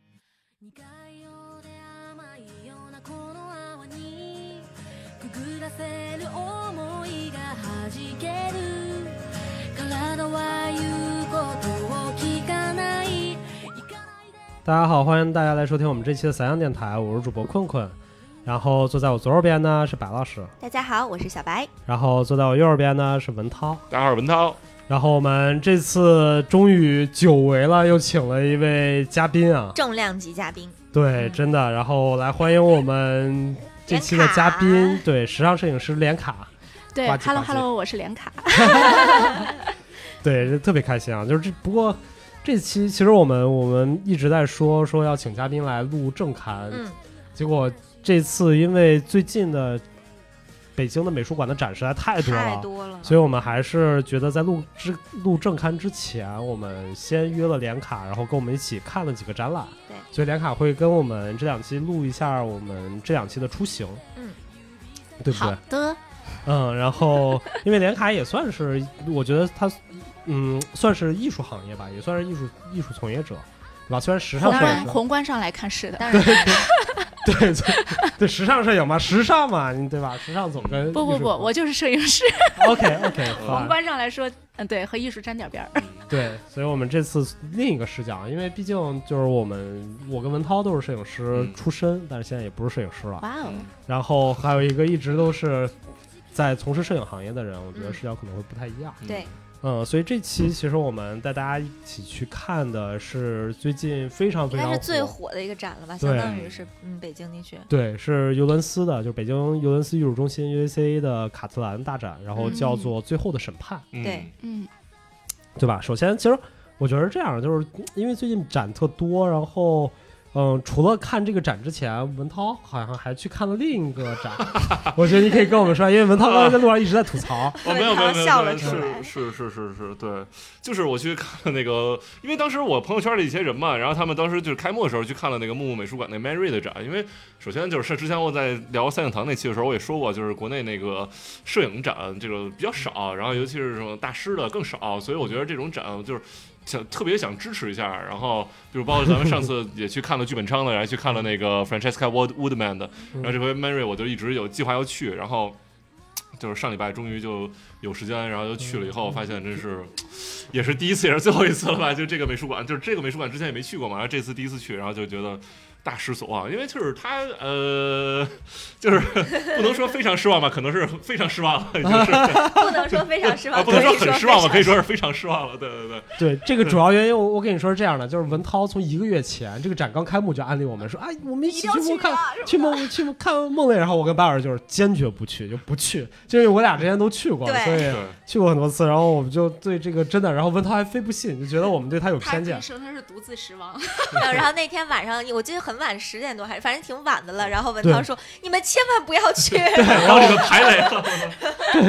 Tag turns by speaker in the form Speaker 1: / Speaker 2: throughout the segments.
Speaker 1: 苦いようで甘いようなこの泡にくぐらせる思いがはじける体は言うことを聞かない行かないで
Speaker 2: 大家好，欢迎大家来收听我们这期的散养电台，我是主播困困。然后坐在我左手边呢是白老师，
Speaker 3: 大家好，我是小白。
Speaker 2: 然后坐在我右手边呢是文涛。
Speaker 4: 大家好，我是文涛。
Speaker 2: 然后我们这次终于久违了，又请了一位嘉宾啊，
Speaker 3: 重量级嘉宾，
Speaker 2: 对，真的。然后来欢迎我们这期的嘉
Speaker 3: 连
Speaker 2: 宾，对，时尚摄影师连卡。
Speaker 5: 对
Speaker 2: 呱唧
Speaker 5: ，Hello
Speaker 2: 呱唧
Speaker 5: Hello，我是连卡。
Speaker 2: 对，这特别开心啊！就是这不过这期其实我们我们一直在说说要请嘉宾来录正刊，
Speaker 3: 嗯，
Speaker 2: 结果这次因为最近的北京的美术馆的展实在太多了，
Speaker 3: 太多了，
Speaker 2: 所以我们还是觉得在录之录正刊之前，我们先约了连卡，然后跟我们一起看了几个展览。
Speaker 3: 对，
Speaker 2: 所以连卡会跟我们这两期录一下我们这两期的出行。
Speaker 3: 嗯，
Speaker 2: 对不对
Speaker 3: 好？的，
Speaker 2: 嗯，然后因为连卡也算是，我觉得他，嗯，算是艺术行业吧，也算是艺术艺术从业者，对吧？虽然时尚
Speaker 5: 宏
Speaker 2: 摄影
Speaker 5: 观
Speaker 2: 嘛，
Speaker 5: 宏观上来看是 的，
Speaker 3: 当然
Speaker 2: 对 对对，时尚摄影嘛，时尚嘛，你对吧？时尚总跟
Speaker 5: 不不不，我就是摄影师。
Speaker 2: OK OK，
Speaker 5: 宏观上来说，嗯，对，和艺术沾点边
Speaker 4: 嗯
Speaker 5: 儿。
Speaker 2: 对，所以我们这次另一个视角，因为毕竟就是我们，我跟文涛都是摄影师
Speaker 4: 嗯
Speaker 2: 出身，但是现在也不是摄影师
Speaker 3: 啊
Speaker 2: 了。
Speaker 5: 哇
Speaker 3: 嗯
Speaker 5: 哦，
Speaker 2: 然后还有一个一直都是在从事摄影行业的人，我觉得
Speaker 3: 嗯
Speaker 2: 视角可能会不太一样。
Speaker 3: 对，
Speaker 2: 嗯，所以这期其实我们带大家一起去看的是最近非常
Speaker 3: 应
Speaker 2: 非常
Speaker 3: 该
Speaker 2: 火
Speaker 3: 是最火的一个展了吧，
Speaker 2: 对
Speaker 3: 相当于是嗯北京地区，
Speaker 2: 对，是尤伦斯的，就是北京尤伦斯艺术中心 UACA 的卡特兰大展，然后叫
Speaker 5: 嗯
Speaker 2: 做《最后的审判》。
Speaker 4: 嗯
Speaker 3: 对，
Speaker 5: 嗯，
Speaker 2: 对吧？首先，其实我觉得是这样，就是因为最近展特多，然后。嗯，除了看这个展之前，文涛好像还去看了另一个展。我觉得你可以跟我们说，因为文涛刚才在路上一直在吐槽。
Speaker 4: 哦，没有没有没有，
Speaker 3: 笑了
Speaker 4: 没有
Speaker 3: 出来
Speaker 4: 是是是是是，对，就是我去看了那个，因为当时我朋友圈里一些人嘛，然后他们当时就是开幕的时候去看了那个木木美术馆那 Mary 的展，因为首先就是之前我在聊三影堂那期的时候，我也说过，就是国内那个摄影展这个比较少，然后尤其是什么大师的更少，所以我觉得这种展就是。想特别想支持一下，然后就是包括咱们上次也去看了剧本昌的，然后去看了那个 Francesca Wood Woodman 的，然后这回 Mary 我就一直有计划要去，然后就是上礼拜终于就有时间，然后就去了以后，发现真是也是第一次，也是最后一次了吧？就这个美术馆，就是这个美术馆之前也没去过嘛，然后这次第一次去，然后就觉得大失所望，因为就是他呃，就是不能说非常失望吧，可能是非常失望了， 就是
Speaker 3: 不能说非常失
Speaker 4: 啊
Speaker 3: 望，
Speaker 4: 不能
Speaker 3: 可以
Speaker 4: 很失望吧，可以
Speaker 3: 非常
Speaker 4: 说是非常失望了，对对
Speaker 2: 对，
Speaker 4: 对，
Speaker 2: 这个主要原因，我我跟你说是这样的，就是文涛从一个月前这个展刚开幕就安利我们说，哎，我们一起去
Speaker 3: 一定
Speaker 2: 梦
Speaker 3: 要去
Speaker 2: 看
Speaker 3: 啊，
Speaker 2: 去梦去梦看梦泪。然后我跟巴尔就是坚决不去，就不去，就因为我俩之前都去过，
Speaker 3: 对
Speaker 2: 所以
Speaker 4: 对。
Speaker 2: 去过很多次，然后我们就对这个真的，然后文涛还非不信，就觉得我们对他有偏见。
Speaker 5: 生他是独自失望。
Speaker 3: 没 有然后那天晚上我记得很晚，十点多还是反正挺晚的了，然后文涛
Speaker 2: 对
Speaker 3: 说你们千万不要去，
Speaker 4: 然后这个排雷了，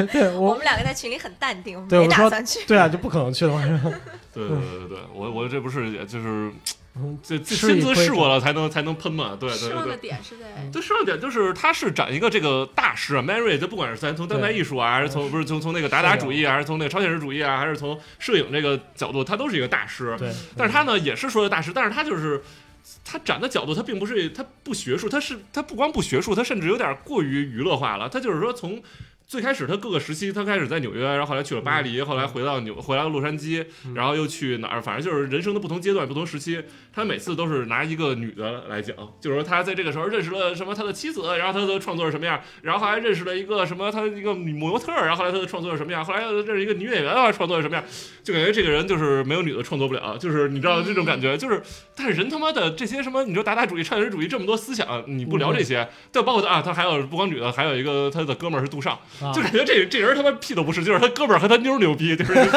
Speaker 2: 对
Speaker 3: 我
Speaker 2: 我，
Speaker 3: 们两个在群里很淡定，我
Speaker 2: 对我
Speaker 3: 们没
Speaker 2: 们
Speaker 3: 打
Speaker 2: 说
Speaker 3: 算去，
Speaker 2: 对啊，就不可能去的嘛。
Speaker 4: 对对对对对，我我这不是也就是
Speaker 2: 嗯
Speaker 4: 这这
Speaker 2: 吃一
Speaker 4: 亲自
Speaker 2: 亏
Speaker 4: 试过了才能才能喷嘛，对对
Speaker 5: 失
Speaker 4: 对
Speaker 5: 望的
Speaker 4: 对。
Speaker 5: 点是在
Speaker 4: 对，上一点就是他是展一个这个大师啊，Mary，就不管是咱从当代艺术啊，还是
Speaker 2: 嗯
Speaker 4: 从不是从从那个达达主义啊，还是从那个超现实主义啊，还是从摄影这个角度，他都是一个大师。
Speaker 2: 对，嗯
Speaker 4: 但是他呢也是说的大师，但是他就是他展的角度，他并不是他不学术，他是他不光不学术，他甚至有点过于娱乐化了。他就是说从。最开始他各个时期，他开始在纽约，然后后来去了巴黎，后来回到纽，回到洛杉矶
Speaker 2: 嗯，
Speaker 4: 然后又去哪儿？反正就是人生的不同阶段、不同时期，他每次都是拿一个女的来讲，就是说他在这个时候认识了什么他的妻子，然后他的创作是什么样，然后还认识了一个什么他一个女模特，然后后来他的创作是什么样，后来又认识一个女演员啊，创作是什么样，就感觉这个人就是没有女的创作不了，就是你知道这种感觉，就是但是人他妈的这些什么，你说达达主义、超现实主义这么多思想，你不聊这些，但包括啊，他还有不光女的，还有一个他的哥们儿是杜尚，
Speaker 2: 啊
Speaker 4: 就感觉这这人他妈屁都不是，就是他哥们儿和他妞儿牛逼，就是 就是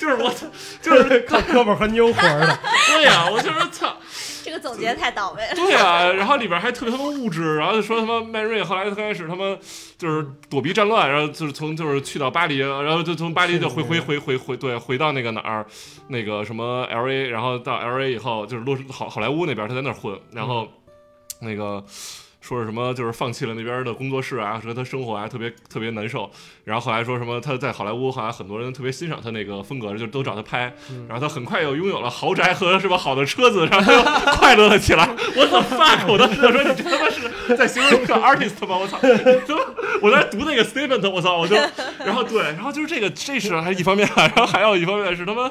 Speaker 4: 就是我操，就是
Speaker 2: 靠胳膊和妞活的。
Speaker 4: 对呀、我就是操。
Speaker 3: 这个总结得太到位 了，
Speaker 4: 对啊，然后里边还特别他妈物质，然后就说他妈迈瑞后来他开始他妈就是躲避战乱，然后就是从就是去到巴黎，然后就从巴黎就回回回回回对回到那个哪儿，那个什么 L A，然后到 L A 以后就是洛好好莱坞那边他在那儿混，然后那个。说是什么就是放弃了那边的工作室啊，说他生活啊特别特别难受。然后后来说什么他在好莱坞好像很多人特别欣赏他那个风格，就都找他拍。然后他很快又拥有了豪宅和是吧好的车子，然后他又 快乐了起来。我怎么 fuck？我当时就说你这他妈是 在形容一个 artist 吗？我操！你他妈我在读那个 statement，我操！我就然后对，然后就是这个这是还一方面啊，然后还有一方面是他妈。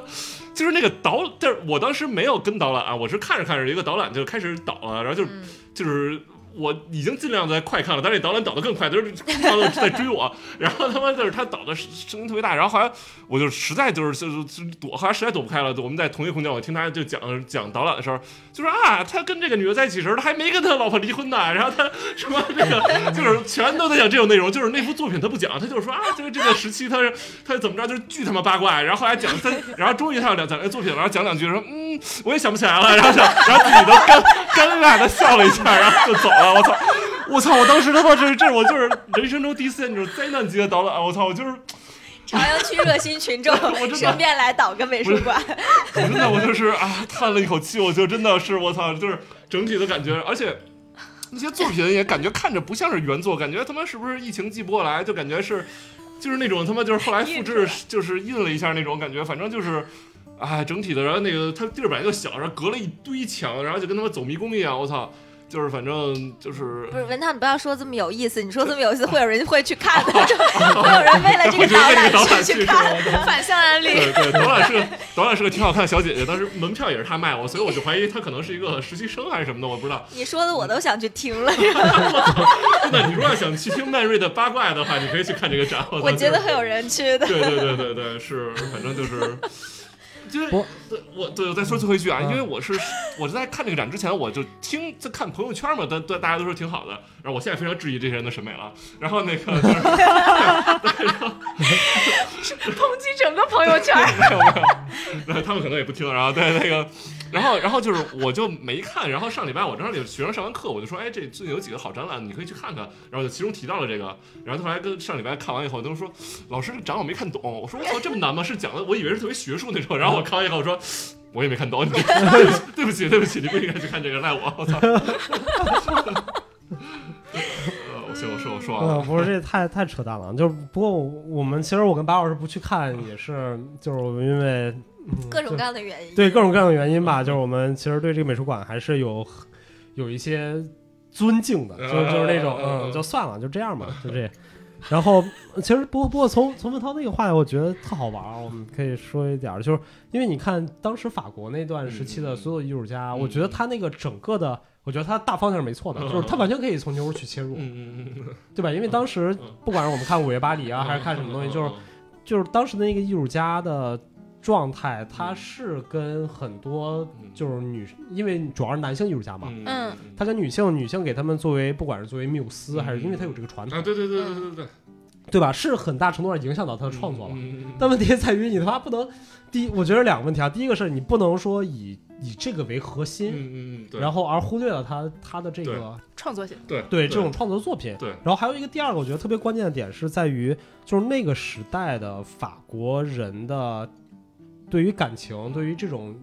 Speaker 4: 就是那个导，但是我当时没有跟导览啊，我是看着看着一个导览就开始导了，然后就、
Speaker 3: 嗯
Speaker 4: 就是我已经尽量在快看了，但是那导览导的更快，就是 他都在追我，然后他妈就是他导的声音特别大，然后后来我就实在就是就是就是躲，后来实在躲不开了，我们在同一空间，我听他就讲讲导览的时候，就说啊，他跟这个女的在一起时候，他还没跟他老婆离婚呢，然后他什么这个就是全都在讲这种内容，就是那部作品他不讲，他就是说啊，这个这个时期他是他怎么着，就是巨他妈八卦，然后后来讲他，然后终于他有两讲作品，然后讲两句说嗯，我也想不起来了，然后想然后自己都尴尴尬的笑了一下，然后就走了，我操。我操！我当时他妈这是这是我就是人生中第一次见这种灾难级的导览，我操！我就是
Speaker 3: 朝阳区热心群众
Speaker 4: 真的
Speaker 3: 顺便来导个美术馆，
Speaker 4: 我真的我就是啊，叹了一口气，我就真的是我操，就是整体的感觉，而且。那些作品也感觉看着不像是原作，感觉他妈是不是疫情寄不过来，就感觉是，就是那种他妈就是后来复制就是印了一下那种感觉，反正就是，啊，整体的，然后那个它地儿本来就小，然后隔了一堆墙，然后就跟他妈走迷宫一样，我操，就是反正就是
Speaker 3: 不是文涛，你不要说这么有意思，你说这么有意思，会有人会去看的，就会有人为了这
Speaker 4: 我
Speaker 3: 个
Speaker 4: 觉得
Speaker 3: 导
Speaker 4: 那个导
Speaker 3: 览
Speaker 4: 览
Speaker 3: 去
Speaker 4: 去
Speaker 3: 去
Speaker 4: 是吧
Speaker 3: 看。
Speaker 4: 我操
Speaker 5: 反向安利，
Speaker 4: 对对，导览是个导览是个挺好看的小姐姐，当时门票也是她卖我，所以我就怀疑她可能是一个实习生还是什么的，我不知道。
Speaker 3: 你说的我都想去听了，
Speaker 4: 真的，你如果想去听迈瑞的八卦的话，你可以去看这个展。我
Speaker 3: 我
Speaker 4: 操
Speaker 3: 觉得会有人去的。
Speaker 4: 就是对对对对对，是，反 正就是。就是
Speaker 2: 不
Speaker 4: 对我对我再说最后一句啊，
Speaker 2: 嗯
Speaker 4: 因为我是我是在看这个展之前，我就听在看朋友圈嘛，但但大家都说挺好的，然后我现在非常质疑这些人的审美了。然后那个就是
Speaker 5: 抨击整个朋友圈。
Speaker 4: 没有没有， 然后他们可能也不听。然后对那个，然后然后就是我就没看。然后上礼拜我正好有学生上完课，我就说，哎，这最近有几个好展览，你可以去看看。然后就其中提到了这个，然后他后来跟上礼拜看完以后，都说老师这展我没看懂。我说我操这么难吗？是讲的我以为是特别学术那种。然后我看完以后我说。我也没看懂， 你对不起，对不起，你不应该去看这个，赖我，我操！ 呃，我行，我说我说完
Speaker 2: 嗯，
Speaker 4: 了，
Speaker 2: 不是这太太扯淡了，就是不过我们其实我跟巴老师不去看也是，就是我们因为、嗯
Speaker 3: 各种
Speaker 2: 就
Speaker 3: 各样的原因。
Speaker 2: 对各种各样的原因吧，就是我们其实对这个美术馆还是有有一些尊敬的，就
Speaker 4: 嗯
Speaker 2: 就是那种
Speaker 4: 嗯嗯
Speaker 2: 嗯，
Speaker 4: 嗯
Speaker 2: 就算了，就这样吧，就这。然后其实不过不过从从文涛那个话，我觉得特好玩儿，我们可以说一点儿，就是因为你看当时法国那段时期的所有艺术家，
Speaker 4: 嗯
Speaker 2: 我觉得他那个整个的，我觉得他大方向是没错的，
Speaker 4: 嗯
Speaker 2: 就是他完全可以从牛去切入，
Speaker 4: 嗯嗯嗯嗯，
Speaker 2: 对吧？因为当时
Speaker 4: 嗯
Speaker 2: 不管是我们看《午夜巴黎》啊，还是看什么东西，就是就是当时的那个艺术家的状态，他是跟很多
Speaker 4: 嗯
Speaker 2: 就是女，因为主要是男性艺术家嘛，
Speaker 4: 嗯
Speaker 3: 嗯
Speaker 2: 他跟女性，女性给他们作为不管是作为缪斯，
Speaker 4: 嗯
Speaker 2: 还是因为他有这个传
Speaker 4: 啊，
Speaker 2: 统，
Speaker 4: 对对对对
Speaker 3: 嗯
Speaker 4: 对对，
Speaker 2: 对吧？是很大程度上影响到他的创作了。
Speaker 4: 嗯嗯嗯
Speaker 2: 但问题在于你他妈不能，第一，我觉得两个问题啊，第一个是你不能说以以这个为核心，
Speaker 4: 嗯嗯嗯，对，
Speaker 2: 然后而忽略了他他的这个
Speaker 5: 创作型，
Speaker 4: 对
Speaker 2: 对这种创作作品。
Speaker 4: 对
Speaker 2: 然后还有一个第二个，我觉得特别关键的点是在于，就是那个时代的法国人的对于感情、对于这种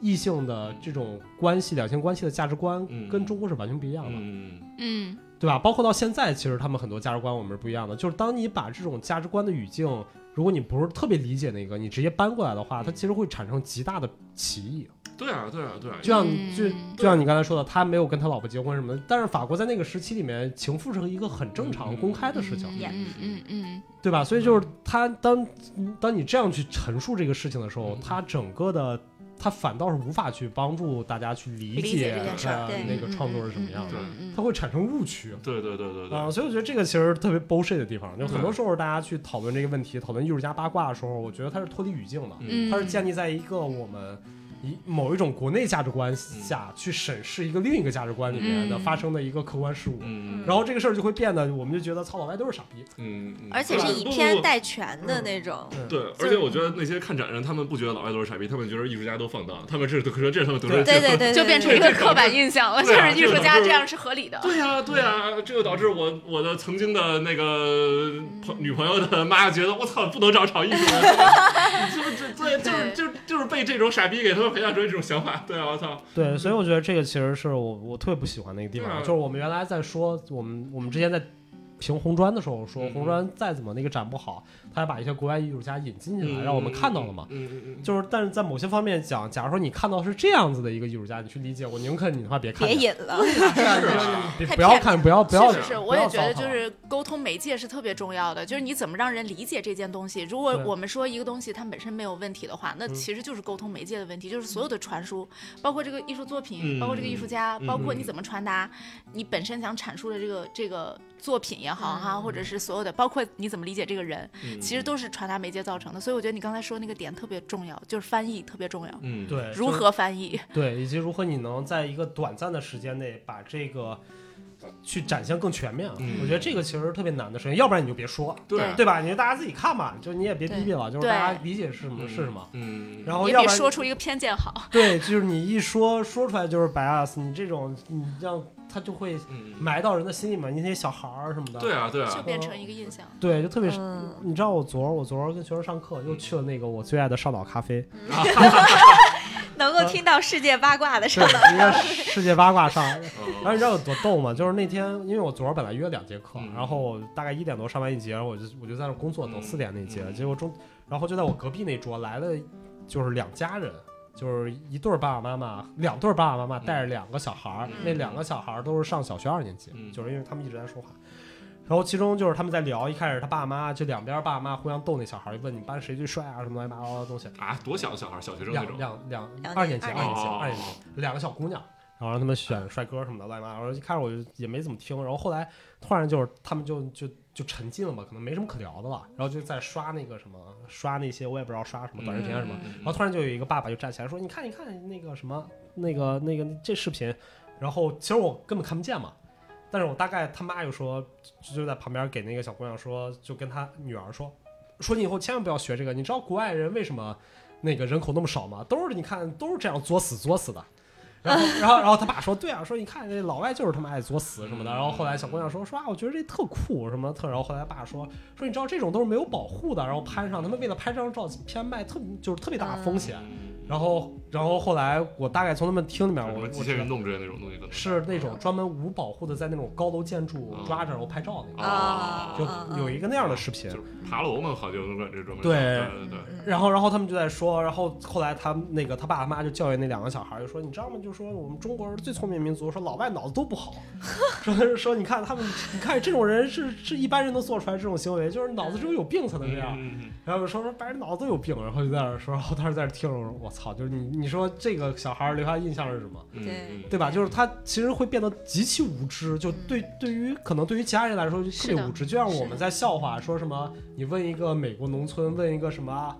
Speaker 2: 异性的这种关系、两性关系的价值观
Speaker 4: 嗯，
Speaker 2: 跟中国是完全不一样的，
Speaker 4: 嗯
Speaker 5: 嗯，
Speaker 2: 对吧？包括到现在，其实他们很多价值观我们是不一样的。就是当你把这种价值观的语境，如果你不是特别理解那个，你直接搬过来的话，
Speaker 4: 嗯
Speaker 2: 它其实会产生极大的歧义。
Speaker 4: 对啊对啊对啊，
Speaker 2: 就像
Speaker 5: 嗯
Speaker 2: 就就像你刚才说的，他没有跟他老婆结婚什么的，但是法国在那个时期里面，情妇是一个很正常、
Speaker 4: 嗯
Speaker 2: 公开的事情，
Speaker 4: Yeah
Speaker 5: 嗯嗯嗯
Speaker 2: 对吧？所以就是他当当你这样去陈述这个事情的时候
Speaker 4: 嗯，
Speaker 2: 他整个的他反倒是无法去帮助大家去理
Speaker 3: 理解这
Speaker 2: 呃
Speaker 3: 件事儿对
Speaker 2: 那个创作是什么样的，
Speaker 5: 嗯
Speaker 2: 他会产生误区。
Speaker 4: 对对对对
Speaker 2: 啊、
Speaker 4: 对，
Speaker 2: 所以我觉得这个其实特别 bullshit 的地方，就很多时候大家去讨论这个问题、讨论艺术家八卦的时候，我觉得它是脱离语境的，
Speaker 5: 嗯，
Speaker 2: 它是建立在一个我们一某一种国内价值观下去审视一个另一个价值观里面的
Speaker 5: 嗯
Speaker 2: 发生的一个客观事物，
Speaker 4: 嗯
Speaker 2: 然后这个事儿就会变得，我们就觉得操老外都是傻逼。
Speaker 4: 嗯，
Speaker 3: 而且是以偏代全的那种。
Speaker 4: 对，而且我觉得那些看展人，他们不觉得老外都是傻逼，他们觉得艺术家都放荡，他们这是这是他们得出的
Speaker 3: 对对对，
Speaker 5: 就变成一个刻板印象了，就
Speaker 4: 对啊
Speaker 5: 是艺术家这样是合理的。
Speaker 4: 对呀、对呀、这就导致我我的曾经的那个
Speaker 3: 嗯
Speaker 4: 啊朋女朋友的妈觉得我操，不能找炒艺术的，这这这就是就是就是就是被这种傻逼给他们培养出这种想法。对啊，我操，
Speaker 2: 对，所以我觉得这个其实是我我特别不喜欢的一个地方，
Speaker 4: 对啊
Speaker 2: 就是我们原来在说我们我们之前在评红砖的时候说
Speaker 4: 嗯，
Speaker 2: 红砖再怎么那个展不好，他还把一些国外艺术家引进进来，让我们看到了嘛。
Speaker 4: 嗯嗯嗯嗯，
Speaker 2: 就是，但是在某些方面讲，假如说你看到是这样子的一个艺术家，你去理解，我宁可你他妈别看
Speaker 3: 别
Speaker 2: 见，
Speaker 3: 引了，
Speaker 4: 是啊，
Speaker 2: 别
Speaker 5: 太
Speaker 2: 不要
Speaker 5: 片
Speaker 2: 看，不要不要
Speaker 5: 是是
Speaker 2: 不
Speaker 5: 是，
Speaker 2: 要
Speaker 5: 我也觉得
Speaker 2: 糟
Speaker 5: 就
Speaker 2: 蹋
Speaker 5: 是沟通媒介是特别重要的，就是你怎么让人理解这件东西。如果
Speaker 2: 对
Speaker 5: 我们说一个东西它本身没有问题的话，那
Speaker 2: 嗯
Speaker 5: 其实就是沟通媒介的问题，就是所有的传输，包括这个艺术作品，
Speaker 4: 嗯
Speaker 5: 包括这个艺术家，
Speaker 4: 嗯
Speaker 5: 包括你怎么传达你本身想阐述的这个这个作品也好哈，
Speaker 3: 嗯
Speaker 5: 或者是所有的，包括你怎么理解这个人，
Speaker 4: 嗯
Speaker 5: 其实都是传达媒介造成的。所以我觉得你刚才说那个点特别重要，就是翻译特别重要，
Speaker 4: 嗯，
Speaker 2: 对
Speaker 5: 如
Speaker 2: 就是
Speaker 5: 何翻译？
Speaker 2: 对，以及如何你能在一个短暂的时间内把这个去展现更全面啊。
Speaker 4: 嗯
Speaker 2: 我觉得这个其实是特别难的事情，要不然你就别说，
Speaker 4: 对
Speaker 5: 对
Speaker 4: 啊
Speaker 2: 对吧？你就大家自己看吧，就你也别逼逼了，就是
Speaker 5: 对
Speaker 2: 大家理解是什么
Speaker 4: 嗯
Speaker 2: 是什么。
Speaker 4: 嗯，
Speaker 2: 然后
Speaker 5: 也
Speaker 2: 要
Speaker 5: 别
Speaker 2: 不然
Speaker 5: 说出一个偏见好。
Speaker 2: 对，就是你一说说出来就是 bias，你这种你让他就会
Speaker 4: 嗯，
Speaker 2: 埋到人的心里面，你那些小孩儿什么的，
Speaker 4: 对啊对
Speaker 5: 就
Speaker 4: 啊，
Speaker 5: 变成一个
Speaker 2: 哦
Speaker 5: 印象，
Speaker 2: 对，就特别是。
Speaker 3: 嗯，
Speaker 2: 你知道我昨儿我昨儿跟学生上课，又去了那个我最爱的上岛咖啡，
Speaker 3: 能够听到世界八卦的事
Speaker 2: 对，
Speaker 3: 儿，
Speaker 2: 一个世界八卦上，然后
Speaker 4: 嗯
Speaker 2: 你知道有多逗吗？就是那天，因为我昨儿本来约两节课，
Speaker 4: 嗯
Speaker 2: 然后我大概一点多上完一节，然后我就我就在那工作等
Speaker 4: 嗯
Speaker 2: 四点那节，
Speaker 4: 嗯
Speaker 2: 结果中，然后就在我隔壁那桌来了，就是两家人，就是一对儿爸爸妈妈，两对儿爸爸妈妈带着两个小孩儿，
Speaker 4: 嗯
Speaker 2: 那两个小孩儿都是上小学二年级，
Speaker 4: 嗯
Speaker 2: 就是因为他们一直在说话。然后其中就是他们在聊，一开始他爸妈就两边爸妈互相逗那小孩儿，就问你们班谁最帅啊什么乱七八糟的东西。
Speaker 4: 啊，多小的小孩，小学生那
Speaker 2: 两
Speaker 4: 种，哦
Speaker 2: 两两
Speaker 3: 两
Speaker 2: 二年
Speaker 3: 年
Speaker 2: 级，
Speaker 3: 二
Speaker 2: 二年
Speaker 3: 年
Speaker 2: 级，二年
Speaker 4: 级
Speaker 2: 级，两个小姑娘，然后让他们选帅哥什么的，乱七八糟。然后一开始我就也没怎么听，然后后来突然就是他们就就就沉浸了嘛，可能没什么可聊的了，然后就在刷那个什么，刷那些我也不知道刷什么短视频啊什么。
Speaker 5: 嗯
Speaker 2: 然后突然就有一个爸爸就站起来说：“你看，你看那个什么，那个那个这视频。”然后其实我根本看不见嘛，但是我大概他妈又说，就就在旁边给那个小姑娘说，就跟她女儿说，说你以后千万不要学这个。你知道国外人为什么那个人口那么少吗？都是你看都是这样作死作死的。 然后，然后，然后他爸说：“对啊，说你看那老外就是他妈爱作死什么的。”然后后来小姑娘说：“说啊，我觉得这特酷什么特。”然后后来爸说：“说你知道这种都是没有保护的，然后攀上他们为了拍这张照片卖特就是特别大的风险。然后，然后后来我大概从他们听里面，
Speaker 4: 嗯什
Speaker 2: 我
Speaker 4: 么
Speaker 2: 我
Speaker 4: 机
Speaker 2: 知
Speaker 4: 械
Speaker 2: 道
Speaker 4: 运动之类的那种东西，可能
Speaker 2: 是那种专门无保护的，在那种高楼建筑
Speaker 4: 嗯
Speaker 2: 抓着然后拍照那
Speaker 4: 啊
Speaker 2: 个，
Speaker 3: 啊，
Speaker 2: 就有一个那样的视频
Speaker 4: 就。是爬楼嘛，好像有这专门
Speaker 2: 对
Speaker 3: 嗯
Speaker 4: 对对对，
Speaker 2: 然后，然后他们就在说，然后后来他们那个他爸他妈就教育那两个小孩儿，就说你知道吗？就说我们中国人最聪明民族，说老外脑子都不好，说说你看他们，你看这种人是是一般人都做出来这种行为，就是脑子只有有病才能这样。
Speaker 4: 嗯
Speaker 2: 然后说说白人脑子都有病，然后就在那儿说，然后当时在那儿听着，我说我操，就是你你说这个小孩儿留下印象是什么？
Speaker 4: 嗯嗯
Speaker 2: 对吧？就是他其实会变得极其无知，就对对于可能对于其他人来说
Speaker 5: 嗯
Speaker 2: 就特
Speaker 5: 是
Speaker 2: 别
Speaker 5: 的
Speaker 2: 无知，就像我
Speaker 5: 是
Speaker 2: 们
Speaker 5: 的
Speaker 2: 在笑话说什么，你问一个美国农村，问一个什么。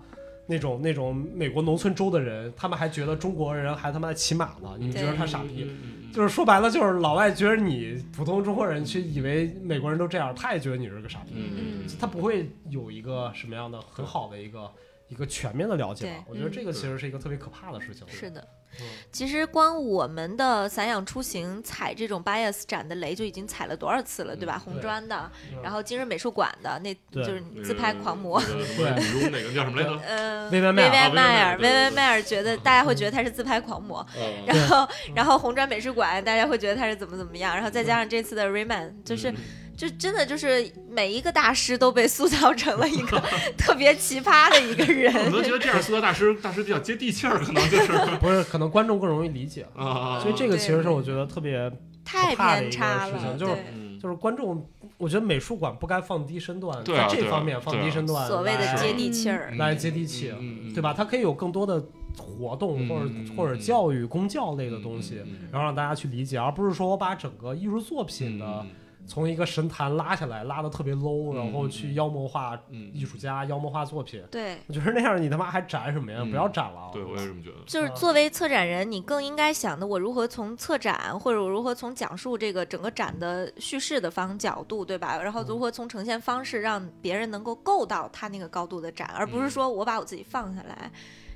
Speaker 2: 那种那种美国农村州的人，他们还觉得中国人还他妈骑马呢，你们觉得他傻逼？
Speaker 4: 嗯
Speaker 2: 就是说白了，就是老外觉得你普通中国人去以为美国人都这样，他也觉得你是个傻逼，
Speaker 4: 嗯
Speaker 2: 他不会有一个什么样的很好的一个一个全面的了解吧
Speaker 3: 对？
Speaker 2: 我觉得
Speaker 3: 嗯
Speaker 2: 这个其实是一个特别可怕的事情。
Speaker 3: 是的
Speaker 2: 嗯。
Speaker 3: 其实光我们的散养出行踩这种 bias 展的雷就已经踩了多少次了，对吧？红
Speaker 2: 对
Speaker 3: 砖的，
Speaker 2: 嗯，
Speaker 3: 然后今日美术馆的，那
Speaker 2: 对
Speaker 3: 就是自拍狂魔。
Speaker 4: 对，女中那个叫什么 来着？
Speaker 3: 嗯，
Speaker 2: 薇薇
Speaker 3: 薇
Speaker 2: 麦
Speaker 3: 薇
Speaker 4: 尔
Speaker 3: 麦
Speaker 4: 啊
Speaker 3: 尔，
Speaker 4: 薇
Speaker 3: 薇
Speaker 4: 薇麦尔对对
Speaker 3: 薇
Speaker 4: 对
Speaker 3: 麦尔觉得大家会觉得他是自拍狂魔，
Speaker 4: 嗯
Speaker 3: 然后
Speaker 2: 嗯
Speaker 3: 然后红砖美术馆大家会觉得他是怎么怎么样，然后再加上这次的 Rayman，就是
Speaker 4: 嗯
Speaker 2: 嗯
Speaker 3: 就真的就是每一个大师都被塑造成了一 个特别奇葩的一个
Speaker 4: 我都觉
Speaker 3: 人。
Speaker 4: 得这样塑造大师，大师比较接地气儿，可能就是
Speaker 2: 不是，可能观众更容易理解。
Speaker 4: 啊，
Speaker 2: 所以这个
Speaker 3: 对
Speaker 2: 其实是我觉得特别，
Speaker 3: 太
Speaker 2: 可怕的
Speaker 3: 偏
Speaker 2: 一个
Speaker 3: 差
Speaker 2: 事
Speaker 3: 了，
Speaker 2: 情就是
Speaker 3: 对
Speaker 4: 嗯
Speaker 2: 就是观众，我觉得美术馆不该放低身段，
Speaker 4: 对啊
Speaker 2: 在
Speaker 4: 对
Speaker 2: 这
Speaker 4: 啊
Speaker 2: 方面放
Speaker 4: 对啊嗯
Speaker 2: 低身段，
Speaker 3: 所谓的
Speaker 2: 来嗯
Speaker 3: 接地气儿。
Speaker 2: 来接地气，对吧？？它可以有更多的活动
Speaker 4: 嗯
Speaker 2: 或者
Speaker 4: 嗯嗯
Speaker 2: 或者
Speaker 4: 嗯
Speaker 2: 教育、公教类的东西，然后让大家去理解，而不是说我把整个艺术作品的从一个神坛拉下来，拉的特别 low，
Speaker 4: 嗯
Speaker 2: 然后去妖魔化
Speaker 4: 嗯
Speaker 2: 艺术家、妖魔化作品。
Speaker 3: 对，
Speaker 2: 我觉得那样你他妈还展什么呀？
Speaker 4: 嗯
Speaker 2: 不要展了。啊
Speaker 4: 对，我也这么觉得。
Speaker 3: 就是
Speaker 2: 嗯
Speaker 3: 作为策展人，你更应该想的，我如何从策展，或者我如何从讲述这个整个展的叙事的方角度，对吧？然后
Speaker 2: 嗯
Speaker 3: 如何从呈现方式让别人能够够到他那个高度的展，而
Speaker 2: 嗯
Speaker 3: 不是说我把我自己放下来，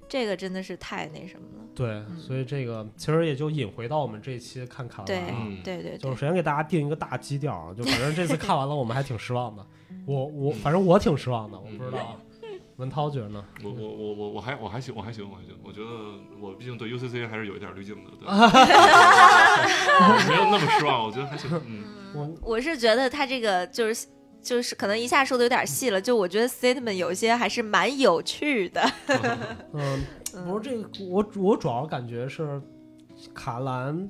Speaker 3: 这个真的是太那什么了。
Speaker 2: 对，所以这个其实也就引回到我们这一期看卡拉
Speaker 3: 对
Speaker 2: 啊。
Speaker 4: 嗯
Speaker 3: 对对
Speaker 2: 就
Speaker 3: 对
Speaker 2: 是，首先给大家定一个大基调
Speaker 4: 嗯
Speaker 2: 啊，就反正这次看完了，我们还挺失望的。我我反正我挺失望的，我不知道 文涛觉得呢？
Speaker 4: 我我我我我还我还行我还行我还行，我觉得我毕竟对 UCC 还是有一点滤镜的，对， 没有那么失望，我觉得还行，嗯，
Speaker 2: 我
Speaker 3: 我是觉得他这个就是就是可能一下说的有点细了，就我觉得 statement 有些还是蛮有趣 的。
Speaker 2: 嗯，不是
Speaker 3: 嗯，
Speaker 2: 这个，我我主要感觉是卡兰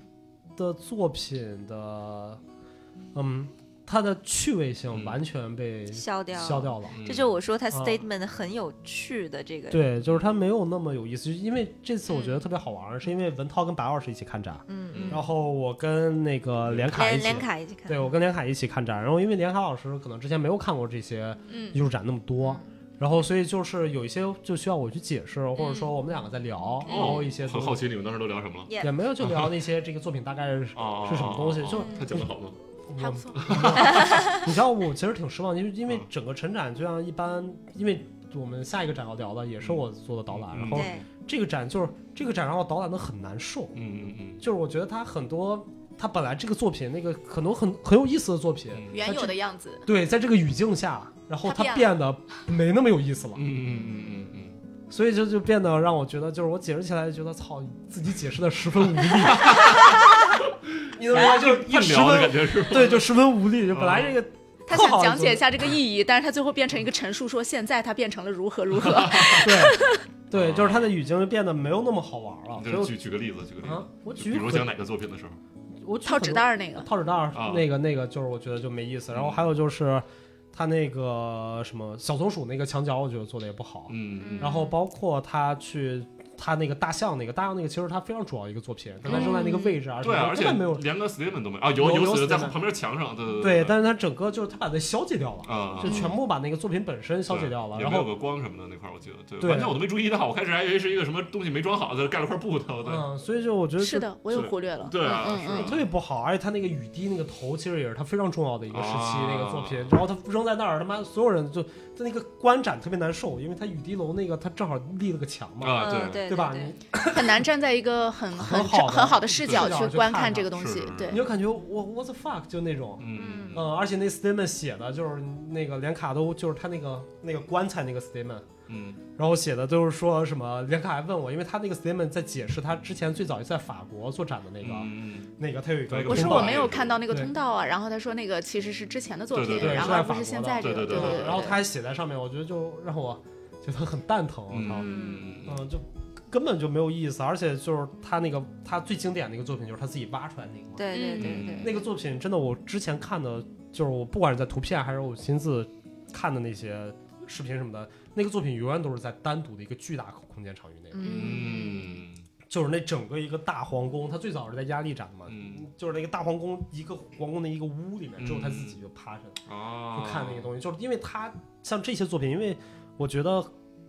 Speaker 2: 的作品的，嗯，它的趣味性
Speaker 4: 嗯
Speaker 2: 完全被
Speaker 3: 消掉，
Speaker 2: 消。掉了。
Speaker 4: 嗯
Speaker 3: 这就是我说他
Speaker 2: 啊
Speaker 3: statement 很有趣的这个。，
Speaker 2: 对，就是它没有那么有意思，就因为这次我觉得特别好玩，是因为文涛跟白老师一起看展，
Speaker 3: 嗯
Speaker 4: 嗯
Speaker 2: 然后我跟那个连卡一
Speaker 3: 连
Speaker 2: 起，
Speaker 3: 连卡一起看。
Speaker 2: 对我跟连卡一起看展，然后因为连卡老师可能之前没有看过这些
Speaker 5: 嗯
Speaker 2: 艺术展那么多，
Speaker 3: 嗯
Speaker 2: 然后所以就是有一些就需要我去解释，或者说我们两个在聊，
Speaker 3: 嗯
Speaker 2: 然后一些
Speaker 4: 哦很
Speaker 2: 东
Speaker 4: 好
Speaker 2: 西
Speaker 4: 奇你们当时都聊什么了。
Speaker 3: Yeah
Speaker 2: 也没有就聊那些这个作品大概是
Speaker 4: 哦，
Speaker 2: 是什么东西
Speaker 4: 哦
Speaker 2: 就
Speaker 4: 哦他讲的好吗？
Speaker 5: 还
Speaker 2: 我
Speaker 5: 不错，
Speaker 2: 你知道我其实挺失望，因为因为
Speaker 4: 嗯
Speaker 2: 整个陈展就像一般，因为我们下一个展要聊的也是我做的导览，
Speaker 4: 嗯
Speaker 2: 然后
Speaker 3: 对，
Speaker 2: 这个展就是这个展让我导览的很难受，
Speaker 4: 嗯嗯嗯
Speaker 2: 就是我觉得他很多他本来这个作品那个很多很很有意思的作品，
Speaker 4: 嗯
Speaker 5: 原有的样子，
Speaker 2: 对，在这个语境下，然后
Speaker 5: 它
Speaker 2: 它变得没那么有意思了
Speaker 4: 嗯，嗯嗯嗯
Speaker 2: 所以就就变得让我觉得就是我解释起来就觉得操自己解释的十分无力， 你懂吗？就是
Speaker 4: 嗯，
Speaker 2: 他
Speaker 4: 硬
Speaker 2: 十
Speaker 4: 聊的感
Speaker 2: 分
Speaker 4: 觉是吧？
Speaker 2: 对，就十分无力，就本来
Speaker 4: 嗯
Speaker 2: 这个
Speaker 5: 他
Speaker 2: 特
Speaker 5: 想
Speaker 2: 好
Speaker 5: 讲
Speaker 2: 的
Speaker 5: 解一下这个意义，但是他最后变成一个陈述，说现在他变成了如何如何。
Speaker 2: 对， 对，
Speaker 4: 啊
Speaker 2: 就是他的语境就变得没有那么好玩了。啊所以
Speaker 4: 就
Speaker 2: 我
Speaker 4: 是举举个例子，举个例
Speaker 2: 啊
Speaker 4: 子，，
Speaker 2: 我
Speaker 4: 就
Speaker 2: 举啊
Speaker 4: 比如
Speaker 2: 很
Speaker 4: 讲哪个作品的时候，
Speaker 2: 我举
Speaker 5: 套
Speaker 2: 很
Speaker 5: 纸
Speaker 2: 多
Speaker 5: 袋儿那个，
Speaker 2: 套纸袋儿
Speaker 4: 啊
Speaker 2: 那个那个就是我觉得就没意思。然后还有就是他那个什么小松鼠那个墙角，我觉得做的也不好。
Speaker 4: 嗯，
Speaker 2: 然后包括他去。他那个大象，那个大象那个其实他非常主要一个作品，他扔在那个位置啊，什
Speaker 4: 对
Speaker 2: 么
Speaker 4: 啊，
Speaker 2: 的
Speaker 4: 而
Speaker 2: 根
Speaker 4: 且
Speaker 2: 本没有
Speaker 4: 连个 statement 都没有啊，
Speaker 2: 有
Speaker 4: 有
Speaker 2: 有
Speaker 4: 死的在
Speaker 2: statement
Speaker 4: 旁边墙上，对对
Speaker 2: 对，
Speaker 4: 对，
Speaker 2: 但是他整个就是他把它消解掉了，
Speaker 4: 啊，
Speaker 2: 就
Speaker 4: 嗯
Speaker 2: 全部把那个作品本身消解掉了。然
Speaker 4: 对也没有
Speaker 2: 后，
Speaker 4: 个光什么的那块，儿，我记得，对，
Speaker 2: 对
Speaker 4: 完全我都没注意到，我开始还以为是一个什么东西没装好，在这盖了块布的，对，
Speaker 2: 嗯，所以就我觉得就是
Speaker 5: 的，我又
Speaker 4: 是
Speaker 5: 忽略 了。
Speaker 4: 对啊
Speaker 5: 嗯
Speaker 4: 是
Speaker 5: 嗯
Speaker 4: 啊
Speaker 2: 特别不好，而且他那个雨滴那个头其实也是他非常重要的一个时期
Speaker 4: 啊
Speaker 2: 那个作品，然后他扔在那儿，他妈所有人就他那个观展特别难受，因为他雨滴楼那个他正好立了个墙嘛，
Speaker 4: 啊，
Speaker 3: 嗯，对
Speaker 2: 对吧？
Speaker 3: 对
Speaker 2: 你
Speaker 5: 嗯，很难站在一个很很
Speaker 2: 很好的
Speaker 5: 很好的视角
Speaker 2: 视角
Speaker 5: 去
Speaker 2: 去
Speaker 5: 观
Speaker 2: 看
Speaker 5: 看
Speaker 2: 它
Speaker 5: 这个东
Speaker 4: 是
Speaker 5: 西
Speaker 4: 是是。
Speaker 5: 对
Speaker 2: 你，就感觉我 what the fuck 就那种，
Speaker 4: 嗯，
Speaker 2: 嗯，而且那 statement 写的就是那个连卡都就是他那个那个棺材那个 statement。
Speaker 4: 嗯
Speaker 2: 然后写的都是说什么？连卡还问我，因为他那个 statement 在解释他之前最早在法国做展的那个，
Speaker 4: 嗯，
Speaker 2: 那个他有一个
Speaker 4: 对
Speaker 5: 我
Speaker 4: 是
Speaker 5: 说
Speaker 2: 通
Speaker 5: 我
Speaker 2: 道
Speaker 5: 没有看到那个
Speaker 2: 对
Speaker 5: 通道啊，然后他说那个其实是之前的作
Speaker 4: 对对
Speaker 5: 品，
Speaker 4: 对
Speaker 5: 然后
Speaker 2: 是在
Speaker 5: 而不
Speaker 2: 法
Speaker 5: 是
Speaker 2: 国
Speaker 5: 现
Speaker 2: 的
Speaker 5: 在这个。
Speaker 4: 对对
Speaker 5: 对
Speaker 4: 对
Speaker 5: 对。
Speaker 2: 然后他还写在上面，我觉得就让我觉得很蛋疼，我操，
Speaker 4: 嗯
Speaker 2: 嗯，就根本就没有意思，而且就是他那个他最经典的一个作品就是他自己挖出来那个嘛，
Speaker 3: 对对对对
Speaker 4: 嗯
Speaker 2: 那个作品真的我之前看的，就是我不管是在图片还是我亲自看的那些视频什么的，那个作品永远都是在单独的一个巨大空间场域
Speaker 3: 嗯
Speaker 2: 内，
Speaker 4: 嗯
Speaker 2: 就是那整个一个大皇宫，他最早是在压力展的嘛。
Speaker 4: 嗯
Speaker 2: 就是那个大皇宫，一个皇宫的一个屋里面，只有他自己就趴着，
Speaker 4: 嗯啊，
Speaker 2: 就看那个东西，就是因为他像这些作品，因为我觉得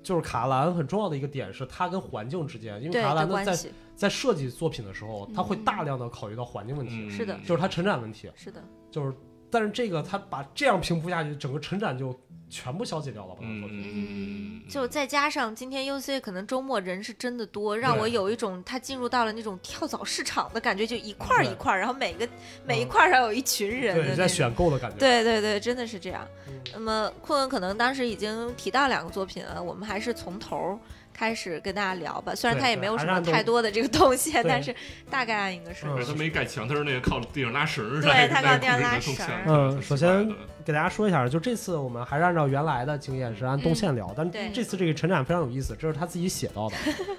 Speaker 2: 就是卡兰很重要的一个点是他跟环境之间，因为
Speaker 3: 对
Speaker 2: 卡
Speaker 3: 的
Speaker 2: 兰的
Speaker 3: 关
Speaker 2: 在
Speaker 3: 系
Speaker 2: 在设计作品的时候，他会
Speaker 5: 嗯
Speaker 2: 大量的考虑到环境问题，
Speaker 4: 嗯，
Speaker 3: 是的
Speaker 2: 就是他成长问题，
Speaker 3: 是的，
Speaker 5: 嗯
Speaker 2: 就是但是这个他把这样平铺下去，整个成长就全部消解掉了吧？
Speaker 4: 嗯
Speaker 2: 作品
Speaker 4: 嗯，
Speaker 3: 就再加上今天 UC 可能周末人是真的多，让
Speaker 2: 对
Speaker 3: 我有一种他进入到了那种跳蚤市场的感觉，就一块儿
Speaker 2: 对
Speaker 3: 一块儿，然后每个每一
Speaker 2: 嗯
Speaker 3: 块儿上有一群人的
Speaker 2: 对，
Speaker 3: 那
Speaker 2: 在
Speaker 3: 种
Speaker 2: 选购的感觉，
Speaker 3: 对对对，真的是这样。
Speaker 2: 嗯
Speaker 3: 那么困困可能当时已经提到两个作品了，我们还是从头儿开始跟大家聊吧。虽然
Speaker 2: 对
Speaker 3: 它也
Speaker 2: 对
Speaker 3: 没有
Speaker 2: 还
Speaker 3: 什
Speaker 2: 是
Speaker 3: 么
Speaker 2: 按动
Speaker 3: 太多的这个动线，
Speaker 2: 对
Speaker 3: 但是大概按一个顺
Speaker 2: 嗯
Speaker 3: 序。
Speaker 4: 对他没盖墙，他是那个靠地上拉绳儿，
Speaker 3: 对
Speaker 4: 那
Speaker 3: 他
Speaker 4: 个
Speaker 3: 靠地上拉绳儿
Speaker 2: 嗯首先给大家说一下，就这次我们还是按照原来的经验是按动线聊，
Speaker 3: 对
Speaker 2: 但这次这个陈展非常有意思，这是他自己写到的，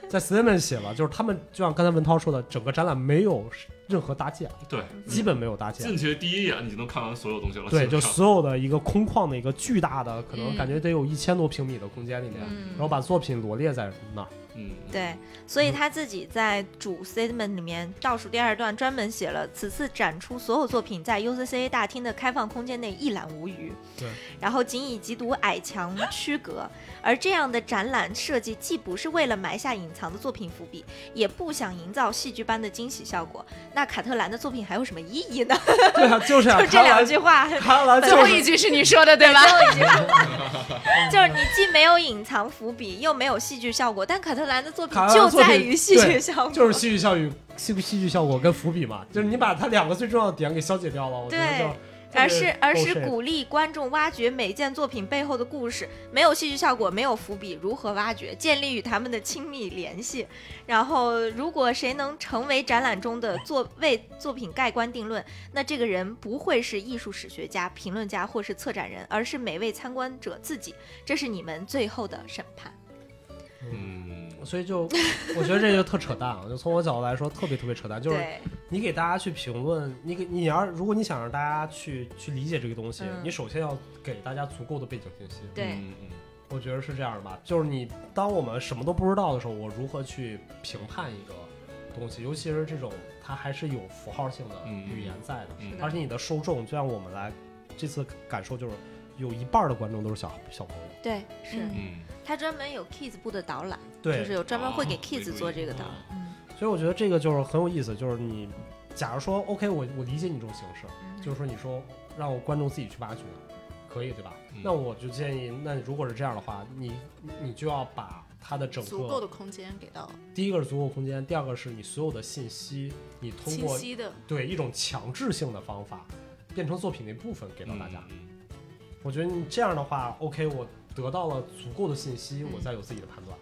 Speaker 2: 在 statement 写了，就是他们就像刚才文涛说的，整个展览没有任何搭建，
Speaker 4: 对，
Speaker 3: 嗯
Speaker 2: 基本没有搭建。
Speaker 4: 进去第一眼你就能看完所有东西了，
Speaker 2: 对，就
Speaker 4: 所
Speaker 2: 所有的一个空旷的一个巨大的，可能
Speaker 5: 嗯
Speaker 2: 感觉得有一千多平米的空间里面，
Speaker 3: 嗯
Speaker 2: 然后把作品罗列在 那儿。
Speaker 4: 嗯，
Speaker 3: 对，所以他自己在主 statement 里面倒数第二段专门写了，此次展出所有作品在 UCCA 大厅的开放空间内一览无余。
Speaker 2: 对，
Speaker 3: 然后仅以几堵矮墙区隔，而这样的展览设计既不是为了埋下隐藏的作品伏笔，也不想营造戏剧般的惊喜效果。那卡特兰的作品还有什么意义呢？
Speaker 2: 对啊，就是啊，
Speaker 3: 就这
Speaker 2: 看
Speaker 3: 两
Speaker 2: 完
Speaker 3: 句话，
Speaker 2: 看完
Speaker 5: 最
Speaker 2: 就
Speaker 5: 后
Speaker 2: 是
Speaker 5: 一句是你说的对吧？
Speaker 3: 就是你既没有隐藏伏笔，又没有戏剧效果，但卡特兰的作品
Speaker 2: 卡特兰
Speaker 3: 就
Speaker 2: 的作
Speaker 3: 在
Speaker 2: 品
Speaker 3: 于戏剧
Speaker 2: 对
Speaker 3: 效果，
Speaker 2: 就是戏剧效果、戏戏剧效果跟伏笔嘛，就是你把它两个最重要的点给消解掉了，我觉得
Speaker 3: 对
Speaker 2: 就
Speaker 3: 而是而是
Speaker 2: bullshit
Speaker 3: 鼓励观众挖掘每件作品背后的故事，没有戏剧效果，没有伏笔，如何挖掘，建立与他们的亲密联系。然后，如果谁能成为展览中的作为作品盖棺定论，那这个人不会是艺术史学家、评论家或是策展人，而是每位参观者自己。这是你们最后的审判。
Speaker 4: 嗯，
Speaker 2: 所以就我觉得这就特扯淡啊！就从我角度来说，特别特别扯淡。就是
Speaker 3: 对，
Speaker 2: 你给大家去评论，你给你要如果你想让大家去去理解这个东西，
Speaker 3: 嗯
Speaker 2: 你首先要给大家足够的背景信息。
Speaker 3: 对
Speaker 4: 嗯嗯
Speaker 2: 我觉得是这样的吧，就是你当我们什么都不知道的时候，我如何去评判一个东西，尤其是这种它还是有符号性的
Speaker 4: 嗯
Speaker 2: 语言在的，
Speaker 4: 嗯
Speaker 2: 而且你的受众，就像我们来这次感受就是。有一半儿的观众都是小小朋友，
Speaker 3: 对，是、
Speaker 5: 嗯
Speaker 4: 嗯，
Speaker 3: 他专门有 kids 部的导览，就
Speaker 2: 对
Speaker 3: 是有专门会给
Speaker 4: 哦
Speaker 3: kids
Speaker 4: 没注意
Speaker 3: 做这个导
Speaker 2: 啊
Speaker 3: 览。嗯
Speaker 2: 所以我觉得这个就是很有意思，就是你假如说 OK，我我理解你这种形式，
Speaker 3: 嗯
Speaker 2: 就是说你说让我观众自己去挖掘，可以对吧？
Speaker 4: 嗯
Speaker 2: 那我就建议，那如果是这样的话，你你就要把它的整
Speaker 5: 足够
Speaker 2: 个
Speaker 5: 的空间给到
Speaker 2: 第一个是足够空间，第二个是你所有的信息，你通
Speaker 5: 清
Speaker 2: 过
Speaker 5: 晰的，
Speaker 2: 对一种强制性的方法变成作品的一部分给
Speaker 4: 给
Speaker 2: 到大家。我觉得你这样的话，OK，我得到了足够的信息，我再有自己的判断。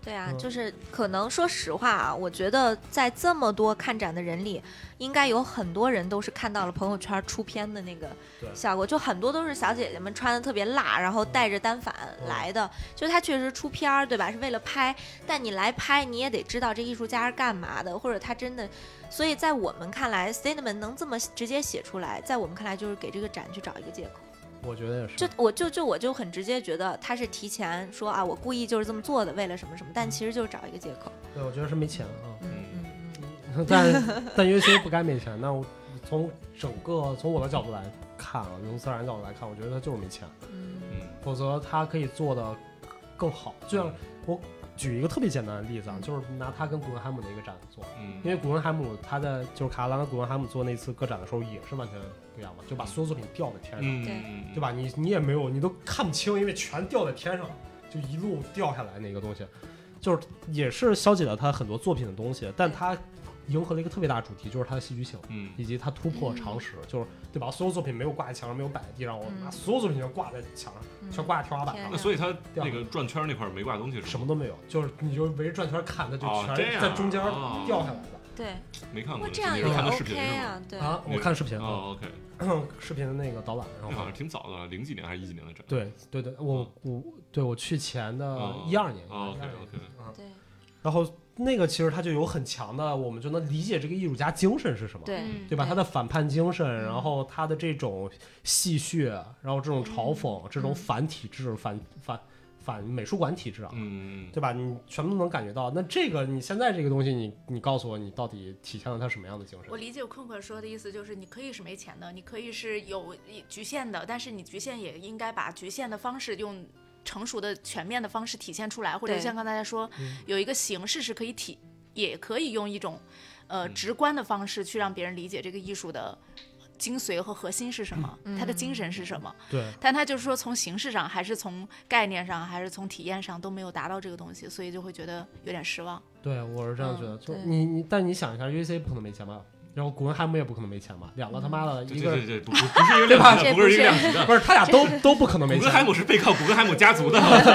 Speaker 3: 对啊，
Speaker 2: 嗯
Speaker 3: 就是可能说实话啊，我觉得在这么多看展的人里，应该有很多人都是看到了朋友圈出片的那个
Speaker 2: 对
Speaker 3: 效果，就很多都是小姐姐们穿的特别辣，然后带着单反
Speaker 2: 嗯
Speaker 3: 来的，就她确实出片儿，对吧？是为了拍，但你来拍，你也得知道这艺术家是干嘛的，或者他真的。所以在我们看来，statement 能这么直接写出来，在我们看来就是给这个展去找一个借口。
Speaker 2: 我觉得也是。
Speaker 3: 就我就就我就很直接觉得他是提前说啊，我故意就是这么做的，为了什么什么，但其实就是找一个借口。
Speaker 2: 对，我觉得是没钱啊。
Speaker 3: 嗯嗯
Speaker 4: 嗯
Speaker 3: 嗯，
Speaker 2: 但但约其不该没钱。那我从整个从我的角度来看啊，从自然角度来看，我觉得他就是没钱，
Speaker 3: 嗯
Speaker 4: 嗯
Speaker 2: 否则他可以做的更好。就像举一个特别简单的例子啊
Speaker 3: 嗯，
Speaker 2: 就是拿他跟古根海姆的一个展做，
Speaker 4: 嗯，
Speaker 2: 因为古根海姆他在就是卡兰跟古根海姆做那次个展的时候也是完全不一样嘛，就把所有作品吊在天上，
Speaker 4: 嗯
Speaker 3: 对
Speaker 4: 嗯
Speaker 2: 对吧？你你也没有，你都看不清，因为全吊在天上，就一路掉下来那个东西，就是也是消解了他很多作品的东西，但他迎合了一个特别大的主题，就是他的戏剧性。
Speaker 4: 嗯
Speaker 2: 以及他突破常识，就是对吧？所有作品没有挂在墙上，没有摆在地上，我
Speaker 3: 嗯
Speaker 2: 把所有作品全挂在墙上，
Speaker 3: 嗯
Speaker 2: 全挂在天花板
Speaker 3: 天
Speaker 2: 上
Speaker 4: 那，所以他那个转圈那块儿没挂东西是
Speaker 2: 什
Speaker 4: 吗？
Speaker 2: 么都没有，就是你就围着转圈看，它就
Speaker 4: 哦这
Speaker 2: 全
Speaker 4: 样
Speaker 2: 在中间
Speaker 4: 哦
Speaker 2: 掉下来了
Speaker 3: 对，
Speaker 4: 没看
Speaker 3: 不
Speaker 4: 过，
Speaker 3: 过这样
Speaker 4: 你
Speaker 3: 也
Speaker 4: 是看的视频
Speaker 3: OK
Speaker 4: 是吗？
Speaker 3: 啊，对，
Speaker 2: 啊！我看视频了，
Speaker 4: 哦，OK，
Speaker 2: 视频的那个导览，然
Speaker 4: 那好
Speaker 2: 后
Speaker 4: 像挺早的，零几年还是一几年的展？
Speaker 2: 对对对，我我对我去前的
Speaker 4: 哦
Speaker 2: 一二年，
Speaker 4: 嗯哦
Speaker 2: 12年
Speaker 4: OK，OK
Speaker 2: 啊
Speaker 3: 对
Speaker 2: 然后那个其实他就有很强的，我们就能理解这个艺术家精神是什么。
Speaker 3: 对
Speaker 5: 嗯
Speaker 2: 对吧？他的反叛精神，
Speaker 3: 嗯
Speaker 2: 然后他的这种戏谑，然后这种嘲讽，这种反体制、反反反美术馆体制啊，
Speaker 4: 嗯，
Speaker 2: 对吧？你全部能感觉到。那这个你现在这个东西你，你告诉我，你到底体现了他什么样的精
Speaker 5: 我
Speaker 2: 神？
Speaker 5: 理解我困困说的意思就是，你可以是没钱的，你可以是有局限的，但是你局限也应该把局限的方式用成熟的、全面的方式体现出来，或者
Speaker 3: 对
Speaker 5: 像刚才说，
Speaker 2: 嗯
Speaker 5: 有一个形式是可以体，也可以用一种呃
Speaker 4: 嗯
Speaker 5: 直观的方式去让别人理解这个艺术的。精髓和核心是什么？
Speaker 3: 嗯
Speaker 5: 它的精神是什么？
Speaker 2: 对，
Speaker 5: 但他就是说，从形式上，还是从概念上，还是从体验上，都没有达到这个东西，所以就会觉得有点失望。
Speaker 2: 对我是这样觉得。
Speaker 3: 嗯
Speaker 2: 就
Speaker 3: 对
Speaker 2: 你你，但你想一下，UC 不可能没钱吧？然后古根海姆也不可能没钱吧？两个他妈的，
Speaker 4: 对
Speaker 2: 一个
Speaker 4: 对对对，不不不是一个量级的，
Speaker 3: 这
Speaker 4: 不是一个
Speaker 3: 不
Speaker 4: 量
Speaker 3: 是
Speaker 4: 级的。
Speaker 2: 不是他俩都都不可能没
Speaker 4: 古
Speaker 2: 钱
Speaker 4: 根。海姆是背靠古根海姆家族的，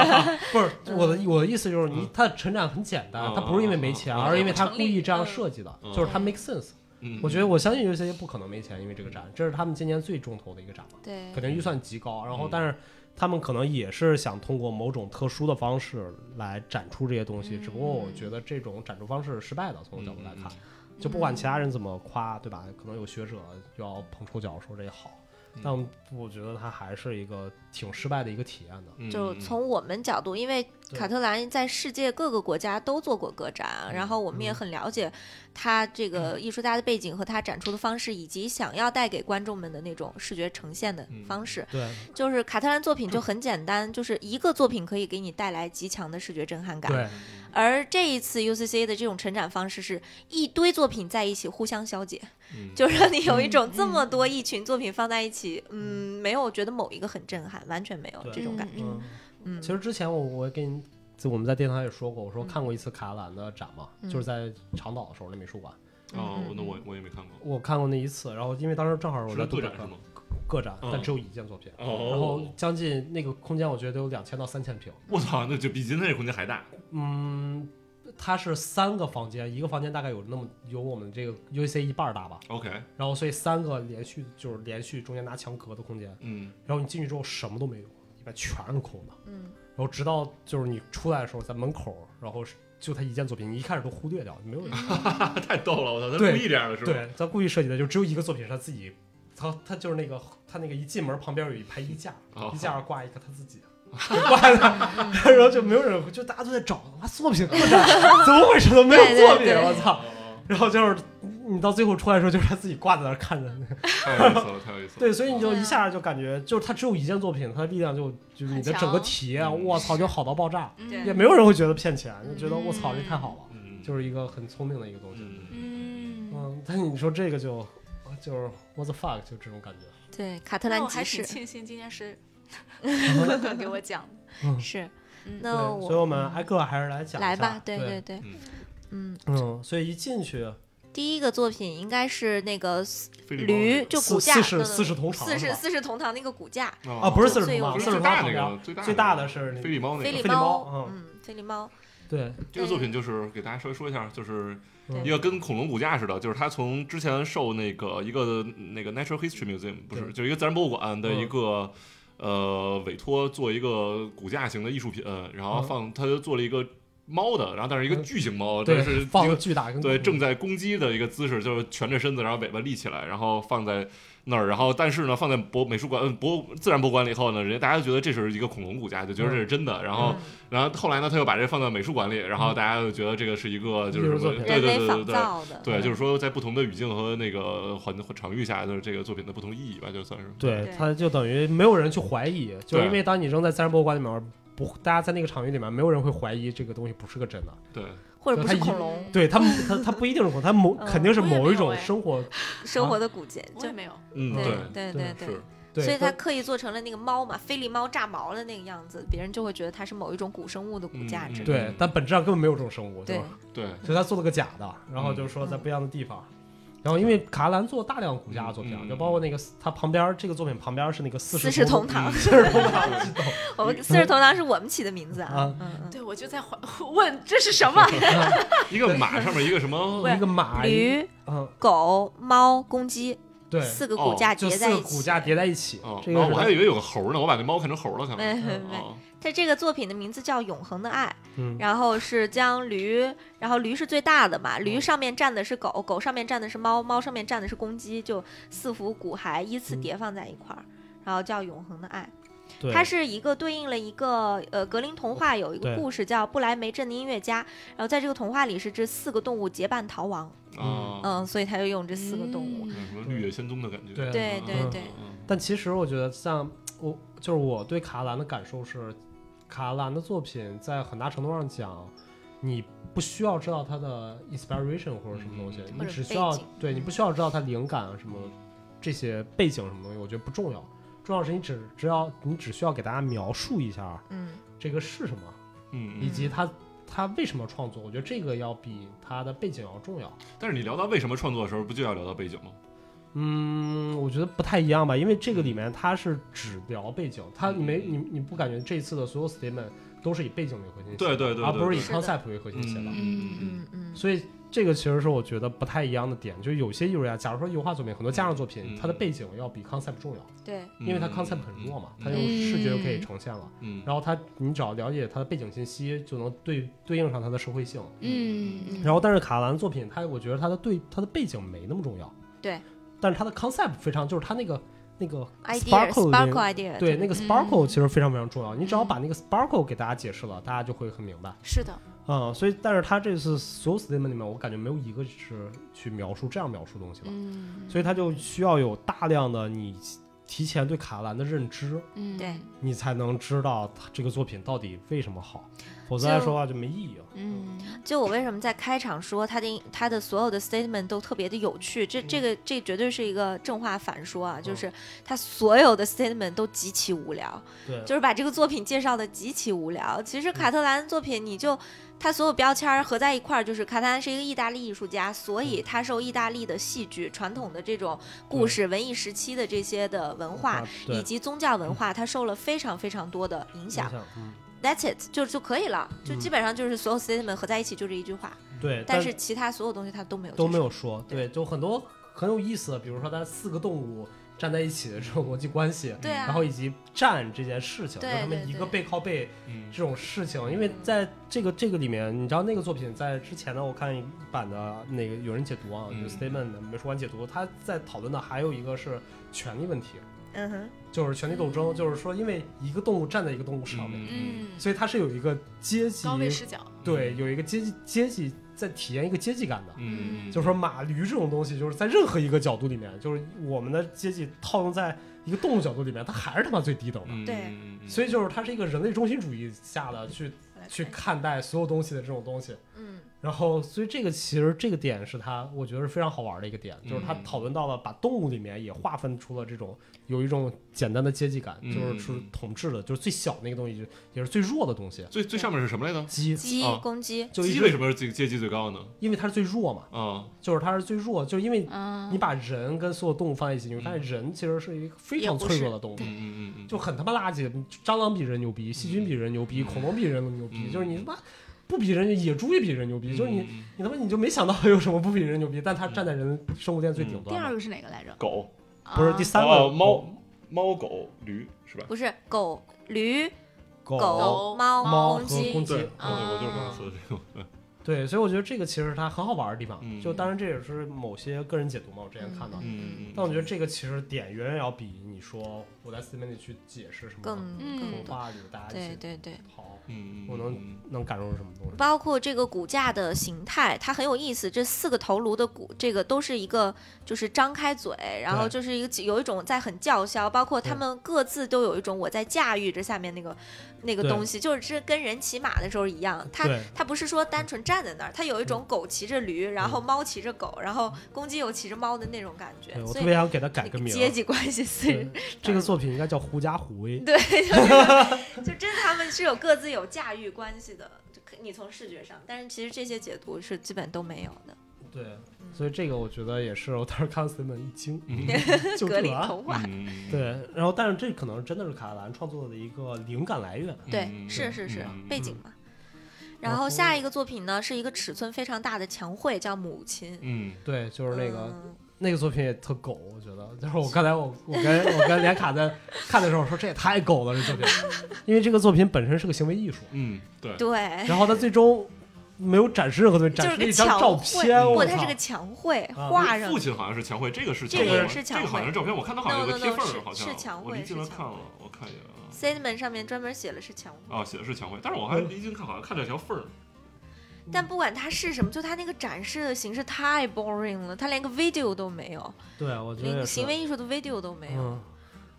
Speaker 2: 不是我的我的意思就是，你
Speaker 4: 嗯
Speaker 2: 他的成长很简单，
Speaker 4: 嗯
Speaker 2: 他不是因为没钱，
Speaker 4: 嗯嗯嗯
Speaker 2: 而是因为他
Speaker 5: 成
Speaker 2: 故
Speaker 5: 立
Speaker 2: 意这样
Speaker 5: 嗯
Speaker 2: 设计的，
Speaker 4: 嗯
Speaker 2: 就是他 make sense。
Speaker 4: 嗯，
Speaker 2: 我觉得我相信 UCA 不可能没钱，因为这个展，这是他们今年最重头的一个展嘛，
Speaker 3: 对
Speaker 2: 肯定预算极高。然后，
Speaker 4: 嗯
Speaker 2: 但是他们可能也是想通过某种特殊的方式来展出这些东西，只不过我觉得这种展出方式是失败的，从
Speaker 4: 嗯
Speaker 2: 我角度来看，就不管其他人怎么夸，对吧？可能有学者就要捧臭脚说这好，
Speaker 4: 嗯
Speaker 2: 但我觉得它还是一个挺失败的一个体验的。
Speaker 4: 嗯
Speaker 3: 就从我们角度，因为
Speaker 2: 对
Speaker 3: 卡特兰在世界各个国家都做过个展，
Speaker 2: 嗯
Speaker 3: 然后我们也很了解他这个
Speaker 4: 嗯
Speaker 3: 艺术家的背景和他展出的方式，以及想要带给观众们的那种视觉呈现的
Speaker 4: 嗯
Speaker 3: 方式。
Speaker 2: 对
Speaker 3: 就是卡特兰作品 就很简单，就是一个作品可以给你带来极强的视觉震撼感。
Speaker 2: 对，
Speaker 3: 而这一次 UCC 的这种成展方式是一堆作品在一起互相消解，
Speaker 4: 嗯
Speaker 3: 就是让你有一种
Speaker 5: 嗯
Speaker 3: 这么多一群作品放在一起，嗯，没有觉得某一个很震撼，完全没有
Speaker 2: 对
Speaker 3: 这种感觉。
Speaker 5: 嗯
Speaker 2: 嗯。
Speaker 3: 嗯，
Speaker 2: 其实之前我我跟你就我们在电台也说过，我说
Speaker 3: 嗯
Speaker 2: 看过一次卡兰的展嘛，
Speaker 3: 嗯
Speaker 2: 就是在长岛的时候那美术馆，
Speaker 4: 哦，那我我也没看过，
Speaker 2: 我看过那一次，然后因为当时正好我
Speaker 4: 是
Speaker 2: 在
Speaker 4: 个
Speaker 2: 读
Speaker 4: 个
Speaker 2: 本
Speaker 4: 展是
Speaker 2: 科
Speaker 4: 吗，？
Speaker 2: 个展，但
Speaker 4: 嗯
Speaker 2: 只有一件作品，
Speaker 4: 哦
Speaker 2: 然后将近那个空间，我觉得有两千到三千平。
Speaker 4: 我操，那就比金那空间还大。
Speaker 2: 嗯，它是三个房间，一个房间大概有那么有我们这个 UC 一半儿大吧，
Speaker 4: OK，
Speaker 2: 然后所以三个连续就是连续中间拿墙隔的空间，
Speaker 4: 嗯，
Speaker 2: 然后你进去之后什么都没有，里面全是空的，
Speaker 3: 嗯，
Speaker 2: 然后直到就是你出来的时候，在门口，然后是就他一件作品，你一开始都忽略掉，没有人
Speaker 4: 那太逗了，我操，他
Speaker 2: 对
Speaker 4: 故意这样的是吧？
Speaker 2: 对，他故意设计的就只有一个作品是他自己，他他就是那个他那个一进门旁边有一排衣架，
Speaker 4: 哦
Speaker 2: 衣架上挂一个他自己。挂的， 然后就没有人会，就大家都在找啊作品，怎么回事都没有
Speaker 3: 对对
Speaker 2: 作品，
Speaker 3: 对
Speaker 2: 我操！然后就是你到最后出来的时候，就是他自己挂在那儿看着，
Speaker 4: 太有意思 了，太有意思了。
Speaker 2: 对，所以
Speaker 3: 哦
Speaker 2: 你就一下就感觉，就是他只有一件作品，他的力量就就是你的整个体验，
Speaker 4: 嗯
Speaker 2: 我操，就好到爆炸，
Speaker 3: 对
Speaker 2: 也
Speaker 5: 嗯
Speaker 2: 没有人会觉得骗钱，就觉得
Speaker 5: 嗯
Speaker 2: 我操，这太好了，
Speaker 4: 嗯，
Speaker 2: 就是一个很聪明的一个东西。
Speaker 4: 嗯，
Speaker 5: 嗯，
Speaker 2: 嗯，但你说这个就啊就是 what the fuck，就这种感觉。
Speaker 3: 对，卡特
Speaker 5: 那
Speaker 3: 兰
Speaker 5: 我还
Speaker 3: 集
Speaker 5: 挺
Speaker 3: 市
Speaker 5: 庆幸今天 是嗯可可给我讲的，
Speaker 3: 是。
Speaker 5: 嗯
Speaker 2: 对，
Speaker 3: 那
Speaker 2: 所以我们挨个还是来讲一
Speaker 3: 来
Speaker 2: 下
Speaker 3: 吧，对
Speaker 2: 对，
Speaker 3: 对，
Speaker 4: 嗯
Speaker 3: 嗯，
Speaker 2: 嗯，所以一进去
Speaker 3: 第一个作品应该是那个四
Speaker 4: 菲律
Speaker 3: 驴，就
Speaker 2: 四
Speaker 3: 骨架
Speaker 2: 四
Speaker 3: 那
Speaker 2: 世
Speaker 3: 个
Speaker 2: 四世同堂
Speaker 3: 四
Speaker 2: 是
Speaker 3: 世
Speaker 2: 吧
Speaker 3: 四世同堂那个骨架，
Speaker 4: 宾
Speaker 2: 啊，不是四世
Speaker 3: 最
Speaker 2: 同堂，
Speaker 3: 有
Speaker 4: 嗯不
Speaker 3: 名
Speaker 4: 是
Speaker 2: 四世
Speaker 3: 四
Speaker 2: 同堂
Speaker 4: 最大
Speaker 2: 旁
Speaker 4: 那
Speaker 2: 边
Speaker 4: 个，最大
Speaker 2: 最大的是那
Speaker 4: 菲
Speaker 2: 个
Speaker 4: 利猫那
Speaker 3: 菲
Speaker 4: 个。
Speaker 2: 菲
Speaker 3: 利
Speaker 2: 利猫
Speaker 3: 猫，
Speaker 2: 嗯
Speaker 3: 嗯，菲利猫，
Speaker 2: 对，
Speaker 4: 这个作品就是给大家稍微说一下，就是
Speaker 2: 嗯
Speaker 4: 一个跟恐龙骨架似的，就是它从之前受那个一个那个 Natural History Museum 不是，
Speaker 2: 对
Speaker 4: 就一个自然博物馆的
Speaker 2: 嗯
Speaker 4: 一个、呃委托做一个骨架型的艺术品，然后
Speaker 2: 嗯
Speaker 4: 放它就做了一个猫的，然后但是一个
Speaker 2: 嗯
Speaker 4: 巨型猫，但是
Speaker 2: 对，
Speaker 4: 一
Speaker 2: 放
Speaker 4: 个
Speaker 2: 的巨大跟
Speaker 4: 对，正在攻击的一个姿势，就是蜷着身子，然后尾巴立起来，然后放在那儿，然后但是呢，放在博美术馆、呃博自然博物馆里以后呢，人家大家就觉得这是一个恐龙骨架，就觉得
Speaker 2: 嗯
Speaker 4: 这是真的。
Speaker 3: 嗯
Speaker 4: 然后，然后后来呢，他又把这放到美术馆里，然后大家就觉得这个是一个就
Speaker 2: 嗯艺术
Speaker 4: 是什么
Speaker 2: 作品嗯
Speaker 4: 对
Speaker 3: 人
Speaker 4: 对
Speaker 3: 为
Speaker 4: 对
Speaker 3: 仿
Speaker 4: 对对。
Speaker 3: 造的，
Speaker 4: 对，就是说，在不同的语境和那个环场域下，就是这个作品的不同意义吧，就算是。
Speaker 2: 对
Speaker 5: 对，
Speaker 2: 他就等于没有人去怀疑，就是
Speaker 4: 对
Speaker 2: 因为当你扔在自然博物馆里面，不，大家在那个场域里面，没有人会怀疑这个东西不是个真的。
Speaker 3: 嗯
Speaker 4: 对，
Speaker 3: 或者
Speaker 2: 就
Speaker 3: 不
Speaker 2: 它
Speaker 3: 是
Speaker 2: 一
Speaker 3: 恐龙
Speaker 2: 对他，他他不一定是恐，他某
Speaker 3: 嗯
Speaker 2: 肯定是
Speaker 5: 我也
Speaker 2: 某一
Speaker 5: 没有
Speaker 2: 种
Speaker 5: 哎
Speaker 2: 生活，
Speaker 3: 生活的骨架，
Speaker 5: 我
Speaker 3: 就
Speaker 5: 也没有，
Speaker 4: 嗯，
Speaker 2: 对对
Speaker 3: 对对对
Speaker 4: 是，
Speaker 2: 对，
Speaker 3: 所以
Speaker 2: 他
Speaker 3: 他刻意做成了那个猫嘛，菲利猫炸毛的那个样子，别人就会觉得它是某一种古生物的骨架
Speaker 4: 嗯
Speaker 3: 之类的。
Speaker 2: 对，但本质上根本没有这种生物，
Speaker 3: 对
Speaker 2: 吧？
Speaker 4: 对，
Speaker 2: 所以他做了个假的，然后就是说在不一样的地方。然后，因为卡兰做了大量骨架的作品啊，
Speaker 4: 嗯嗯
Speaker 2: 就包括那个他旁边这个作品旁边是那个四
Speaker 3: 四
Speaker 2: 世
Speaker 3: 世同堂，
Speaker 2: 四世 同堂
Speaker 3: 我们四世同堂是我们起的名字啊
Speaker 2: 啊。
Speaker 3: 嗯
Speaker 5: 对我就在怀问这是什么？
Speaker 4: 一个马上面一个 什么
Speaker 2: 一个马
Speaker 3: 嗯，，驴、
Speaker 2: 嗯，
Speaker 3: 狗、猫、公鸡
Speaker 2: 对，哦
Speaker 3: 四个骨架
Speaker 2: 就
Speaker 3: 叠
Speaker 2: 四
Speaker 3: 在
Speaker 2: 个
Speaker 3: 一
Speaker 2: 骨
Speaker 3: 起。
Speaker 2: 架叠在一起
Speaker 4: 哦，，
Speaker 2: 这
Speaker 4: 然
Speaker 2: 个
Speaker 4: 后
Speaker 2: 是
Speaker 4: 我还以为有个猴呢，我把那猫看成猴了，看
Speaker 3: 没
Speaker 4: 来。
Speaker 3: 没没，
Speaker 4: 哦，
Speaker 3: 它这个作品的名字叫《永恒的爱》，
Speaker 2: 嗯
Speaker 3: 然后是将驴，然后驴是最大的嘛，
Speaker 2: 嗯
Speaker 3: 驴上面站的是狗，狗上面站的是猫，猫上面站的是公鸡，就四幅骨骸依次
Speaker 2: 嗯
Speaker 3: 叠放在一块儿，然后叫《永恒的爱》。
Speaker 2: 对
Speaker 3: 它是一个对应了一个呃格林童话有一
Speaker 2: 对
Speaker 3: 个故事叫《布莱梅镇的音乐家》，然后在这个童话里是这四个动物结伴逃亡，
Speaker 4: 啊，
Speaker 3: 嗯，所以他就用 这四个动物。
Speaker 4: 有嗯什么绿野仙踪的感觉。
Speaker 2: 对
Speaker 3: 嗯对啊对
Speaker 2: 嗯
Speaker 3: 对，
Speaker 4: 嗯
Speaker 2: 但其实我觉得像，我就是我对卡兰的感受是，卡兰的作品在很大程度上讲，你不需要知道他的 inspiration 或者什么东西，
Speaker 4: 嗯
Speaker 2: 你
Speaker 3: 或者
Speaker 2: 只需
Speaker 3: 背
Speaker 2: 要
Speaker 3: 景
Speaker 2: 对你不需要知道他灵感啊什么这些背景什么东西，我觉得不重要。重要是你只只要你只需要给大家描述一下
Speaker 3: 嗯，
Speaker 2: 这个是什么，
Speaker 4: 嗯
Speaker 2: 以
Speaker 4: 嗯。
Speaker 2: 及他他为什么创作，我觉得这个要比他的背景要重要。
Speaker 4: 但是你聊到为什么创作的时候，不就要聊到背景吗？
Speaker 2: 嗯，我觉得不太一样吧，因为这个里面它是只聊背景，它
Speaker 4: 嗯
Speaker 2: 没你你不感觉这次的所有 statement 都是以背景为核心写的，
Speaker 4: 对对对
Speaker 2: 而
Speaker 4: 对
Speaker 2: 不是以
Speaker 4: 对
Speaker 3: 是的
Speaker 2: concept 为核心写的，
Speaker 4: 嗯嗯
Speaker 3: 嗯嗯
Speaker 2: 所以这个其实是我觉得不太一样的点，就有些艺术家，假如说油画作品，很多家长作品，
Speaker 4: 嗯
Speaker 2: 它的背景要比 concept 重要，
Speaker 3: 对，
Speaker 4: 嗯，
Speaker 2: 因为它 concept 很弱嘛，它
Speaker 4: 嗯
Speaker 2: 用视觉就可以呈现了，
Speaker 4: 嗯，
Speaker 2: 然后它你只要了解它的背景信息，就能对对应上它的社会性，
Speaker 5: 嗯嗯
Speaker 2: 然后，但是卡兰作品，它我觉得它的对它的背景没那么重要，
Speaker 3: 对，
Speaker 2: 但是它的 concept 非常，就是它那个那个
Speaker 3: idea
Speaker 2: sparkle 那
Speaker 3: sparkle
Speaker 2: 个
Speaker 3: idea，
Speaker 2: 对那个 sparkle
Speaker 5: 嗯
Speaker 2: 其实非常非常重要。你只要把那个 sparkle 给大家解释了，大家就会很明白。
Speaker 5: 是的，
Speaker 2: 嗯，所以但是它这次所有 statement 里面，我感觉没有一个是去描述这样描述东西的，
Speaker 5: 嗯
Speaker 2: 所以它就需要有大量的你提前对卡兰的认知，
Speaker 5: 嗯
Speaker 3: 对，
Speaker 2: 你才能知道它这个作品到底为什么好。否则来说话就没意义了。
Speaker 5: 嗯，
Speaker 3: 就我为什么在开场说他的他的所有的 statement 都特别的有趣，
Speaker 2: 嗯
Speaker 3: 这这个这绝对是一个正话反说啊，就是他所有的 statement 都极其无聊，
Speaker 2: 对，
Speaker 3: 就是把这个作品介绍的极其无聊。其
Speaker 2: 嗯
Speaker 3: 实卡特兰作品你就。他所有标签儿合在一块儿，就是卡特兰是一个意大利艺术家，所
Speaker 2: 嗯
Speaker 3: 以他受意大利的戏剧传统的这种故事、文艺时期的这些的文化
Speaker 2: 啊
Speaker 3: 以
Speaker 2: 对
Speaker 3: 及宗教文化，他受了非常非常多的影响。
Speaker 2: 影响嗯
Speaker 3: That's it，就就可以了，就
Speaker 2: 嗯
Speaker 3: 基本上就是所有 statement 合在一起就这一句话，
Speaker 2: 对，
Speaker 3: 但
Speaker 2: 但
Speaker 3: 是其他所有东西他都没有
Speaker 2: 都没
Speaker 3: 有。
Speaker 2: 有说，对，就很多很有意思的，比如说它四个动物站在一起的这种逻辑关系，
Speaker 3: 对啊
Speaker 2: 然后以及站这件事情，就
Speaker 3: 对
Speaker 2: 是他们
Speaker 3: 对
Speaker 2: 一个
Speaker 3: 对
Speaker 2: 背靠背
Speaker 4: 嗯，
Speaker 2: 这种事情，因为在这个这个里面，你知道那个作品在之前呢，我看一版的那个有人解读啊，
Speaker 4: 嗯
Speaker 2: 就是 statement 的美术馆解读，他在讨论的还有一个是权力问题，
Speaker 3: 嗯哼，
Speaker 2: 就是权力斗
Speaker 3: 嗯
Speaker 2: 争，就是说因为一个动物站在一个动物上面，
Speaker 4: 嗯，
Speaker 5: 嗯，
Speaker 2: 所以它是有一个阶级
Speaker 5: 高，位视角，
Speaker 3: 嗯
Speaker 2: 对，有一个阶级阶级在体验一个阶级感的。
Speaker 4: 嗯，
Speaker 2: 就是说马驴这种东西，就是在任何一个角度里面，就是我们的阶级套用在一个动物角度里面，它还是他妈最低等的。
Speaker 4: 嗯，
Speaker 3: 对
Speaker 4: 嗯，
Speaker 2: 所以就是它是一个人类中心主义下的去去看待所有东西的这种东西。
Speaker 3: 嗯，
Speaker 2: 然后，所以这个其实这个点是它，我觉得是非常好玩的一个点，就是它
Speaker 4: 嗯
Speaker 2: 讨论到了把动物里面也划分出了这种有一种简单的阶级感，
Speaker 4: 嗯
Speaker 2: 就是是统治的，就是最小那个东西，就也是最弱的东西，
Speaker 4: 最最上面是什么来着？
Speaker 2: 鸡，
Speaker 3: 鸡
Speaker 4: 啊
Speaker 3: 公鸡，
Speaker 2: 就一
Speaker 4: 鸡
Speaker 2: 直
Speaker 4: 为什么是最阶级最高呢？
Speaker 2: 因为它是最弱嘛，
Speaker 4: 啊，
Speaker 2: 就是它是最弱，就是因为
Speaker 5: 嗯，
Speaker 2: 你把人跟所有动物放在一起，你会发现人其实是一个非常脆弱的动物
Speaker 4: 嗯，嗯嗯嗯，
Speaker 2: 就很他妈垃圾。蟑螂比人牛逼，细菌比人牛逼，恐龙比人牛逼，
Speaker 4: 嗯
Speaker 2: 就是你他妈不比人，野猪也比人牛逼，就是你
Speaker 4: 嗯
Speaker 2: 你他妈你就没想到有什么不比人牛逼，但它站在人生物链最顶
Speaker 5: 第
Speaker 2: 端
Speaker 5: 二
Speaker 2: 的。
Speaker 5: 个是哪个来着？
Speaker 4: 狗
Speaker 2: 不是
Speaker 5: 啊
Speaker 2: 第三个
Speaker 4: 哦，猫猫狗驴是吧？
Speaker 3: 不是狗、驴、
Speaker 2: 狗、
Speaker 3: 狗、猫、
Speaker 2: 猫和
Speaker 3: 公鸡
Speaker 2: 公。
Speaker 4: 对，
Speaker 2: 鸡
Speaker 4: 我。
Speaker 3: 啊
Speaker 4: 我就是刚才说的这个，
Speaker 2: 对，所以我觉得这个其实它很好玩的地方
Speaker 4: 嗯。
Speaker 2: 就当然这也是某些个人解读嘛，我之前看到的。
Speaker 4: 嗯，
Speaker 2: 但我觉得这个其实点远远要比你说我在四面里去解释什么
Speaker 3: 更
Speaker 5: 嗯
Speaker 3: 更
Speaker 2: 文
Speaker 3: 多，
Speaker 2: 化里大家一
Speaker 3: 对
Speaker 2: 起
Speaker 3: 对对，
Speaker 2: 好。
Speaker 4: 嗯，
Speaker 2: 我能能感受是什么东西？
Speaker 3: 包括这个骨架的形态，它很有意思。这四个头颅的骨，这个都是一个就是张开嘴，然后就是一个有一种在很叫嚣，包括他们各自都有一种我在驾驭着下面那个那个
Speaker 2: 对
Speaker 3: 东西，就是这跟人骑马的时候一样，它
Speaker 2: 对嗯
Speaker 3: 它不是说单纯站在那儿，它有一种狗骑着驴，然后猫骑着狗，然后公鸡又骑着猫的那种感觉
Speaker 2: 对，我
Speaker 3: 所
Speaker 2: 特
Speaker 3: 以
Speaker 2: 别想给他改个名儿。
Speaker 3: 阶级关系 是
Speaker 2: 对。这个作品应该叫《狐假虎 威》。
Speaker 3: 对，就是就真的他们是有各自有驾驭关系的，就可你从视觉上，但是其实这些解读是基本都没有的。
Speaker 2: 对，
Speaker 3: 嗯
Speaker 2: 所以这个我觉得也是，我当时看斯们一惊， 就
Speaker 3: 格
Speaker 2: 这
Speaker 3: 林
Speaker 2: 啊。
Speaker 3: 童话，
Speaker 4: 嗯，
Speaker 2: 嗯对，然后但是这可能真的是卡特兰创作的一个灵感来源。
Speaker 3: 对，是是是
Speaker 4: 嗯
Speaker 3: 背景嘛。然后下一个作品呢，是一个尺寸非常大的墙绘，叫《母亲》。
Speaker 4: 嗯
Speaker 2: 对，就是那个、
Speaker 3: 嗯
Speaker 2: 那个作品也特狗，我觉得。就是我刚才我我跟我跟连卡在看的时候说，这也太狗了，这作品，因为这个作品本身是个行为艺 术，
Speaker 4: 嗯，对，
Speaker 3: 对，
Speaker 2: 然后他最终没有展示任何东西，
Speaker 3: 就
Speaker 2: 展
Speaker 3: 是
Speaker 2: 示了
Speaker 3: 个
Speaker 2: 一张
Speaker 3: 墙
Speaker 2: 照
Speaker 3: 绘，
Speaker 2: 片。
Speaker 3: 不，
Speaker 2: 我
Speaker 3: 它
Speaker 2: 操
Speaker 3: 是个墙绘
Speaker 2: 啊
Speaker 3: 画上
Speaker 4: 父。亲好像是墙绘，这个是
Speaker 3: 这
Speaker 4: 个
Speaker 3: 个是
Speaker 4: 这
Speaker 3: 墙
Speaker 4: 个好像
Speaker 3: 绘
Speaker 4: 是照片，我看到好像有
Speaker 3: No,
Speaker 4: 个
Speaker 3: no,
Speaker 4: 贴
Speaker 3: no，
Speaker 4: 缝儿，
Speaker 3: 是
Speaker 4: 好
Speaker 3: 是
Speaker 4: 像
Speaker 3: 墙
Speaker 4: 我
Speaker 3: 绘
Speaker 4: 离近
Speaker 3: 是
Speaker 4: 了
Speaker 3: 墙
Speaker 4: 看了
Speaker 3: 绘，
Speaker 4: 我看一眼啊。
Speaker 3: Statement 上面专门写了是墙绘，
Speaker 4: 啊，写的是墙绘，但是我还离近看，好像看着有条缝儿。
Speaker 3: 但不管它是什么，就它那个展示的形式太 boring 了，它连个 video 都没有，
Speaker 2: 对，我觉得也
Speaker 3: 连
Speaker 2: 是
Speaker 3: 行为艺术的 video 都没有。
Speaker 2: 嗯，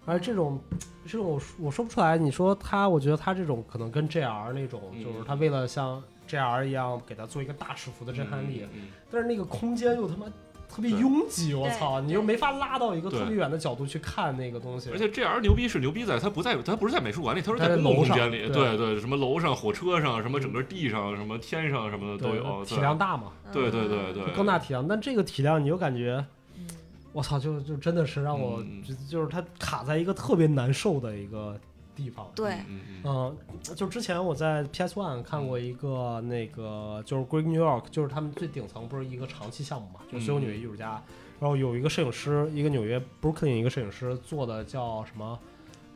Speaker 2: 而这种，这种我说我说不出来。你说他，我觉得他这种可能跟 JR 那种，
Speaker 4: 嗯
Speaker 2: 就是他为了像 JR 一样给他做一个大尺幅的震撼力，
Speaker 4: 嗯
Speaker 2: 但是那个空间又他妈特别
Speaker 4: 对
Speaker 2: 拥挤，我
Speaker 3: 对
Speaker 2: 操，你又没法拉到一个
Speaker 4: 对
Speaker 2: 特别远的角度去看那个东西
Speaker 4: 而。且 G R 牛逼是牛逼在，它不在，它不是在美术馆里，它是
Speaker 2: 它在
Speaker 4: 公共
Speaker 2: 楼
Speaker 4: 空
Speaker 2: 上
Speaker 4: 间里。
Speaker 2: 对
Speaker 4: 对对，什么楼上、火车上，什么整个地上、什么天上什么的
Speaker 2: 对
Speaker 4: 都有。
Speaker 2: 体量大嘛，
Speaker 4: 对对对对，对
Speaker 2: 更大。体量，但这个体量你又感觉，
Speaker 3: 嗯
Speaker 2: 我操，就就真的是让我
Speaker 4: 嗯
Speaker 2: 就就是它卡在一个特别难受的一个地方。
Speaker 3: 对，
Speaker 4: 嗯嗯嗯
Speaker 2: 嗯，就之前我在 PS One 看过一个那个，就是 Great New York，就是他们最顶层不是一个长期项目嘛，就
Speaker 4: 嗯
Speaker 2: 所有纽约艺术家，然后有一个摄影师，一个纽约 Brooklyn 一个摄影师做的叫什么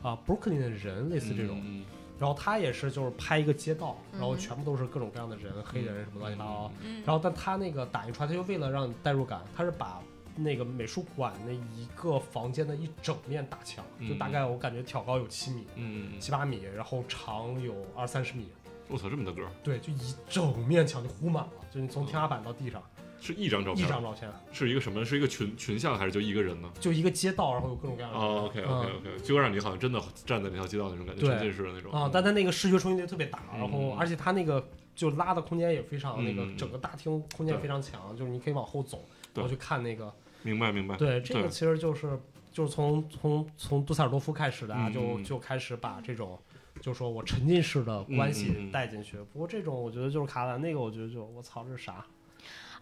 Speaker 2: 啊 Brooklyn 的人，类似这种。
Speaker 4: 嗯嗯
Speaker 2: 然后他也是就是拍一个街道，然后
Speaker 3: 嗯
Speaker 2: 全部都是各种各样的人，黑人什么乱七八糟。
Speaker 5: 嗯
Speaker 2: 然后但他那个打印出来，他就为了让你代入感，他是把那个美术馆那一个房间的一整面大墙，就大
Speaker 4: 嗯
Speaker 2: 概我感觉挑高有七米。
Speaker 4: 嗯，嗯
Speaker 2: 七八米，然后长有二三十米，
Speaker 4: 我操，这么大个儿，
Speaker 2: 对，就一整面墙就糊满了，就你从天花板到地上，
Speaker 4: 是一张照
Speaker 2: 一
Speaker 4: 片，
Speaker 2: 张照片，
Speaker 4: 是一个什么？是一个群群像还是就一个人呢？
Speaker 2: 就一个街道，然后有各种各样的
Speaker 4: 哦，OK OK OK，就让你好像真的站在那条街道那种感
Speaker 2: 嗯
Speaker 4: 觉，
Speaker 2: 对
Speaker 4: 沉浸式的那种。
Speaker 2: 啊，但它那个视觉冲击力特别大，然后
Speaker 4: 嗯
Speaker 2: 而且它那个就拉的空间也非常那个
Speaker 4: 嗯，
Speaker 2: 整个大厅空间非常强，就是你可以往后走，
Speaker 4: 对
Speaker 2: 然后去看那个。
Speaker 4: 明白明白。
Speaker 2: 对，这个
Speaker 4: 对
Speaker 2: 其实就是就是从从从杜塞尔多夫开始的啊，
Speaker 4: 嗯
Speaker 2: 就
Speaker 4: 嗯
Speaker 2: 就开始把这种就说我沉浸式的关
Speaker 4: 嗯嗯
Speaker 2: 系
Speaker 4: 嗯
Speaker 2: 带进去。不过这种我觉得就是卡兰那个，我觉得就我操这是啥？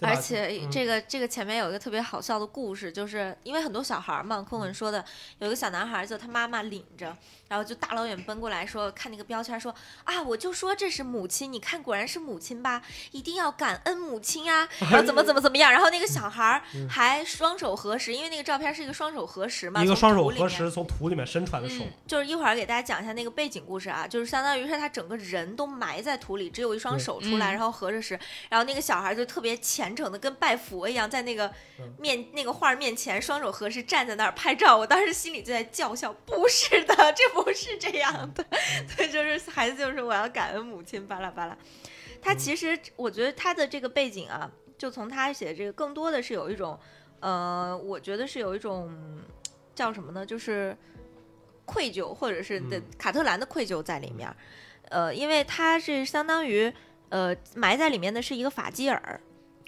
Speaker 2: 对吧
Speaker 3: 而且
Speaker 2: 嗯
Speaker 3: 这个、这个前面有一个特别好笑的故事，就是因为很多小孩儿嘛，坤
Speaker 2: 嗯
Speaker 3: 文说的，有一个小男孩儿就他妈妈领着，然后就大老远奔过来说，看那个标签说啊，我就说这是母亲，你看果然是母亲吧，一定要感恩母 亲啊，然后怎么怎么怎么样，然后那个小孩儿
Speaker 2: 嗯
Speaker 3: 还双手合十，因为那个照片是一个双手合十嘛，
Speaker 2: 一个
Speaker 3: 从
Speaker 2: 双
Speaker 3: 土
Speaker 2: 手
Speaker 3: 里
Speaker 2: 合
Speaker 3: 面
Speaker 2: 十从土里面伸出来的手
Speaker 3: 嗯，，就是一会儿给大家讲一下那个背景故事啊，就是相当于是他整个人都埋在土里，只有一双
Speaker 2: 对
Speaker 3: 手出来，
Speaker 5: 嗯
Speaker 3: 然后合着是，然后那个小孩就特别虔诚的跟拜佛一样，在那个
Speaker 2: 嗯
Speaker 3: 面、那个画面前双手合十站在那儿拍照，我当时心里就在叫嚣，不是的，这不是这样的，
Speaker 2: 嗯
Speaker 3: 对，就是孩子就是我要感恩母亲，巴拉巴拉。他
Speaker 2: 嗯
Speaker 3: 其实我觉得他的这个背景啊，就从他写这个更多的是有一种，呃，我觉得是有一种叫什么呢？就是愧疚，或者是的
Speaker 2: 嗯
Speaker 3: 卡特兰的愧疚在里面儿。呃，因为他是相当于呃埋在里面的是一个法基尔，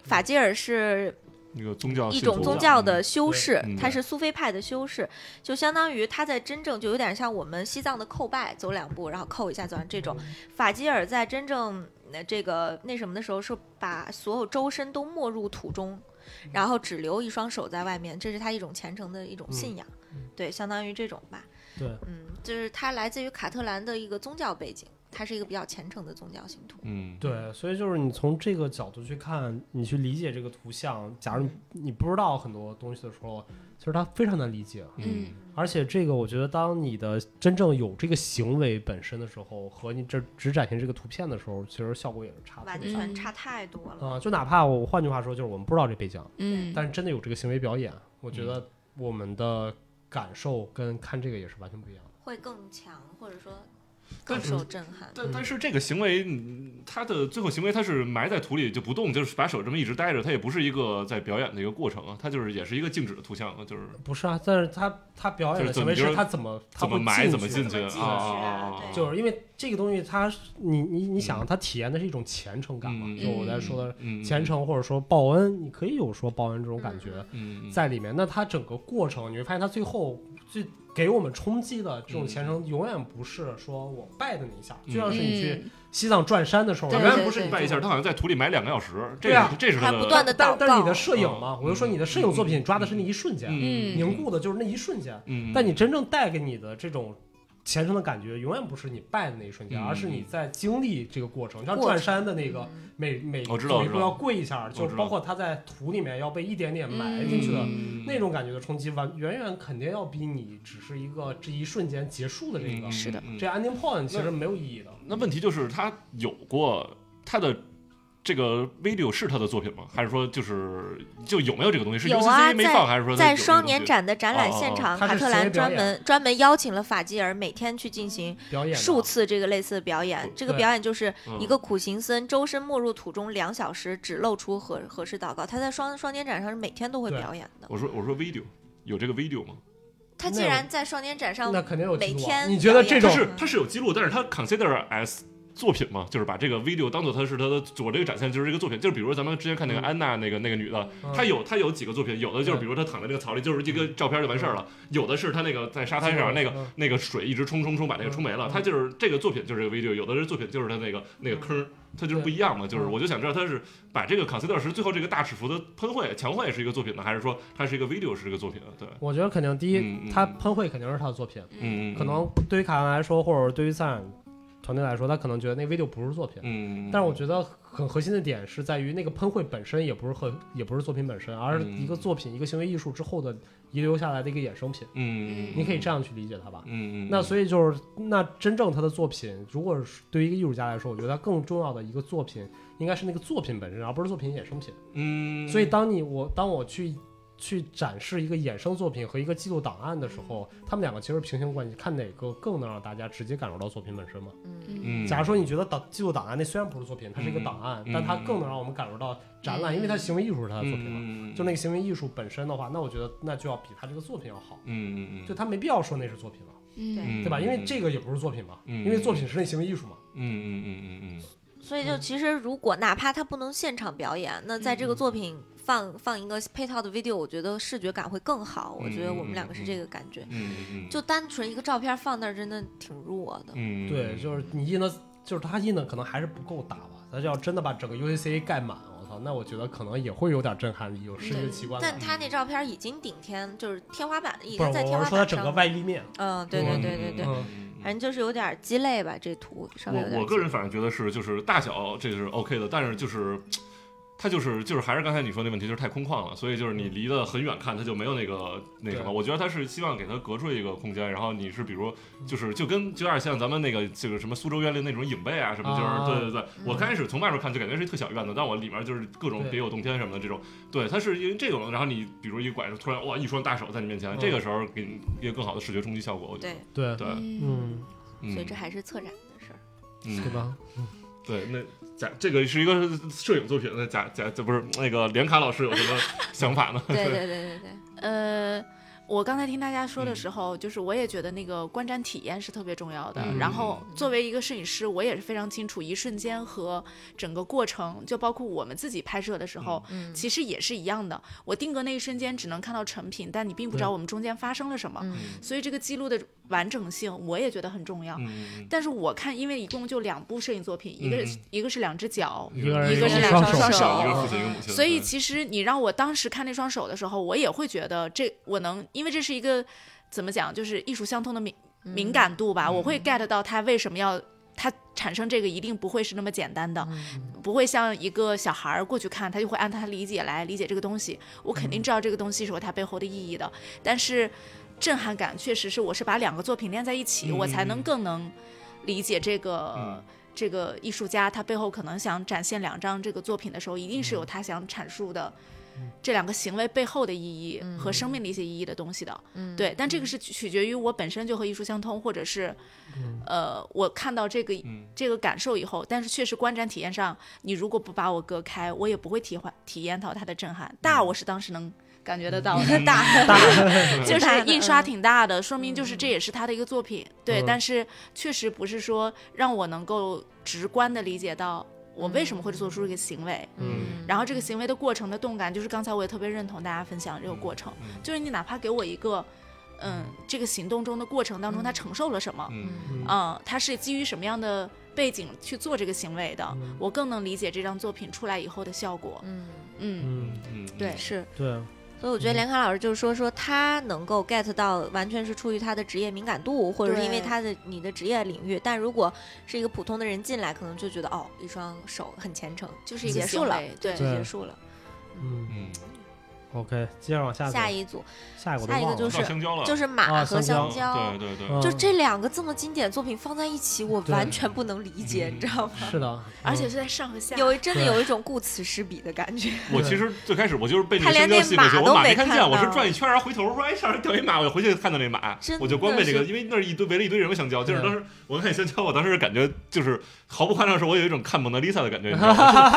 Speaker 3: 法基尔是
Speaker 4: 那个哦宗教
Speaker 3: 一
Speaker 4: 信
Speaker 3: 种
Speaker 4: 徒
Speaker 3: 宗教的修士
Speaker 4: 嗯，
Speaker 3: 他是苏菲派的修士，就相当于他在真正就有点像我们西藏的叩拜，走两步然后叩一下，走完这种。法基尔在真正呃这个那什么的时候，是把所有周身都没入土中，
Speaker 2: 嗯
Speaker 3: 然后只留一双手在外面，这是他一种虔诚的一种信仰
Speaker 2: 嗯嗯，
Speaker 3: 对，相当于这种吧。
Speaker 2: 对，
Speaker 3: 嗯，就是他来自于卡特兰的一个宗教背景，他是一个比较虔诚的宗教信徒。
Speaker 4: 嗯，
Speaker 2: 对，所以就是你从这个角度去看，你去理解这个图像。假如你你不知道很多东西的时候，其实它非常难理解。
Speaker 4: 嗯
Speaker 2: 而且这个，我觉得当你的真正有这个行为本身的时候，和你这只展现这个图片的时候，其实效果也是差
Speaker 3: 完
Speaker 2: 的。
Speaker 3: 全差太多了，
Speaker 2: 啊、就哪怕我换句话说，就是我们不知道这背景，
Speaker 5: 嗯
Speaker 2: 但是真的有这个行为表演，我觉得我们的感受跟看这个也是完全不一样的。
Speaker 3: 会更强，或者说
Speaker 4: 但
Speaker 2: 嗯
Speaker 3: 更
Speaker 4: 是
Speaker 3: 受震撼。
Speaker 4: 但但是这个行为，嗯他的最后行为他是埋在土里就不动，就是把手这么一直待着，他也不是一个在表演的一个过程啊，他就是也是一个静止的图像啊，就是
Speaker 2: 不是啊，但是他他表演的行为
Speaker 4: 就是
Speaker 2: 是
Speaker 4: 怎
Speaker 2: 他
Speaker 4: 么
Speaker 2: 怎么他
Speaker 4: 怎么
Speaker 2: 会
Speaker 4: 埋怎么
Speaker 2: 去
Speaker 4: 进去
Speaker 5: 怎么进去
Speaker 4: 啊
Speaker 5: 啊
Speaker 4: 啊啊，啊
Speaker 5: 对
Speaker 2: 就是因为这个东西它是，你你你想，它体验的是一种虔诚感嘛？
Speaker 4: 嗯
Speaker 2: 就我在说的
Speaker 4: 嗯
Speaker 2: 虔，诚，或者说报恩，你可以有说报恩这种感觉
Speaker 4: 嗯嗯嗯
Speaker 2: 在里面。那它整个过程，你会发现它最后最给我们冲击的这种虔诚，永远不是说我拜的你一下，
Speaker 4: 嗯
Speaker 2: 就像是你去
Speaker 5: 嗯
Speaker 2: 西藏转山的时候，
Speaker 3: 对
Speaker 4: 原
Speaker 2: 原来
Speaker 4: 来不嗯是你拜一下，他好像在土里埋两个小时，这
Speaker 2: 对啊
Speaker 4: 是这是他
Speaker 3: 还不断
Speaker 4: 的，
Speaker 3: 地
Speaker 2: 但
Speaker 3: 祷
Speaker 2: 但是你
Speaker 3: 告
Speaker 2: 的摄影嘛，我就说你的摄影作品抓的是那一瞬间，
Speaker 5: 嗯
Speaker 2: 凝固的就是那一瞬间。
Speaker 4: 嗯，
Speaker 2: 但你真正带给你的这种虔诚的感觉，永远不是你拜的那一瞬间，
Speaker 4: 嗯
Speaker 2: 而是你在经历这个过程。像
Speaker 3: 过程
Speaker 2: 转山的那个
Speaker 3: 嗯
Speaker 2: 每每
Speaker 4: 我知道
Speaker 2: 走一
Speaker 4: 我
Speaker 2: 步
Speaker 4: 知道
Speaker 2: 要跪一下，
Speaker 4: 知道
Speaker 2: 就包括他在土里面要被一点点
Speaker 5: 嗯
Speaker 2: 埋进去的。
Speaker 4: 嗯
Speaker 2: 那种感觉的冲击，完远远肯定要比你只是一个这一瞬间结束的这个、
Speaker 4: 嗯
Speaker 5: 是的
Speaker 4: 嗯
Speaker 2: 这 ending point 其实没有意义的。
Speaker 4: 那问题就是他有过他的这个 video 是他的作品吗？还是说就是就有没有这个东西？是
Speaker 3: 有
Speaker 4: UCC
Speaker 3: 啊
Speaker 4: 没
Speaker 3: 在
Speaker 4: 放，还是说
Speaker 3: 在
Speaker 4: 有这个
Speaker 3: 双
Speaker 4: 东
Speaker 3: 年
Speaker 4: 西
Speaker 3: 展的展览现
Speaker 2: 哦哦
Speaker 3: 场，
Speaker 2: 哦它
Speaker 3: 卡
Speaker 2: 是
Speaker 3: 特
Speaker 2: 谁
Speaker 3: 兰
Speaker 2: 表
Speaker 3: 专
Speaker 2: 演
Speaker 3: 门专门邀请了法基尔每天去进行
Speaker 2: 表演的
Speaker 3: 数次这个类似的表演。这个
Speaker 2: 对
Speaker 3: 表演就是
Speaker 4: 嗯
Speaker 3: 一个苦行僧周身没入土中两小时，只露出合合适祷告。他在双双年展上是每天都会
Speaker 2: 对
Speaker 3: 表演的。
Speaker 4: 我说我说 video 有这个 video 吗？
Speaker 3: 他
Speaker 2: 那
Speaker 3: 既
Speaker 2: 有
Speaker 3: 然在双年展上
Speaker 2: 那肯定有
Speaker 3: 每
Speaker 2: 记录啊
Speaker 3: 天
Speaker 2: 你觉得
Speaker 3: 表
Speaker 2: 这
Speaker 3: 演
Speaker 2: 种
Speaker 4: 它
Speaker 2: 对
Speaker 4: 是它是有记录，但是它 consider as 作品嘛，就是把这个 video 当做它是它的我这个展现就是这个作品，就是比如说咱们之前看那个
Speaker 2: 嗯
Speaker 4: 安娜那个那个女的，
Speaker 2: 嗯
Speaker 4: 她有她有几个作品，有的
Speaker 3: 嗯
Speaker 4: 就是
Speaker 2: 对
Speaker 4: 比如她躺在这个草里就是一个照片就完事儿了，有的是她那个在沙滩
Speaker 2: 记录
Speaker 4: 上那个
Speaker 2: 嗯
Speaker 4: 那个水一直冲冲冲把那
Speaker 2: 嗯
Speaker 4: 个冲没
Speaker 2: 嗯
Speaker 4: 了，她就是这个作品就是这个 video，有的是作品就是她那个那个坑儿。它就是不一样嘛，
Speaker 2: 嗯
Speaker 4: 就是我就想知道它是把这个 consider 是最后这个大尺幅的喷绘墙绘是一个作品呢，还是说它是一个 video 是一个作品？啊对，
Speaker 2: 我觉得肯定第一，
Speaker 4: 嗯嗯
Speaker 2: 他
Speaker 4: 嗯
Speaker 2: 喷绘肯定是他的作品，
Speaker 4: 嗯，嗯
Speaker 2: 可能对于卡兰来说，或者对于赞团队来说，他可能觉得那 video 不是作品。
Speaker 4: 嗯，
Speaker 2: 但是我觉得很核心的点是在于那个喷绘本身也不是很也不是作品本身，而是一
Speaker 4: 嗯
Speaker 2: 个作品、一个行为艺术之后的遗留下来的一个衍生品。
Speaker 4: 嗯，嗯，
Speaker 2: 你可以这样去理解它吧。
Speaker 4: 嗯，嗯，
Speaker 2: 那所以就是，那真正他的作品，如果是对于一个艺术家来说，我觉得他更重要的一个作品应该是那个作品本身，而不是作品衍生品。
Speaker 4: 嗯，
Speaker 2: 所以当你我当我去去展示一个衍生作品和一个记录档案的时候，
Speaker 4: 嗯
Speaker 2: 他们两个其实平行关系，看哪个更能让大家直接感受到作品本身嘛。
Speaker 3: 嗯
Speaker 4: 嗯，
Speaker 2: 假如说你觉得档记录档案那虽然不是作品，它是一个档案，
Speaker 4: 嗯
Speaker 2: 但它更能让我们感受到展览，因为它行为艺术是它的作品嘛。
Speaker 4: 嗯，
Speaker 2: 就那个行为艺术本身的话，那我觉得那就要比它这个作品要好，
Speaker 4: 嗯，嗯嗯，
Speaker 2: 就它没必要说那是作品了，
Speaker 5: 嗯，
Speaker 2: 对吧？因为这个也不是作品嘛，
Speaker 4: 嗯
Speaker 2: 因为作品是那行为艺术嘛。
Speaker 4: 嗯，嗯嗯嗯嗯
Speaker 3: 所以就其实如果哪怕他不能现场表演，那在
Speaker 2: 嗯
Speaker 3: 这个作品放放一个配套的 video，我觉得视觉感会更好。我觉得我们两个
Speaker 2: 嗯
Speaker 3: 是这个感觉，
Speaker 4: 嗯嗯，
Speaker 3: 就单纯一个照片放那儿真的挺弱的。
Speaker 4: 嗯，
Speaker 2: 对，就是你印的，就是它印的可能还是不够大吧。它就要真的把整个 UAC 盖满，我操，那我觉得可能也会有点震撼力，有视觉奇观
Speaker 3: 但
Speaker 2: 感。
Speaker 3: 他那照片已经顶天，就是天花板，已
Speaker 2: 嗯不是，
Speaker 3: 经在
Speaker 2: 我
Speaker 3: 天
Speaker 2: 我
Speaker 3: 花
Speaker 2: 是说它
Speaker 3: 板
Speaker 2: 整
Speaker 3: 上
Speaker 2: 个
Speaker 3: 了。
Speaker 2: 外立面，
Speaker 3: 嗯，对对对对对，
Speaker 4: 嗯
Speaker 3: 反正就是有点鸡肋吧，这图稍微有
Speaker 4: 我
Speaker 3: 点。
Speaker 4: 我个人反正觉得是，就是大小这个是 OK 的，但是就是它就是就是还是刚才你说那问题，就是太空旷了，所以就是你离得很远看，它就没有那个那什么。
Speaker 2: 嗯对
Speaker 4: 我觉得它是希望给它隔出一个空间，然后你是比如
Speaker 2: 嗯
Speaker 4: 就是就跟就有点像咱们那个就是什么苏州园林那种影背啊什么，就是、
Speaker 2: 啊
Speaker 4: 对对对。我开始从外面看就感觉是一特小院子，但我里面就是各种
Speaker 2: 对
Speaker 4: 别有洞天什么的这种。对，它是因为这种，然后你比如一拐，突然哇一双大手在你面前，
Speaker 2: 嗯
Speaker 4: 这个时候给你一个更好的视觉冲击效果。我觉得
Speaker 3: 对，
Speaker 2: 对，
Speaker 4: 对，
Speaker 5: 嗯，
Speaker 2: 嗯，
Speaker 4: 嗯
Speaker 3: 所以这还是策展的 事儿。
Speaker 4: 嗯
Speaker 2: 对吧？
Speaker 4: 对，那贾这个是一个摄影作品，那贾贾这不是那个连卡老师有什么想法 呢？
Speaker 3: 对对对对对，
Speaker 5: 呃，我刚才听大家说
Speaker 2: 嗯
Speaker 5: 的时候，就是我也觉得那个观展体验是特别重要的。
Speaker 4: 嗯
Speaker 5: 然后作为一个摄影师，我也是非常清楚，一瞬间和整个过程，就包括我们自己拍摄的时候，
Speaker 3: 嗯
Speaker 5: 其实也是一样的。我定格那一瞬间只能看到成品，但你并不知道我们中间发生了什么，
Speaker 3: 嗯
Speaker 5: 所以这个记录的完整性，我也觉得很重要。
Speaker 4: 嗯，
Speaker 5: 但是我看，因为一共就两部摄影作品，一个
Speaker 4: 嗯嗯
Speaker 5: 一个是两只脚，
Speaker 4: 嗯
Speaker 2: 一个人
Speaker 5: 一个是
Speaker 2: 有
Speaker 5: 两
Speaker 2: 双
Speaker 5: 双
Speaker 3: 手
Speaker 4: 一
Speaker 5: 手
Speaker 4: 个父亲，一个母亲，
Speaker 5: 所以
Speaker 4: 对
Speaker 5: 其实你让我当时看那双手的时候，我也会觉得这我能，因为这是一个怎么讲，就是艺术相通的敏、敏感度
Speaker 4: 嗯
Speaker 5: 吧，我会 get 到他为什么要他产生这个，一定不会是那么简单的，
Speaker 4: 嗯
Speaker 5: 不会像一个小孩儿过去看，他就会按他理解来理解这个东西。我肯
Speaker 4: 嗯
Speaker 5: 定知道这个东西是有它背后的意义的，但是震撼感确实是我是把两个作品连在一起，我才能更能理解这个。
Speaker 4: 嗯
Speaker 5: 这个艺术家他背后可能想展现两张这个作品的时候，一定是有他想阐述的这两个行为背后的意义和生命的一些意义的东西的。
Speaker 3: 嗯，
Speaker 5: 对，但这个是取取决于我本身就和艺术相通，或者是呃，我看到这个
Speaker 4: 嗯
Speaker 5: 这个感受以后，但是确实观展体验上，你如果不把我隔开，我也不会体会体验到它的震撼。大，我是当时能感觉得到的，大 就是印刷挺大的，说明就是这也是他的一个作品。对，
Speaker 2: 嗯
Speaker 5: 但是确实不是说让我能够直观的理解到我为什么会做出这个行为。
Speaker 4: 嗯
Speaker 5: 然后这个行为的过程的动感，就是刚才我也特别认同大家分享这个过程，
Speaker 4: 嗯
Speaker 5: 就是你哪怕给我一个，嗯，这个行动中的过程当中他承受了什么，
Speaker 4: 嗯
Speaker 2: 嗯
Speaker 5: 嗯，他是基于什么样的背景去做这个行为的？我更能理解这张作品出来以后的效果。
Speaker 3: 嗯
Speaker 5: 嗯，
Speaker 2: 嗯，
Speaker 4: 嗯，
Speaker 5: 对
Speaker 3: 是。
Speaker 2: 对，
Speaker 3: 所以我觉得连卡老师就是说，说他能够 get 到，完全是出于他的职业敏感度，或者是因为
Speaker 5: 对
Speaker 3: 他的你的职业领域。但如果是一个普通的人进来，可能就觉得哦，一双手很虔诚，
Speaker 5: 就是一个
Speaker 3: 结束了
Speaker 5: 行为，对
Speaker 3: 就
Speaker 2: 对
Speaker 3: 结束了。
Speaker 2: 嗯
Speaker 4: 嗯，
Speaker 2: ，OK，接着往下走
Speaker 3: 下一组
Speaker 2: 下一个我都
Speaker 3: 下一个
Speaker 2: 忘了
Speaker 3: 就是
Speaker 4: 到香蕉了，
Speaker 3: 就是马
Speaker 2: 啊
Speaker 3: 和
Speaker 2: 香
Speaker 3: 香
Speaker 4: 嗯
Speaker 3: 蕉，
Speaker 4: 对对对，
Speaker 2: 嗯
Speaker 3: 就这两个这么经典的作品放在一起，我
Speaker 2: 对
Speaker 3: 完全不能理解，
Speaker 4: 嗯
Speaker 3: 你知道吗？
Speaker 2: 是的，嗯
Speaker 5: 而且是在上和下。
Speaker 3: 嗯有一真的
Speaker 2: 对
Speaker 3: 有一种顾此失彼的感觉。
Speaker 4: 我其实最开始我就是被那
Speaker 3: 他
Speaker 4: 个
Speaker 3: 连
Speaker 4: 香蕉吸引过去，
Speaker 3: 那马
Speaker 4: 我马
Speaker 3: 都没
Speaker 4: 没看
Speaker 3: 看
Speaker 4: 见，我是
Speaker 3: 到
Speaker 4: 转一圈儿，然后回头，哎，上面掉一马，我回去看到那马
Speaker 3: 真，
Speaker 4: 我就光被这
Speaker 3: 的
Speaker 4: 个，
Speaker 3: 是嗯
Speaker 4: 因为那儿一堆围了一堆人嘛香蕉，就是
Speaker 2: 对
Speaker 4: 当时我看见香蕉，我当时感觉就是毫不夸张地说，我有一种看蒙娜丽莎的感觉，你知 道吗？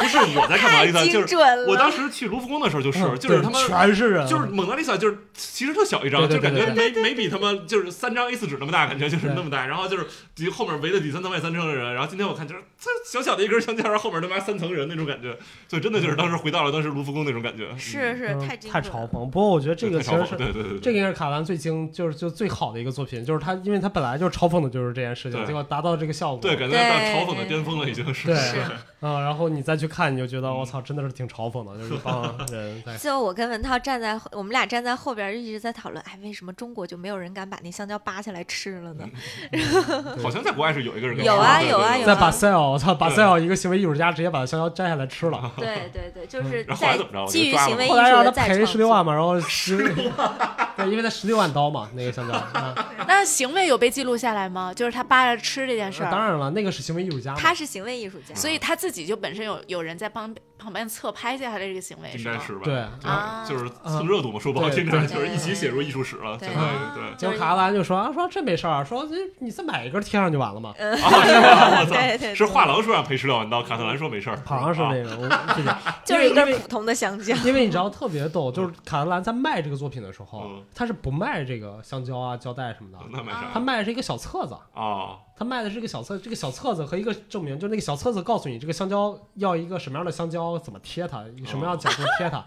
Speaker 4: 不是我在看蒙娜丽莎，就
Speaker 3: 精
Speaker 4: 是
Speaker 3: 准了，
Speaker 4: 我当时去卢浮宫的时候就是
Speaker 2: 嗯，
Speaker 4: 就是
Speaker 2: 对
Speaker 4: 他妈
Speaker 2: 全是人，
Speaker 4: 就是蒙娜丽莎，就是其实特小一张，
Speaker 2: 对对
Speaker 4: 就感
Speaker 2: 对
Speaker 4: 觉没没比他妈就是三张 A 4纸那么大，感觉就是那么大。然后就是底后面围了里三层外三层的人。然后今天我看就是这小小的一根香蕉，然后后面他妈三层人那种感觉，所以真的就是当时回到了当时卢浮宫那种感觉。
Speaker 3: 是是
Speaker 2: 嗯
Speaker 3: 太精
Speaker 2: 太
Speaker 3: 准
Speaker 2: 嘲
Speaker 3: 了，
Speaker 2: 讽。不过我觉得这
Speaker 4: 这
Speaker 2: 个其实是
Speaker 4: 对对对，
Speaker 2: 这个应该是卡兰最精，就是就最好的一个作品，就是他，因为他本来就是嘲讽的就是这件事情，
Speaker 4: 对
Speaker 2: 结果达到这个效果。
Speaker 4: 对感觉到嘲讽的巅峰了，已经是。
Speaker 2: 对
Speaker 3: 是
Speaker 2: 啊，然后你再去看，你就觉得
Speaker 4: 嗯
Speaker 2: 我操，真的是挺嘲讽的，就是一 帮人在
Speaker 3: 就我跟文涛站在后，我们俩站在后边儿一直在讨论，哎，为什么中国就没有人敢把那香蕉扒下来吃了 呢？
Speaker 4: 好像在国外是有一个人跟
Speaker 3: 有
Speaker 4: 我说
Speaker 3: 啊
Speaker 4: 对
Speaker 3: 有啊
Speaker 4: 对对
Speaker 3: 有
Speaker 2: 在
Speaker 3: 啊
Speaker 2: 把塞尔，我操，把
Speaker 4: 对
Speaker 2: 塞尔一个行为艺术家直接把香蕉摘下来吃了，
Speaker 3: 对对对，就是
Speaker 4: 然后后来
Speaker 3: 在
Speaker 4: 怎么着我就
Speaker 3: 基于
Speaker 4: 抓了
Speaker 3: 行为艺
Speaker 2: 后来
Speaker 3: 术
Speaker 2: 让他
Speaker 3: 的再
Speaker 2: 赔
Speaker 3: 创
Speaker 2: 十六万
Speaker 3: 作。
Speaker 2: 嘛，然后十对，因为他十六万刀嘛，那个香蕉。啊
Speaker 5: 那行为有被记录下来吗？就是他扒着
Speaker 2: 呃
Speaker 5: 吃这件事儿。
Speaker 2: 当然了，那个是行为艺术家嘛，
Speaker 3: 他是行为艺术家，
Speaker 5: 所以他自己就本身有有人在帮旁边侧拍下他的这个行为，
Speaker 4: 应
Speaker 5: 是吗
Speaker 4: 该是吧？
Speaker 2: 对嗯
Speaker 5: 啊
Speaker 4: 就是蹭热度嘛，说不好听
Speaker 2: 对
Speaker 4: 点，
Speaker 2: 对
Speaker 4: 就是一起写入艺术史了，
Speaker 3: 对
Speaker 4: 相当于对。
Speaker 2: 结果卡兰就说啊，说这没事儿，说这你再买一根贴上就完了嘛。
Speaker 4: 啊，是吧 我
Speaker 3: 对对
Speaker 4: 操！是画廊说让赔十六万刀，卡特兰说没事儿，
Speaker 2: 好像是
Speaker 4: 啊
Speaker 2: 那个， 我是的，
Speaker 3: 就是一
Speaker 2: 因为
Speaker 3: 根普通的香蕉。
Speaker 2: 因为你知道特别逗，就是卡德兰在卖这个作品的时候
Speaker 4: 嗯，
Speaker 2: 他是不卖这个香蕉啊、胶带什么的，
Speaker 4: 那没事
Speaker 3: 啊
Speaker 2: 他
Speaker 4: 儿
Speaker 2: 卖的是一个小册子，
Speaker 4: 啊。
Speaker 2: 他卖的是一个小册，这个小册子和一个证明，就那个小册子告诉你这个香蕉要一个什么样的香蕉，怎么贴它，一个什么
Speaker 4: 哦
Speaker 2: 样的角度贴 它。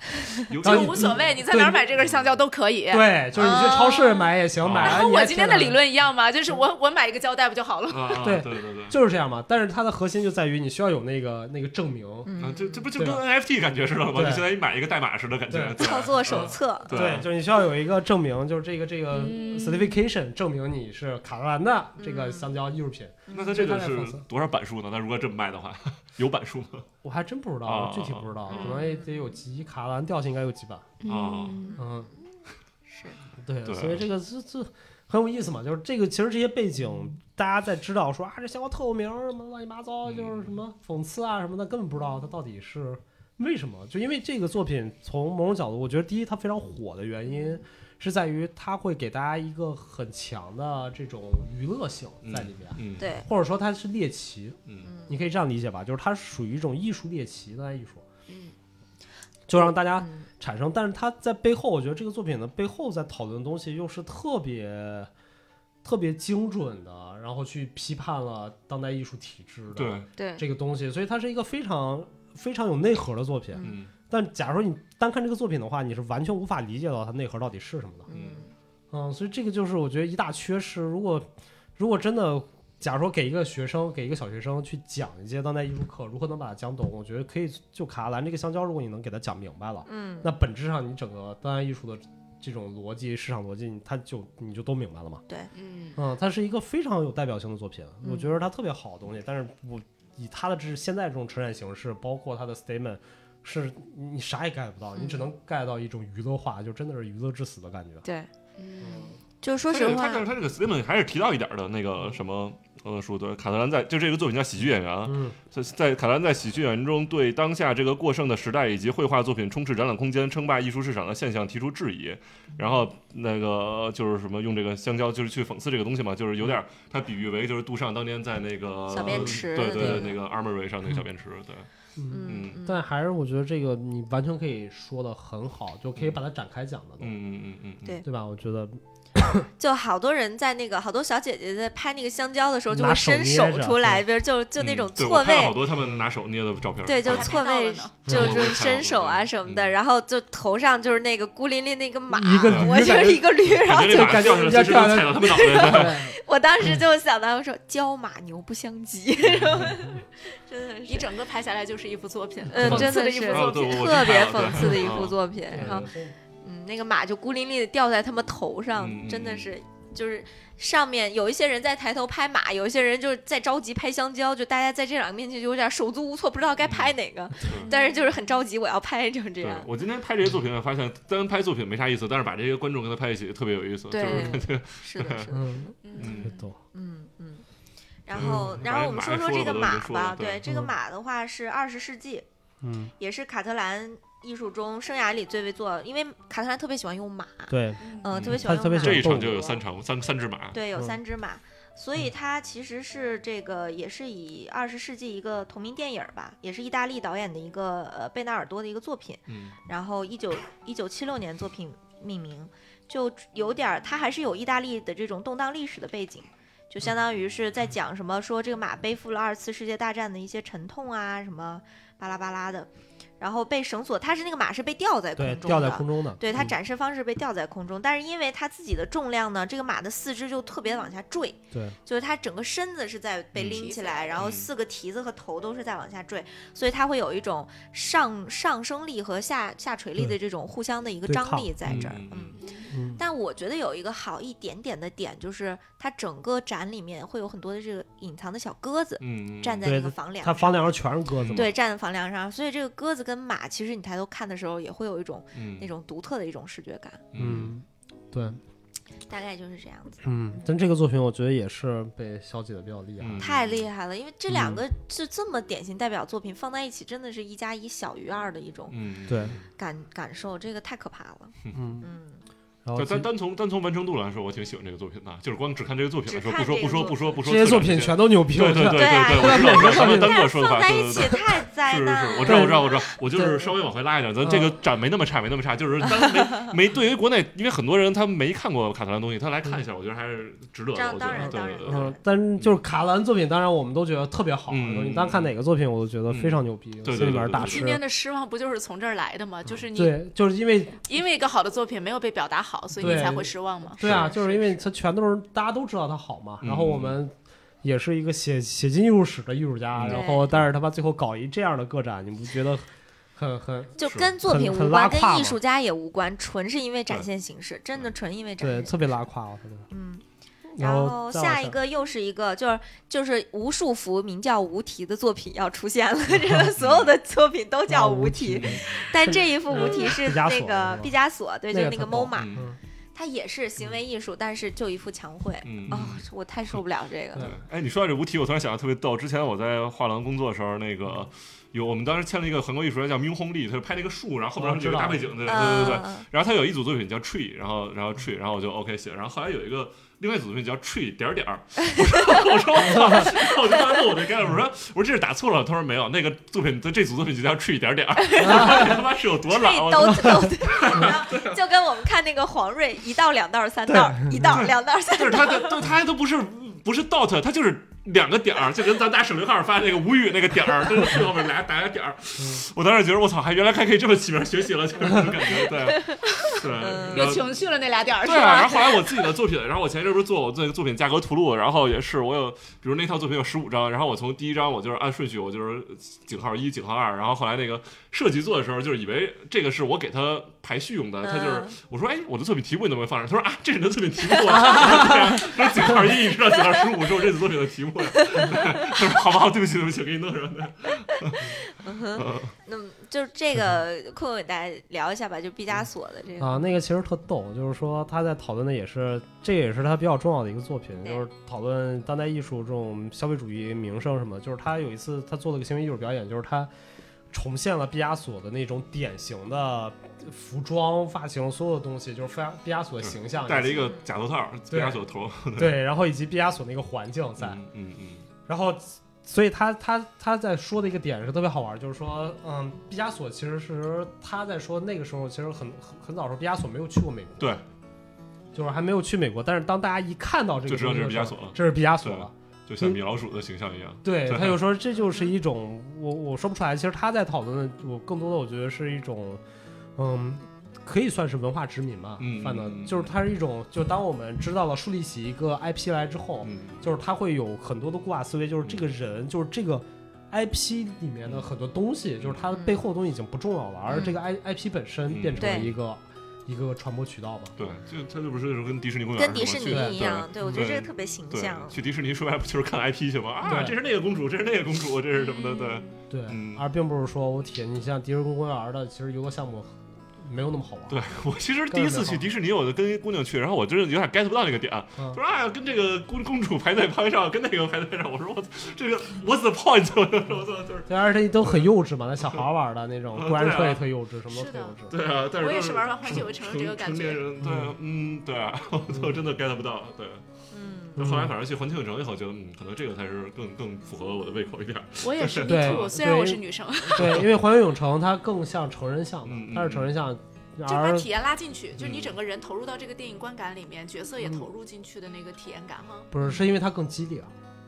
Speaker 4: 有
Speaker 2: 然后
Speaker 5: 就
Speaker 2: 你
Speaker 5: 无所谓，你在
Speaker 2: 对
Speaker 5: 哪儿
Speaker 2: 你
Speaker 5: 买这根香蕉都可以。
Speaker 2: 对，就是你去超市买也
Speaker 4: 哦
Speaker 2: 行，买
Speaker 5: 然
Speaker 2: 了
Speaker 5: 后
Speaker 2: 你
Speaker 5: 我
Speaker 2: 还
Speaker 5: 今
Speaker 2: 贴
Speaker 5: 天的
Speaker 2: 着
Speaker 5: 理论一样嘛，就是我我买一个胶带不就好了？
Speaker 4: 啊，啊
Speaker 2: 对
Speaker 4: 对对对。
Speaker 2: 就是这样嘛。但是它的核心就在于你需要有那个那个证明，
Speaker 5: 嗯
Speaker 3: 嗯
Speaker 4: 啊，这这不就
Speaker 2: 对
Speaker 4: 跟 NFT 感觉似的吗？
Speaker 2: 对
Speaker 4: 就现在你买一个代码似的感觉，对
Speaker 3: 操作手。册
Speaker 4: 嗯，
Speaker 2: 对，就是你需要有一个证明，就是这个这个
Speaker 5: 嗯
Speaker 2: certification 证明你是卡罗兰的这个香蕉艺术品。
Speaker 4: 那它这个
Speaker 2: 这大概讽
Speaker 4: 是
Speaker 2: 刺
Speaker 4: 多少版数呢？那如果这么卖的话，有版数吗？
Speaker 2: 我还真不知道，
Speaker 4: 啊
Speaker 2: 我具体不知道，
Speaker 5: 嗯
Speaker 2: 可能也得有几卡罗兰调性，应该有几版。
Speaker 4: 啊，
Speaker 2: 嗯，
Speaker 3: 是
Speaker 2: 对，
Speaker 4: 对
Speaker 2: 所以这个这这很有意思嘛，就是这个其实这些背景，大家在知道说啊这香蕉特有名儿什么乱七八糟，
Speaker 4: 嗯
Speaker 2: 就是什么讽刺啊什么的，根本不知道它到底是为什么。就因为这个作品从某种角度，我觉得第一它非常火的原
Speaker 4: 嗯
Speaker 2: 因是在于它会给大家一个很强的这种娱乐性 在里面，
Speaker 4: 嗯，
Speaker 3: 对，
Speaker 2: 或者说它是猎奇，
Speaker 4: 嗯，
Speaker 2: 你可以这样理解吧，就是它属于一种艺术猎奇的艺术，
Speaker 5: 嗯
Speaker 2: 就让大家
Speaker 3: 嗯
Speaker 2: 产生，但是它在背后，我觉得这个作品的背后在讨论的东西又是特别特别精准的，然后去批判了当代艺术体制
Speaker 4: 对嗯
Speaker 2: 的，
Speaker 3: 对，
Speaker 2: 这个东西，所以它是一个非常非常有内核的作品。
Speaker 3: 嗯
Speaker 4: 嗯
Speaker 2: 但假如你单看这个作品的话，你是完全无法理解到它内核到底是什么的。
Speaker 4: 嗯
Speaker 2: 嗯，所以这个就是我觉得一大缺失。如果如果真的，假如说给一个学生，给一个小学生去讲一些当代艺术课，如何能把它讲懂，我觉得可以就卡兰这个香蕉，如果你能给它讲明白了。
Speaker 3: 嗯，
Speaker 2: 那本质上你整个当代艺术的这种逻辑、市场逻辑，你它就你就都明白了嘛。
Speaker 5: 嗯，
Speaker 2: 嗯，它是一个非常有代表性的作品，
Speaker 3: 嗯
Speaker 2: 我觉得它特别好的东西。但是我以它的这现在这种呈现形式，包括它的 statement，是你啥也 get 不到，你只能 get 到一种娱乐化，就真的是娱乐至死的感觉。
Speaker 3: 对，
Speaker 5: 嗯
Speaker 3: 就是说
Speaker 4: 他
Speaker 3: 实
Speaker 4: 这个
Speaker 3: 话
Speaker 4: 他，这个他这个 statement 还是提到一点的，那个什么，呃，说的卡特兰在就这个作品叫喜剧演员啊，
Speaker 2: 嗯，
Speaker 4: 在在卡兰在喜剧演员中对当下这个过剩的时代以及绘画作品充斥展览空间、称霸艺术市场的现象提出质疑，然后那个就是什么用这个香蕉就是去讽刺这个东西嘛，就是有点儿他比喻为就是杜尚当年在那个
Speaker 3: 小便池
Speaker 4: 呃对
Speaker 3: 的
Speaker 4: 对
Speaker 3: 那
Speaker 4: 那个 Armory 上那个小便池，对，
Speaker 3: 嗯嗯
Speaker 2: 但还是我觉得这个你完全可以说的很好，就可以把它展开讲的，
Speaker 4: 嗯嗯嗯嗯，嗯
Speaker 3: 对
Speaker 2: 对吧？我觉得
Speaker 3: 就好多人在那个好多小姐姐在拍那个香蕉的时候，就
Speaker 2: 拿
Speaker 3: 会
Speaker 2: 手
Speaker 3: 伸
Speaker 2: 捏
Speaker 3: 手
Speaker 2: 着
Speaker 3: 出来，比如就就那种
Speaker 4: 嗯对我
Speaker 3: 错
Speaker 4: 看了
Speaker 3: 位
Speaker 4: 好，多他们拿手捏的照片儿，
Speaker 3: 对，就
Speaker 5: 还
Speaker 3: 错
Speaker 5: 拍到
Speaker 3: 位
Speaker 5: 了呢，
Speaker 3: 就
Speaker 4: 嗯
Speaker 3: 是伸手啊什么的，
Speaker 4: 嗯
Speaker 3: 然后就头上就是那个孤零零那个马，
Speaker 2: 一个驴
Speaker 3: 我就
Speaker 2: 感
Speaker 3: 是
Speaker 2: 觉
Speaker 3: 一个驴，然后
Speaker 4: 感觉这马像是随时能踩到 他们脑袋的。
Speaker 3: 我当时就想到我说教马牛不相及，
Speaker 4: 嗯
Speaker 3: 真的
Speaker 5: 一
Speaker 3: 是。
Speaker 5: 整个拍下来就是一幅作品，
Speaker 3: 嗯，
Speaker 5: 讽
Speaker 3: 真
Speaker 5: 刺
Speaker 3: 的
Speaker 5: 的一
Speaker 3: 是
Speaker 5: 幅
Speaker 4: 哦
Speaker 5: 作
Speaker 4: 对
Speaker 5: 品。
Speaker 4: 我
Speaker 3: 特别
Speaker 4: 看到了
Speaker 3: 讽刺的一幅
Speaker 4: 嗯
Speaker 3: 作品，然后嗯，那个马就孤零零的掉在他们头上，
Speaker 4: 嗯嗯
Speaker 3: 真的
Speaker 4: 嗯
Speaker 3: 是，就是上面有一些人在抬头拍马，有一些人就是在着急拍香蕉，就大家在这两个面前就有点手足无措，不知道该拍哪个，但是就是很着急，我要拍成这
Speaker 4: 嗯对
Speaker 3: 样，
Speaker 4: 我今天拍这些作品，我发现单拍作品没啥意思，但是把这些观众跟他拍一起特别有意思，就
Speaker 3: 对
Speaker 4: 是感觉，
Speaker 3: 是的，是 的，
Speaker 2: 嗯，
Speaker 4: 嗯
Speaker 2: 别懂。
Speaker 3: 嗯嗯。然后
Speaker 4: 嗯，
Speaker 3: 然后我们
Speaker 4: 反正
Speaker 3: 说
Speaker 4: 马也
Speaker 3: 这
Speaker 4: 说
Speaker 3: 个
Speaker 4: 了
Speaker 3: 马
Speaker 4: 我都已经说
Speaker 3: 吧
Speaker 4: 了，对
Speaker 3: 这个
Speaker 2: 嗯
Speaker 3: 马的话是二十世纪，
Speaker 2: 嗯，
Speaker 3: 也是卡特兰艺术中生涯里最为做，因为卡特兰特别喜欢用马，
Speaker 2: 对，
Speaker 3: 嗯，
Speaker 4: 嗯
Speaker 3: 特别喜
Speaker 2: 他
Speaker 3: 欢用马。
Speaker 2: 特别喜
Speaker 4: 这
Speaker 2: 欢
Speaker 4: 一
Speaker 2: 动
Speaker 4: 场
Speaker 2: 物
Speaker 4: 就有三场三三只马，
Speaker 3: 对，有
Speaker 2: 嗯
Speaker 3: 三只马，所以它其实是这个也是以二十世纪一个同名电影儿吧，也是意大利导演的一个呃贝纳尔多的一个作品，
Speaker 4: 嗯
Speaker 3: 然后一九一九七六年作品命名，就有点儿它还是有意大利的这种动荡历史的背景。就
Speaker 2: 嗯
Speaker 3: 相当于是在讲什么，说这个马背负了二次世界大战的一些沉痛啊，什么巴拉巴拉的，然后被绳索，它是那个马是被吊在空
Speaker 2: 对，
Speaker 3: 中的，
Speaker 2: 吊在空中的，
Speaker 3: 对，它
Speaker 2: 嗯
Speaker 3: 展示方式被吊在空中，但是因为它自己的重量呢，这个马的四肢就特别往下坠，
Speaker 2: 对，
Speaker 3: 就是它整个身子是在被
Speaker 4: 嗯
Speaker 3: 拎
Speaker 5: 蹄
Speaker 3: 起
Speaker 5: 子
Speaker 3: 来，然后
Speaker 4: 嗯
Speaker 3: 四个蹄子和头都是在往下坠，所以它会有一种上上升力和下下垂力的
Speaker 2: 对
Speaker 3: 这种互相的一个
Speaker 2: 对
Speaker 3: 张
Speaker 2: 抗
Speaker 3: 力在这儿，
Speaker 4: 嗯嗯
Speaker 3: 嗯。
Speaker 2: 嗯，
Speaker 3: 但我觉得有一个好一点点的点，就是它整个展里面会有很多的这个隐藏的小鸽子
Speaker 4: 嗯，
Speaker 3: 站在
Speaker 2: 对
Speaker 3: 那个房梁
Speaker 2: 它
Speaker 3: 上，
Speaker 2: 房梁上全是鸽子嘛，
Speaker 3: 对，站在房梁上，所以这个鸽子跟马，其实你抬头看的时候，也会有一种
Speaker 4: 嗯
Speaker 3: 那种独特的一种视觉感。
Speaker 2: 嗯，对，
Speaker 3: 大概就是这样子。
Speaker 2: 嗯，但这个作品我觉得也是被消解的比较厉害。
Speaker 4: 嗯
Speaker 3: 太厉害了，因为这两个是这么典型代表作品，放在一起真的是一加一小于二的一种
Speaker 4: 嗯，
Speaker 2: 对，
Speaker 3: 感感受，这个太可怕了。
Speaker 2: 嗯，
Speaker 3: 嗯，
Speaker 2: 然后
Speaker 4: 就
Speaker 2: 其
Speaker 4: 单单从单从完成度来说，我挺喜欢这个作品的。就是光只看这个作品来说，不说不说不说不
Speaker 2: 这
Speaker 4: 说
Speaker 2: 些作品全都牛逼，
Speaker 4: 对
Speaker 2: 我
Speaker 4: 对
Speaker 2: 觉
Speaker 4: 对
Speaker 2: 得
Speaker 4: 对
Speaker 3: 对啊
Speaker 4: 我知道
Speaker 2: 对
Speaker 4: 咱们单个
Speaker 3: 太
Speaker 4: 说的
Speaker 3: 放
Speaker 4: 话，
Speaker 3: 在
Speaker 4: 对
Speaker 3: 一
Speaker 4: 对
Speaker 3: 起
Speaker 4: 对。
Speaker 3: 太灾
Speaker 4: 是是
Speaker 3: 难
Speaker 4: 是，
Speaker 3: 了。
Speaker 4: 我知道，我知道，
Speaker 2: 对
Speaker 4: 我知道，我就是稍微往回拉一点，咱这个展没那么差，没那么差，就是当没没对于国内，因为很多人他没看过卡特兰东西，他来看一下，我觉得还是值得的。
Speaker 3: 当
Speaker 4: 我觉
Speaker 3: 当
Speaker 4: 得
Speaker 3: 然当然
Speaker 4: 对对对
Speaker 3: 当然
Speaker 2: 嗯，但是就是卡兰作品，当然我们都觉得特别好。
Speaker 4: 嗯
Speaker 2: 你单看哪个作品，我都觉得非常牛逼，
Speaker 4: 对对
Speaker 2: 心里边
Speaker 4: 对对
Speaker 2: 大
Speaker 4: 对
Speaker 2: 吃
Speaker 5: 今。天的失望不就是从这儿来的吗？就是你
Speaker 2: 对，就是因为
Speaker 5: 因为一个好的作品没有被表达好，所以你
Speaker 2: 对
Speaker 5: 才会失望吗？
Speaker 2: 对啊，
Speaker 4: 是
Speaker 2: 就是因为它全都是大家都知道它好嘛。
Speaker 4: 嗯
Speaker 2: 然后我们也是一个写写进艺术史的艺术家，
Speaker 4: 嗯
Speaker 2: 然后但是他妈最后搞一这样的个展，你不觉得很很
Speaker 3: 就是跟作品
Speaker 2: 很
Speaker 3: 无
Speaker 2: 很拉
Speaker 3: 关，跟
Speaker 2: 胯嘛
Speaker 3: 艺术家也无关，纯是因为展现形式，真的纯因为展
Speaker 2: 对
Speaker 3: 现形式。
Speaker 2: 特别拉胯？啊我操！
Speaker 3: 嗯，
Speaker 2: 然
Speaker 3: 然
Speaker 2: 后
Speaker 3: 后
Speaker 2: 再往
Speaker 3: 下一个又是一个，就是就是无数幅名叫无题的作品要出 现了，这
Speaker 2: 嗯
Speaker 3: 个所有的作品 都叫
Speaker 2: 啊
Speaker 3: 无题，，但这一幅无题是
Speaker 2: 嗯毕加
Speaker 3: 那
Speaker 2: 索是
Speaker 3: 个
Speaker 2: 吧
Speaker 3: 毕加索，对，
Speaker 2: 那
Speaker 3: 就
Speaker 2: 个
Speaker 3: 是那个
Speaker 2: 特逗
Speaker 3: MoMA，
Speaker 4: 嗯
Speaker 2: 嗯
Speaker 3: 它也是行为艺术，但是就一幅墙绘。
Speaker 4: 嗯
Speaker 3: 哦，我太受不了这个
Speaker 4: 对
Speaker 3: 了。，
Speaker 4: 哎，你说到这无题，我突然想到特别逗。之前我在画廊工作的时候，那个有我们当时签了一个韩国艺术家叫 m i u Hong Lee，他就拍那个树，然后后边
Speaker 2: 哦
Speaker 4: 有几个
Speaker 2: 知道
Speaker 4: 大背景，对对对对对。
Speaker 3: 嗯，
Speaker 4: 然后他有一组作品叫 Tree，然后然后 Tree，然后我就 OK 写。然后后来有一个另外一组作品叫 Tree 点儿点儿， 我说我说我操，然后我就当时问我这概念，我说我说这是打错了，他说没有，那个作品的这组作品就叫 Tree 点儿 点儿。我说你他妈是有多
Speaker 3: 所
Speaker 4: 啊
Speaker 3: 以
Speaker 4: 懒？我
Speaker 3: 都
Speaker 4: 操
Speaker 3: 都都，就跟我们看那个黄瑞一道两道三道，一道两道三
Speaker 4: 就是
Speaker 3: 道，
Speaker 4: 他的，对他都不是不是 dot，他就是两个点儿，就跟咱打省略号发那个无语那个点儿，跟后面俩打个点儿。我当时觉得我操，还原来还可以这么奇妙学习了，就是这种感觉，对啊对。然
Speaker 5: 嗯有
Speaker 4: 后
Speaker 5: 情绪了那俩
Speaker 2: 哎
Speaker 5: 点儿是
Speaker 4: 呃对啊，然
Speaker 5: 吧？
Speaker 4: 后后来我自己的作品，然后我前一阵不是做我自己的作品价格图录，然后也是我有，比如那套作品有十五张，然后我从第一张我就是按顺序，我就是井号一、井号二，然后后来那个设计做的时候，就是以为这个是我给他排序用的，他就是
Speaker 3: 嗯
Speaker 4: 我说哎，我的作品题目你怎么没放上？他说啊，这是你的作品题目啊，说井号一一直到井号十五是我这次作品的题目呀，他说好吧，好对不起对不起，给你弄上的，
Speaker 3: 那么就是这个困困，大家聊一下吧，就毕加索的这个。
Speaker 2: 啊，那个其实特逗，就是说他在讨论的也是，这也是他比较重要的一个作品，
Speaker 3: 对
Speaker 2: 就是讨论当代艺术这种消费主义名声什么的。就是他有一次他做了个行为艺术表演，就是他重现了毕加索的那种典型的服装、发型，所有的东西，就是非常毕加索的形象，
Speaker 4: 嗯戴了一个假头套，
Speaker 2: 对
Speaker 4: 假手头，
Speaker 2: 对，然后以及毕加索那个环境在，
Speaker 4: 嗯嗯嗯，
Speaker 2: 然后。所以他他他在说的一个点是特别好玩，就是说，嗯，毕加索其实是他在说那个时候，其实很很很早的时候，毕加索没有去过美国，
Speaker 4: 对，
Speaker 2: 就是还没有去美国，但是当大家一看到这
Speaker 4: 就
Speaker 2: 个
Speaker 4: 知道
Speaker 2: 东西
Speaker 4: 这是
Speaker 2: 的时候，
Speaker 4: 毕加索了，
Speaker 2: 这是毕加索了。
Speaker 4: 就像米老鼠的形象一样。
Speaker 2: 对，
Speaker 4: 对
Speaker 2: 他就说这就是一种我我说不出来。其实他在讨论的，我更多的我觉得是一种，嗯，可以算是文化殖民吧
Speaker 4: 嗯，
Speaker 2: 反正
Speaker 4: 嗯嗯
Speaker 2: 就是它是一种，就当我们知道了树立起一个 IP 来之后，
Speaker 4: 嗯，
Speaker 2: 就是他会有很多的固化思维，就是这个人，就是这个 IP 里面的很多东
Speaker 5: 嗯
Speaker 2: 西，就是它背后的东西已经不重要了，而这个 I IP 本
Speaker 4: 嗯
Speaker 2: 身变成了
Speaker 3: 对
Speaker 2: 一个一个传播渠道吧。
Speaker 4: 对，就他就不是跟迪士尼公园
Speaker 3: 跟迪
Speaker 4: 似
Speaker 3: 士
Speaker 4: 的
Speaker 2: 对
Speaker 3: 尼
Speaker 4: 去
Speaker 3: 一样，对我觉得这个
Speaker 4: 对
Speaker 3: 特别形
Speaker 4: 对
Speaker 3: 象，。
Speaker 4: 去迪士尼说哎白了不就是看 IP 去吗？啊，
Speaker 2: 对
Speaker 4: 这是那个公主，这是那个公主，
Speaker 5: 嗯
Speaker 4: 这是什么的？
Speaker 2: 对，
Speaker 4: 对，嗯
Speaker 2: 而并不是说我体验你像迪士尼公园的，其实游乐项目没有那么好玩。
Speaker 4: 对我其实第一次去迪士尼，我就跟姑娘去，然后我真的有点 get 不到那个点，
Speaker 2: 嗯
Speaker 4: 她说啊，跟这个公公主排队拍照，跟那个排队拍照，我说我操这个 what's the point？我说我操，就是
Speaker 2: 对，而且它都很幼稚嘛，那小孩玩的那 种，
Speaker 4: 嗯
Speaker 2: 固然
Speaker 4: 对啊
Speaker 2: 特别特幼稚，什么
Speaker 5: 是
Speaker 2: 都特
Speaker 5: 的
Speaker 2: 幼稚。
Speaker 4: 对啊，但是
Speaker 5: 我也
Speaker 4: 都
Speaker 5: 是玩完环球影城
Speaker 4: 成
Speaker 5: 这个感
Speaker 4: 成
Speaker 5: 觉
Speaker 4: 年。人对啊，嗯，对啊，我操，真的 get 不到，对。
Speaker 3: 嗯，
Speaker 4: 就后来反正去环球影城以后，觉得嗯，可能这个才是更更符合我的胃口一点。
Speaker 5: 我也 是 me
Speaker 2: 对
Speaker 5: too，虽然我是
Speaker 2: 对
Speaker 5: 女生，
Speaker 2: 对，因为环球影城它更像成人像
Speaker 4: 嗯
Speaker 2: 嘛，
Speaker 4: 嗯
Speaker 2: 它是成人像，
Speaker 5: 就把
Speaker 2: 而
Speaker 5: 体验拉进去，就是你
Speaker 4: 嗯
Speaker 5: 整个人投入到这个电影观感里面，角色也
Speaker 2: 嗯
Speaker 5: 投入进去的那个体验感哈。
Speaker 2: 不是是因为它更激烈啊。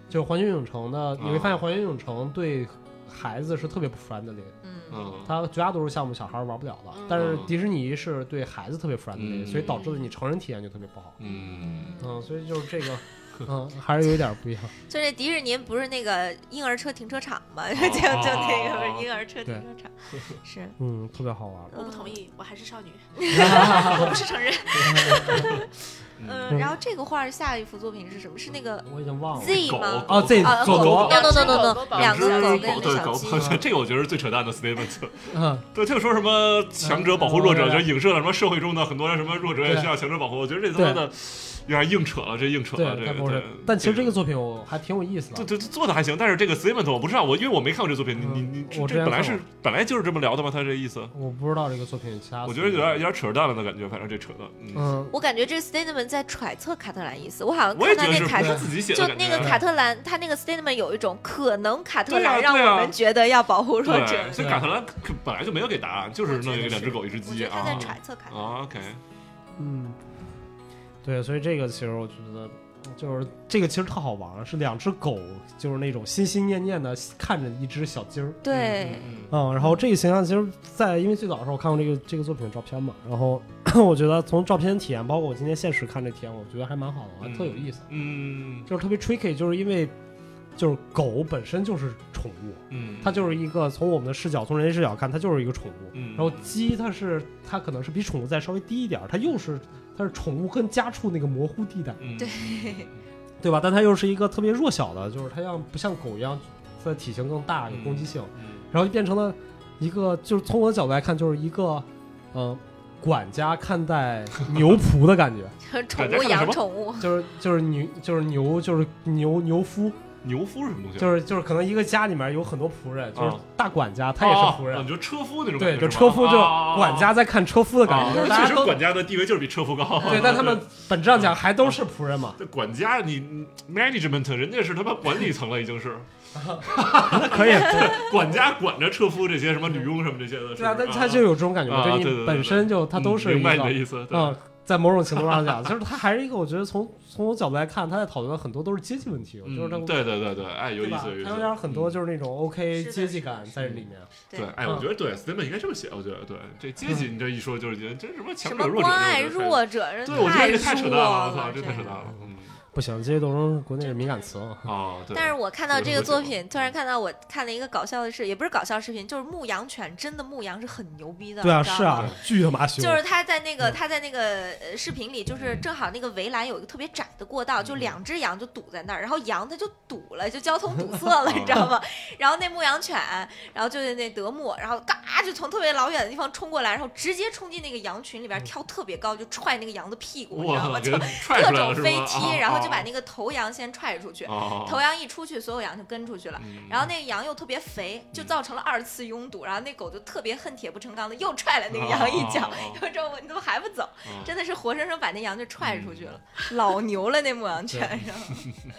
Speaker 2: 就是环球影城的，你
Speaker 4: 啊
Speaker 2: 会发现环球影城对孩子是特别不 friendly，的
Speaker 3: 嗯，
Speaker 4: 嗯，
Speaker 2: 它绝大多数项目小孩玩不了的
Speaker 5: 嗯。
Speaker 2: 但是迪士尼是对孩子特别 friendly，
Speaker 4: 嗯
Speaker 2: 所以导致的你成人体验就特别不好。
Speaker 4: 嗯，
Speaker 2: 嗯，所以就是这 个，嗯，还是有一点不一样。
Speaker 3: 就那迪士尼不是那个婴儿车停车场嘛，就
Speaker 4: 哦
Speaker 3: 就那个不是婴儿车停车场，是
Speaker 2: 嗯，特别好玩。
Speaker 5: 我不同
Speaker 3: 意。
Speaker 5: 意，我还是少女，我不是成人。
Speaker 3: 嗯，然后这个画儿下一幅作品是什么？是那个
Speaker 2: 我已经忘了
Speaker 3: Z
Speaker 4: 狗
Speaker 3: 吗？
Speaker 2: 哦，Z
Speaker 3: 啊，
Speaker 2: 佐
Speaker 3: 狗
Speaker 2: 罗
Speaker 3: 狗，no no no
Speaker 5: 两
Speaker 3: no
Speaker 5: 只狗
Speaker 2: 啊
Speaker 3: no，
Speaker 5: 狗狗
Speaker 3: 两个狗
Speaker 4: 两只
Speaker 3: 跟一
Speaker 4: 对
Speaker 3: 个小鸡。
Speaker 4: 狗，这个我觉得是最扯淡 的 statement。
Speaker 2: 嗯，
Speaker 4: 对，他就说什么强者保护弱
Speaker 3: 哦
Speaker 4: 者，就影射了什么社会中的很多什么弱者也需要强者保护。我觉得这他妈的有点硬扯了，这硬扯了，
Speaker 2: 对，
Speaker 4: 啊这
Speaker 2: 太
Speaker 4: 个。
Speaker 2: 不
Speaker 4: 对
Speaker 2: 是。但其实这个作品我还挺有意思
Speaker 4: 对
Speaker 2: 的，
Speaker 4: 对做的还行，但是这个 statement 我不知道，我因为我没看过这作品，你你你
Speaker 2: 嗯我之前
Speaker 4: 这本来
Speaker 2: 看
Speaker 4: 是
Speaker 2: 过
Speaker 4: 本来就是这么聊的吗？他这意思，
Speaker 2: 我不知道这个作品其他。
Speaker 4: 我觉得有点有点扯淡了的感觉，反正这扯淡。嗯，
Speaker 2: 嗯，
Speaker 3: 我感觉这 statement 在揣测卡特兰意思。我好像
Speaker 4: 我也
Speaker 3: 看
Speaker 4: 觉
Speaker 3: 到
Speaker 4: 得
Speaker 3: 那
Speaker 4: 是
Speaker 3: 卡
Speaker 4: 不
Speaker 3: 特
Speaker 4: 是自己写的
Speaker 3: 就
Speaker 4: 感觉，啊
Speaker 3: 那个卡特兰，他那个 statement 有一种可能卡特
Speaker 4: 对啊
Speaker 3: 兰让
Speaker 4: 对啊
Speaker 3: 我们觉得要保护弱者
Speaker 4: 对，，所啊以卡特兰本来就没有给答案，就是弄一个两只狗一只
Speaker 3: 我
Speaker 4: 鸡
Speaker 3: 觉得他在
Speaker 4: 啊
Speaker 3: 揣测卡特兰。
Speaker 4: 啊，OK，
Speaker 2: 嗯，对，所以这个其实我觉得，就是这个其实特好玩儿，是两只狗，就是那种心心念念的看着一只小鸡儿，
Speaker 3: 对，
Speaker 4: 嗯
Speaker 2: 嗯，然后这个形象其实在，因为最早的时候我看过这个这个作品的照片嘛，然后 我觉得从照片体验，包括我今天现实看这体验，我觉得还蛮好的，还特有意思，
Speaker 4: 嗯
Speaker 2: 就是特别 tricky，就是因为就是狗本身就是宠物，
Speaker 4: 嗯，
Speaker 2: 它就是一个从我们的视角，从人类视角看，它就是一个宠物。
Speaker 4: 嗯
Speaker 2: 然后鸡它是它可能是比宠物再稍微低一点儿，它又是它是宠物跟家畜那个模糊地带，
Speaker 4: 嗯
Speaker 3: 对
Speaker 2: 对吧？但它又是一个特别弱小的，就是它像不像狗一样，它的体型更大，有攻击性，
Speaker 4: 嗯
Speaker 2: 然后就变成了一个，就是从我的角度来看，就是一个嗯、呃管家看 待牛仆的感觉，
Speaker 3: 嗯 宠
Speaker 4: 大
Speaker 3: 物
Speaker 4: 家看的什
Speaker 3: 养
Speaker 4: 么
Speaker 3: 宠物，
Speaker 2: 就是就是牛就是牛就是牛牛夫，
Speaker 4: 牛夫是什么东西啊？
Speaker 2: 就是就是可能一个家里面有很多仆人，就是
Speaker 4: 啊
Speaker 2: 大管家他也是仆
Speaker 4: 哦
Speaker 2: 人
Speaker 4: 你。说车夫那种感
Speaker 2: 对，
Speaker 4: 觉
Speaker 2: 就是
Speaker 4: 吧
Speaker 2: 车夫就
Speaker 4: 啊
Speaker 2: 管家在看车夫的感
Speaker 4: 啊，
Speaker 2: 觉，就是大
Speaker 4: 确
Speaker 2: 家
Speaker 4: 实
Speaker 2: 都
Speaker 4: 管家的地位就是比车夫高。
Speaker 2: 哦对，哦但他 们本质上讲还都是仆人嘛，
Speaker 4: 这管家你你 management 人家是他妈管理层了，已经是
Speaker 2: 那可以，
Speaker 4: 管家管着车夫这些什么女佣什么这些的。
Speaker 2: 对啊，
Speaker 4: 是
Speaker 2: 但
Speaker 4: 不是
Speaker 2: 他就有这种感觉嘛，
Speaker 4: 啊
Speaker 2: 就
Speaker 4: 对对对
Speaker 2: 你
Speaker 4: 对
Speaker 2: 本身就他都
Speaker 4: 嗯
Speaker 2: 是一
Speaker 4: 明白你的
Speaker 2: 个，
Speaker 4: 意思。对，
Speaker 2: 嗯，在某种程度上讲，就是他还是一个，我觉得从从我角度来看，他在讨论的很多都是阶级问题，就是他
Speaker 4: 嗯，对对对对，哎，有
Speaker 2: 对
Speaker 4: 意
Speaker 2: 吧
Speaker 4: 思，意思。
Speaker 2: 他有点很多
Speaker 4: 嗯
Speaker 2: 就是嗯那种 OK
Speaker 3: 是的
Speaker 2: 阶级感在里面，
Speaker 4: 对，哎，我觉得对，statement 应该这么写，我觉得对，这阶
Speaker 2: 嗯
Speaker 4: 级你这一说就是觉得这是什么
Speaker 3: 什
Speaker 4: 强者
Speaker 3: 么
Speaker 4: 弱者
Speaker 3: 关爱
Speaker 4: 这种感觉，
Speaker 3: 弱者，人
Speaker 4: 对，我觉得这
Speaker 3: 太
Speaker 4: 太扯
Speaker 3: 弱
Speaker 4: 淡了，我操，这
Speaker 3: 真
Speaker 4: 太扯
Speaker 3: 的
Speaker 4: 淡了。嗯，
Speaker 2: 不行，阶级斗争国内是敏感词啊，
Speaker 4: 哦，对。
Speaker 3: 但是我看到
Speaker 4: 有
Speaker 3: 这
Speaker 4: 时
Speaker 3: 个
Speaker 4: 候
Speaker 3: 作
Speaker 4: 会这样
Speaker 3: 品，突然看到我看了一个搞笑的事，也不是搞笑视频，就是牧羊犬，真的牧羊是很牛逼的，
Speaker 2: 对啊，
Speaker 3: 你知道
Speaker 2: 是啊
Speaker 3: 吗。，
Speaker 2: 巨他妈凶，
Speaker 3: 就是他在那个
Speaker 2: 嗯
Speaker 3: 他在那个呃视频里，就是正好那个围栏有一个特别窄的过道，就
Speaker 4: 嗯
Speaker 3: 两只羊就堵在那儿，然后羊它就堵了，就交通堵 塞了，你知道
Speaker 4: 哦
Speaker 3: 吗？然后那牧羊犬，然后就是那德牧，然后嘎就从特别老远的地方冲过来，然后直接冲进那个羊群里边，跳特别高，就踹那个羊的屁股，你知道
Speaker 4: 嗯哇，
Speaker 3: 吗？
Speaker 4: 给
Speaker 3: 就
Speaker 4: 他 踹
Speaker 3: 各
Speaker 4: 出来了
Speaker 3: 种
Speaker 4: 是
Speaker 3: 飞
Speaker 4: 吗？哦
Speaker 3: 踢，然后就把那个头羊先踹出去，
Speaker 4: 个
Speaker 3: 头羊一出去，所有羊就跟出去了。
Speaker 4: 哦嗯
Speaker 3: 然后那个羊又特别肥，就造成了二次拥堵。然后那狗就特别恨铁不成钢的，又踹了那个羊一脚
Speaker 4: 哦哦哦哦。
Speaker 3: 然后之后你怎么还不走？
Speaker 4: 哦
Speaker 3: 真的是活生生把那羊就踹出去了，老牛了那牧羊犬。然后
Speaker 2: 嗯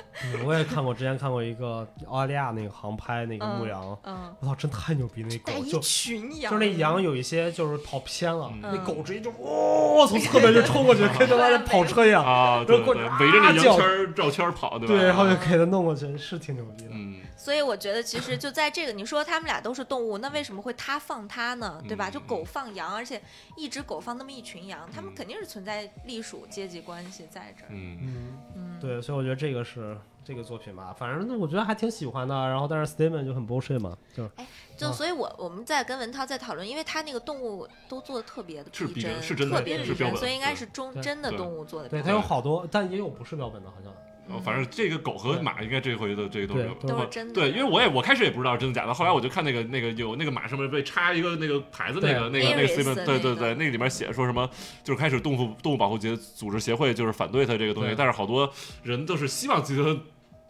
Speaker 2: 我也看过，之前看过一个澳大利亚那个航拍那个
Speaker 3: 嗯
Speaker 2: 牧羊，
Speaker 3: 嗯，
Speaker 2: 我操，真太牛逼，那 狗
Speaker 3: 带
Speaker 2: 就
Speaker 3: 一群羊，
Speaker 2: 就是那羊有一些就是跑偏了，
Speaker 4: 嗯
Speaker 2: 那狗直接就哇、从侧面就冲过去，
Speaker 4: 嗯
Speaker 2: 跟他妈的跑车一样，
Speaker 4: 啊，对
Speaker 2: 然后过
Speaker 4: 对，对
Speaker 2: 来
Speaker 4: 围着那
Speaker 2: 啊
Speaker 4: 羊
Speaker 2: 叫
Speaker 4: 圈儿绕圈儿跑， 对吧？
Speaker 2: 对，然后就给它弄过去，是挺牛逼的。
Speaker 4: 嗯，
Speaker 3: 所以我觉得其实就在这个，你说他们俩都是动物，那为什么会它放它呢？对吧？
Speaker 4: 嗯
Speaker 3: 就狗放羊，而且一只狗放那么一群羊，
Speaker 2: 嗯
Speaker 3: 它们肯定是存在隶属阶级关系在这儿。
Speaker 4: 嗯
Speaker 2: 嗯，
Speaker 3: 嗯，
Speaker 2: 对，所以我觉得这个是这个作品吧，反正我觉得还挺喜欢的。然后但是 statement 就很 bullshit 嘛，就是
Speaker 3: 就
Speaker 2: 啊
Speaker 3: 所以我，我们在跟文涛在讨论，因为他那个动物都做的特别的
Speaker 4: 是逼真
Speaker 3: 真，
Speaker 4: 是真的
Speaker 3: 特别
Speaker 4: 是
Speaker 3: 逼
Speaker 4: 标
Speaker 3: 真，
Speaker 4: 本
Speaker 3: 所以应该
Speaker 4: 对
Speaker 3: 是中
Speaker 2: 对
Speaker 3: 真的
Speaker 4: 对
Speaker 3: 动物做的
Speaker 2: 对
Speaker 3: 比
Speaker 2: 它
Speaker 3: 较
Speaker 2: 有
Speaker 3: 多。
Speaker 2: 好多，但也有不是标本的，好像
Speaker 4: 哦反正这个狗和马应该这回的这个都是
Speaker 2: 对
Speaker 3: 都是真的
Speaker 4: 对，因为我也我开始也不知道是真的假的，后来我就看那个那个有那个马上面被插一个那个牌子那个那
Speaker 3: 对
Speaker 4: 个那个
Speaker 3: Aries 的
Speaker 4: statement，对
Speaker 3: 那
Speaker 4: 对
Speaker 3: 个
Speaker 4: 对，那个里面写说什么就是开始动物动物保护节组织协会就是反对它这个东西
Speaker 2: 对，
Speaker 4: 但是好多人都是希望自己的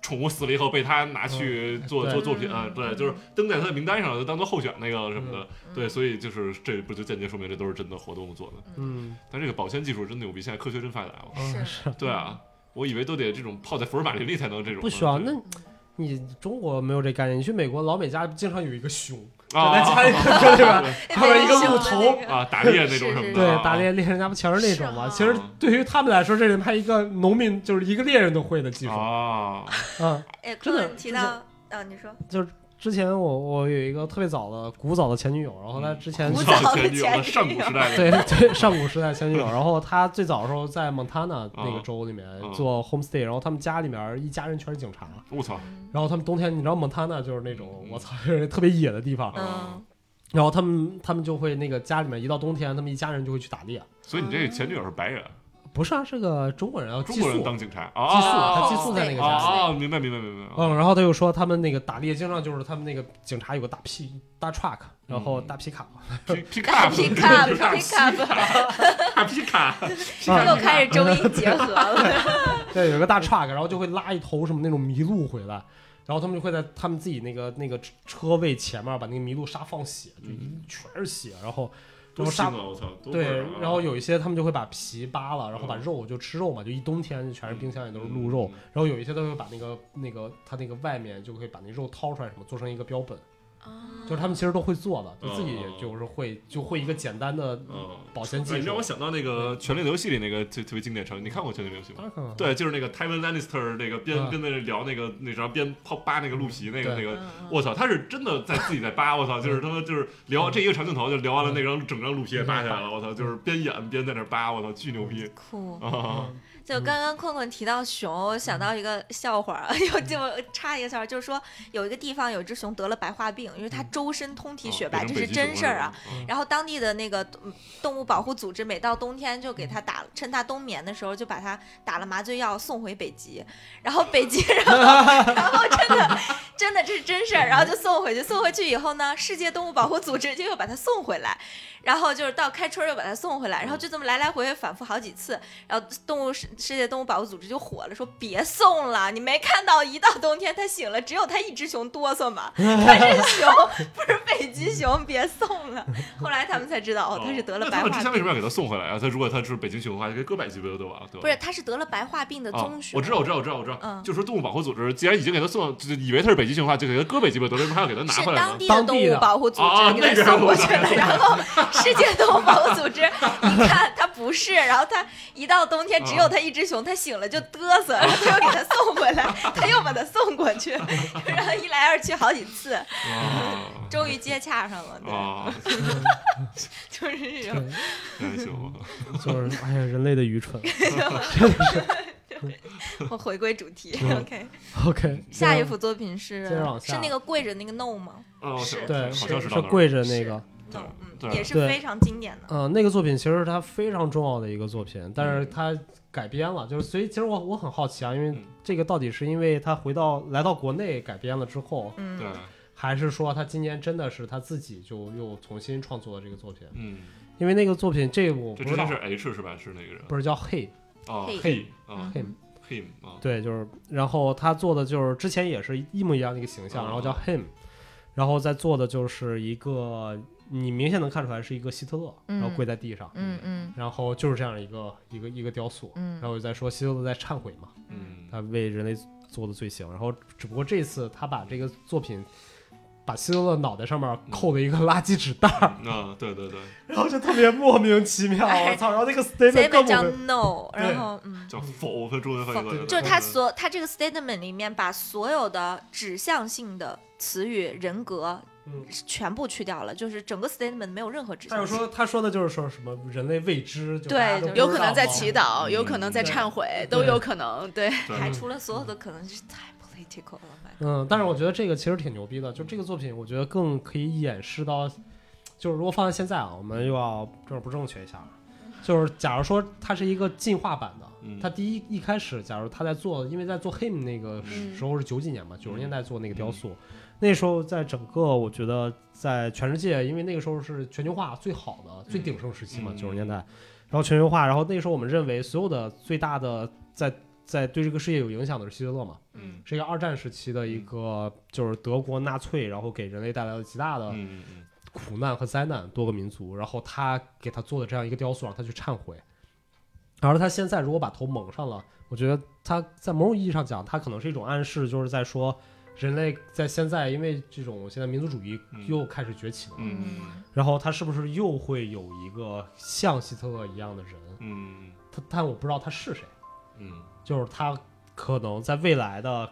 Speaker 4: 宠物死了以后被它拿去做
Speaker 2: 嗯对
Speaker 4: 做作品啊
Speaker 3: 嗯，
Speaker 4: 对，就是登在它的名单上，就当做候选那个什么的，对，所以就是这不就间接说明这都是真的活动做的，
Speaker 2: 嗯，
Speaker 4: 但这个保鲜技术真牛逼，现在科学真发达，我
Speaker 2: 啊
Speaker 3: 是
Speaker 4: 对啊，我以为都得这种泡在福尔马林里才能这种的。
Speaker 2: 不需要。那
Speaker 4: 对
Speaker 2: 你中国没有这概念，你去美国老美家经常有一个熊，
Speaker 4: 啊
Speaker 2: 在家里 跟里边他们一
Speaker 3: 哎
Speaker 2: 个鹿头，
Speaker 4: 啊打猎那种什么的，
Speaker 3: 是
Speaker 2: 对
Speaker 4: 啊，
Speaker 2: 打猎猎人家不全是那种吗？
Speaker 5: 是
Speaker 2: 其实对于他们来说，这人他一个农民就是一个猎人都会的技术
Speaker 4: 啊，
Speaker 2: 嗯，
Speaker 3: 哎，可
Speaker 2: 真的
Speaker 3: 能提到啊，你说
Speaker 2: 之前我我有一个特别早的古早的前女友，然后她之前
Speaker 3: 古
Speaker 4: 嗯古
Speaker 3: 早的
Speaker 4: 早
Speaker 3: 前
Speaker 4: 前
Speaker 3: 女
Speaker 4: 女
Speaker 3: 友
Speaker 4: 友了，上古时代的
Speaker 2: 对对上古时代前女友，然后她最早的时候在蒙塔纳那个州里面
Speaker 4: 嗯
Speaker 2: 做 homestay，然后他们家里面一家人全是警察，
Speaker 4: 我操，
Speaker 2: 然后他们冬天你知道蒙塔纳就是那种
Speaker 4: 嗯
Speaker 2: 我操就是特别野的地方，
Speaker 4: 啊
Speaker 3: 嗯，
Speaker 2: 然后他们他们就会那个家里面一到冬天，他们一家人就会去打猎，
Speaker 4: 所以你这个前女友是白人，
Speaker 2: 不是啊，是个中国人啊，
Speaker 4: 中
Speaker 2: 寄
Speaker 4: 国人
Speaker 2: 宿，
Speaker 4: 当警察
Speaker 2: 寄宿，
Speaker 5: 哦
Speaker 4: 啊
Speaker 2: 他寄宿在那个
Speaker 4: 啊
Speaker 2: 家。
Speaker 4: 啊！明白明白明白。
Speaker 2: 嗯，然后他又说他们那个打猎经常就是他们那个警察有个大皮大 truck，然后
Speaker 4: 嗯
Speaker 2: 大皮卡，
Speaker 4: 皮皮
Speaker 3: 大
Speaker 4: 卡
Speaker 3: 皮卡
Speaker 4: 卡
Speaker 3: 皮
Speaker 4: 卡
Speaker 3: 卡，
Speaker 4: 大皮卡，
Speaker 2: 啊
Speaker 3: 又开始中英结合了。
Speaker 2: 对，有个大 truck，然后就会拉一头什么那种麋鹿回来，然后他们就会在他们自己那个那个车位前面把那个麋鹿杀放血，就
Speaker 4: 嗯
Speaker 2: 全是血，然后然
Speaker 4: 多
Speaker 2: 后
Speaker 4: 新
Speaker 2: 杀
Speaker 4: 啊！我操，多味
Speaker 2: 对
Speaker 4: 儿啊，
Speaker 2: 然后有一些他们就会把皮扒了，然后把
Speaker 4: 嗯
Speaker 2: 肉就吃肉嘛，就一冬天就全是冰箱里都是鹿肉，
Speaker 4: 嗯
Speaker 2: 然后有一些他会把那个那个他那个外面就会把那肉掏出来什么做成一个标
Speaker 3: 嗯
Speaker 2: 本，
Speaker 3: 哦
Speaker 2: 就是他们 其实都会做的，就自己
Speaker 4: 嗯嗯嗯
Speaker 2: 就是会就会一个简单的
Speaker 4: 嗯。
Speaker 2: 保鲜
Speaker 4: 哎
Speaker 2: 技
Speaker 4: 你让
Speaker 2: 术
Speaker 4: 我。想到那个《权力的游戏》里那个特特别经典场景，你看过《权力的游戏》吗
Speaker 2: 当？然可能，
Speaker 4: 对，就是那个 Tywin Lannister 那个边
Speaker 2: 啊
Speaker 4: 跟那聊那个那啥边泡扒那个鹿皮那个
Speaker 2: 对
Speaker 4: 那个，
Speaker 3: 嗯
Speaker 4: 我操，他是真的在自己在扒，我操，就是他妈就是聊
Speaker 2: 嗯
Speaker 4: 这一个长镜头就聊完了那张整张鹿皮也扒下来了，我操，
Speaker 2: 嗯
Speaker 4: 就是边演边在那扒，我操，巨牛逼
Speaker 3: 酷，
Speaker 4: 啊！
Speaker 2: 嗯
Speaker 3: 就刚刚困困提到熊，我想到一个笑话儿， 又就插一个笑话儿，就是说有一个地方有一只熊得了白化病，因为它
Speaker 2: 嗯
Speaker 3: 周身通
Speaker 2: 哦
Speaker 3: 体雪白，
Speaker 4: 哦变
Speaker 3: 这
Speaker 4: 成
Speaker 3: 是
Speaker 4: 北极熊
Speaker 3: 真事儿啊。
Speaker 4: 了！嗯
Speaker 3: 然后当地的那个嗯动物保护组织，每到冬天就给它打，趁它冬眠的时候就把它打了麻醉药送回北极，然后北极，然后 然后真的真的这是真事儿，然后就送回去，送回去以后呢，世界动物保护组织就又把它送回来，然后就是到开春儿又把它送回来，然后就这么来来回回反复好几次，然后动物世世界动物保护组织就火了，说别送了，你没看到一到冬天它醒了，只有它一只熊哆嗦吗？它是熊，不是北极熊，别送了。后来他们才知道，哦，它是得了
Speaker 4: 那
Speaker 3: 白
Speaker 4: 他们
Speaker 3: 化
Speaker 4: 之
Speaker 3: 病，
Speaker 4: 前为什么要给他送回来啊？他如果他是北京熊的话，就给搁北极不就得了？对吧
Speaker 3: 不是，它是得了白化病的
Speaker 4: 啊
Speaker 3: 棕，熊。
Speaker 4: 我知道，我知道，我知道，我知道，
Speaker 3: 嗯
Speaker 4: 就是说动物保护组织既然已经给他送，就以为他是北极熊的话，就给他搁北极不就得了，为什么还要给他拿
Speaker 3: 是
Speaker 4: 回来呢
Speaker 3: 当？地
Speaker 2: 当
Speaker 3: 的
Speaker 2: 地
Speaker 3: 动
Speaker 2: 的
Speaker 3: 物保护组
Speaker 4: 啊
Speaker 3: 织给
Speaker 4: 那
Speaker 3: 它
Speaker 4: 边
Speaker 3: 送
Speaker 4: 我
Speaker 3: 过去了，然后世界动物保护组织，你看它不是，然后它一到冬天只
Speaker 4: 哦
Speaker 3: 有它一只熊，它醒了就嘚瑟，然后它又给它送回来，它又把它送过去，然后一来二去好几次，
Speaker 4: 啊
Speaker 3: 终于接洽上了， 对，
Speaker 4: 啊，
Speaker 3: 就是这种。
Speaker 2: 对
Speaker 4: 还行，啊
Speaker 2: 就是哎呀，人类的愚蠢。
Speaker 3: 我回归主题
Speaker 2: 嗯
Speaker 3: ，OK。
Speaker 2: OK，
Speaker 3: 下一幅作品是
Speaker 2: 接着往下
Speaker 3: 是那个跪着那个 no 吗？
Speaker 4: 啊，我
Speaker 3: 是
Speaker 4: 想
Speaker 2: 对，
Speaker 4: 好
Speaker 2: 是
Speaker 4: 像是到那儿
Speaker 2: 跪着那个，
Speaker 4: 对
Speaker 3: no，嗯，
Speaker 4: 对
Speaker 3: 也是
Speaker 2: 对
Speaker 3: 非常经典的。
Speaker 2: 嗯、那个作品其实是它非常重要的一个作品，但是它改编了，就是所以其实我我很好奇啊，因为
Speaker 4: 嗯
Speaker 2: 这个到底是因为它回到来到国内改编了之后，
Speaker 3: 嗯，
Speaker 4: 对，
Speaker 2: 还是说他今年真的是他自己就又重新创作了这个作品？
Speaker 4: 嗯，
Speaker 2: 因为那个作品这个我不
Speaker 4: 这
Speaker 2: 知
Speaker 4: 之
Speaker 2: 道
Speaker 4: 前是，H 是吧？是那个人
Speaker 2: 不是叫 Hey
Speaker 4: 啊
Speaker 3: Hey
Speaker 4: ，He 啊
Speaker 2: Him，
Speaker 4: ，Him 啊，
Speaker 2: 对，就是然后他做的就是之前也是一模一样的一个形象，
Speaker 4: 哦
Speaker 2: 然后叫 Him，然后再做的就是一个你明显能看出来是一个希特勒，
Speaker 3: 嗯
Speaker 2: 然后跪在地上，
Speaker 3: 嗯嗯
Speaker 2: 然后就是这样一个一个一个雕塑，
Speaker 3: 嗯
Speaker 2: 然后再说希特勒在忏悔嘛，
Speaker 4: 嗯，
Speaker 2: 他为人类做的罪行，然后只不过这次他把这个作品。把希特勒脑袋上面扣了一个垃圾纸袋儿，
Speaker 4: 啊，对对对，
Speaker 2: 然后就特别莫名其妙，
Speaker 5: 哎
Speaker 2: 我操！然后那个 statement
Speaker 3: ，statement
Speaker 2: 更
Speaker 3: 叫
Speaker 2: 莫名
Speaker 3: no，
Speaker 2: 对
Speaker 3: 然后嗯。
Speaker 4: 叫否，他中文翻译过来
Speaker 3: 就是他所他这个 statement 里面把所有的指向性的词语、人格
Speaker 2: 嗯
Speaker 3: 全部去掉了，就是整个 statement 没有任何指
Speaker 2: 他
Speaker 3: 向
Speaker 2: 就
Speaker 3: 性。
Speaker 2: 说他说的就是说什么人类未知，就
Speaker 3: 对
Speaker 2: 大家都
Speaker 3: 就是
Speaker 2: 不知道
Speaker 5: 有可能在祈祷，
Speaker 4: 嗯
Speaker 5: 有可能在
Speaker 2: 对
Speaker 5: 忏悔，都有可能。对，
Speaker 3: 排除了所有的可能，是太 political 了吧？
Speaker 2: 嗯，但是我觉得这个其实挺牛逼的，就这个作品，我觉得更可以演示到，就是如果放在现在啊，我们又要政治不正确一下了，就是假如说它是一个进化版的，
Speaker 4: 嗯
Speaker 2: 它第一一开始，假如他在做，因为在做 him 那个时
Speaker 5: 嗯
Speaker 2: 时候是九几年嘛，九十年代做那个
Speaker 4: 嗯
Speaker 2: 雕塑，那时候在整个我觉得在全世界，因为那个时候是全球化最好的、最鼎盛时期嘛，
Speaker 4: 嗯
Speaker 2: 九十年代，然后全球化，然后那时候我们认为所有的最大的在在对这个世界有影响的是希特勒嘛，
Speaker 3: 嗯
Speaker 2: 是一个二战时期的
Speaker 4: 嗯
Speaker 2: 一个就是德国纳粹，然后给人类带来了极大的
Speaker 4: 嗯嗯
Speaker 2: 苦难和灾难，多个民族，然后他给他做的这样一个雕塑，让他去忏悔。然后他现在如果把头蒙上了，我觉得他在某种意义上讲，他可能是一种暗示，就是在说人类在现在因为这种现在民族主义
Speaker 4: 嗯
Speaker 2: 又开始崛起了，
Speaker 4: 嗯
Speaker 2: 然后他是不是又会有一个像希特勒一样的人？
Speaker 4: 嗯
Speaker 2: 他但我不知道他是谁，
Speaker 4: 嗯
Speaker 2: 就是他可能在未来的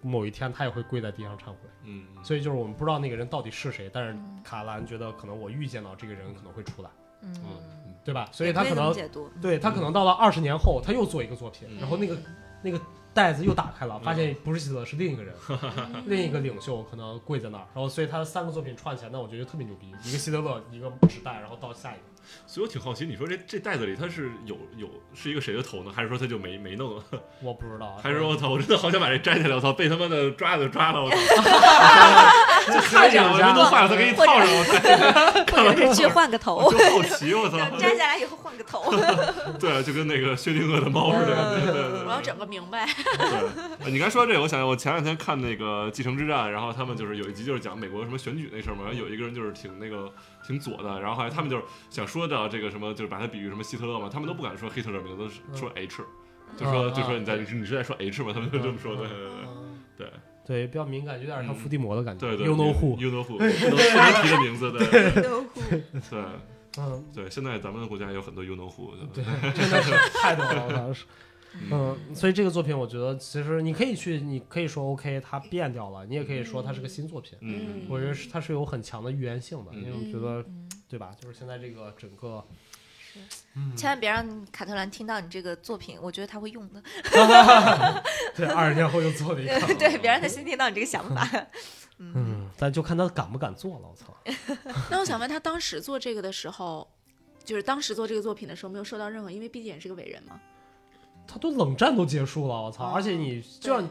Speaker 2: 某一天，他也会跪在地上忏悔。
Speaker 4: 嗯，
Speaker 2: 所以就是我们不知道那个人到底是谁，但是卡兰觉得可能我预见到这个人可能会出来，
Speaker 3: 嗯，
Speaker 2: 对吧？所以他
Speaker 3: 也
Speaker 2: 可
Speaker 3: 以这么
Speaker 2: 能
Speaker 3: 解读，
Speaker 2: 对他可能到了二十年后，他又做一个作品
Speaker 4: 嗯，
Speaker 2: 然后那个那个袋子又打开了，发现不是希特勒，是另 一个人，另一个领袖可能跪在那儿，然后所以他三个作品串起来，那我觉得就特别牛逼，一个希特勒，一个纸袋，然后到下一个，
Speaker 4: 所以我挺好奇，你说这这袋子里它是有有是一个谁的头呢？还是说他就没没弄啊？
Speaker 2: 我不知道，
Speaker 4: 还是说我操， 我真的好想把这摘下来，我操，被他妈的抓的抓了， 我操，
Speaker 2: 就
Speaker 4: 看见我人都坏了，他给你套上，我 操，
Speaker 3: 或者是去换个头
Speaker 4: 我，就好奇，我操，
Speaker 3: 摘下来以后换个头。
Speaker 4: 对，啊就跟那个薛定谔的猫似
Speaker 3: 嗯
Speaker 4: 的感觉，对对对。
Speaker 5: 我要整个明白。
Speaker 4: 对，你刚说到这个，我想我前两天看那个《继承之战》，然后他们就是有一集就是讲美国什么选举那事儿嘛，然后有一个人就是挺那个挺左的，然后后来他们就是想说到这个什么，就是把他比喻什么希特勒嘛，他们都不敢说希特勒名字，都是说 H，就说
Speaker 2: 嗯
Speaker 4: 就说
Speaker 2: 嗯
Speaker 4: 你在你是你是在说 H 嘛，他们就这么说，对对对嗯
Speaker 2: 对，比较敏感，有点像伏地魔的感觉。
Speaker 4: 对对对
Speaker 2: You know who？
Speaker 4: ，You know who，不能不能提这名字，对对对
Speaker 2: 嗯，
Speaker 4: 对，现在咱们国家有很多 You know who，
Speaker 2: 对，真的是太懂了，我操是。嗯，所以这个作品，我觉得其实你可以去，你可以说 OK，它变掉了，你也可以说它是个新作品。
Speaker 4: 嗯，
Speaker 2: 我觉得是它是有很强的预言性的，
Speaker 4: 嗯
Speaker 2: 因为我觉得，对吧？就是现在这个整个，
Speaker 3: 千万别让卡特兰听到你这个作品，我觉得他会用的。
Speaker 2: 对，二十年后又做了一 个，
Speaker 3: 对，别让他先听到你这个想法。
Speaker 2: 嗯，但就看他敢不敢做了。我 操，
Speaker 5: 那我想问他，当时做这个的时候，就是当时做这个作品的时候，没有受到任何，因为毕竟也是个伟人嘛。
Speaker 2: 他都冷战都结束了，我操！
Speaker 4: 嗯
Speaker 5: 哦
Speaker 2: 而且你就让你，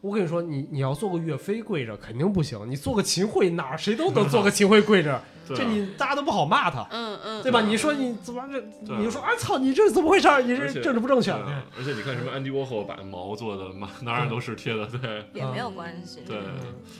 Speaker 2: 我跟你说，你你要做个岳飞跪着肯定不行，你做个秦桧哪儿谁都能做个秦桧跪着，
Speaker 4: 对啊
Speaker 2: 这你大家都不好骂他。
Speaker 5: 嗯嗯，
Speaker 2: 对吧？你说你怎么这？
Speaker 4: 对
Speaker 2: 你就说啊，操，你这是怎么回事儿？你
Speaker 4: 而
Speaker 2: 这
Speaker 4: 且
Speaker 2: 政治不正确
Speaker 4: 对。啊而且你看什么安迪沃霍把毛做的，哪哪儿都是贴的，对。
Speaker 3: 也没有关系。
Speaker 2: 嗯
Speaker 4: 对，啊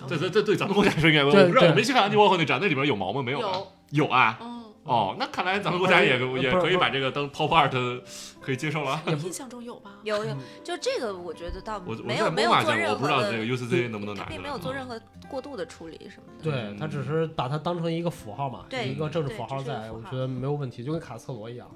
Speaker 5: 哦
Speaker 4: 对对对对，咱们国家是应该，我
Speaker 2: 对
Speaker 4: 不知道，
Speaker 2: 对
Speaker 4: 我没去看安迪沃霍那展，那里边有毛吗？没有吧？
Speaker 5: 有，
Speaker 4: 有啊。
Speaker 5: 嗯，
Speaker 4: 哦，那看来咱们国家也
Speaker 2: 不是
Speaker 4: 也
Speaker 2: 不是
Speaker 4: 可以把这个当 pop art 可以接受了啊。
Speaker 5: 印象中有吧？
Speaker 3: 有有
Speaker 2: 嗯，
Speaker 3: 就这个我觉得倒没
Speaker 4: 我我在
Speaker 3: 有没
Speaker 4: 魔
Speaker 3: 有
Speaker 4: 法
Speaker 3: 做
Speaker 4: 见过，
Speaker 3: 任
Speaker 4: 我不
Speaker 3: 何
Speaker 4: 知道
Speaker 3: 的
Speaker 4: 那个 UCC 能不能拿
Speaker 3: 他
Speaker 4: 出来。嗯
Speaker 3: 并
Speaker 4: 啊
Speaker 3: 没有做任
Speaker 4: 何。
Speaker 3: 何过度的处理什么的。
Speaker 2: 对他只是把它当成一个符号嘛，
Speaker 3: 对
Speaker 4: 嗯
Speaker 2: 一个政治
Speaker 3: 对
Speaker 2: 符号
Speaker 3: 只是
Speaker 2: 在，
Speaker 3: 符
Speaker 2: 我
Speaker 3: 号
Speaker 2: 觉得没有问题，就跟卡特罗一 样。啊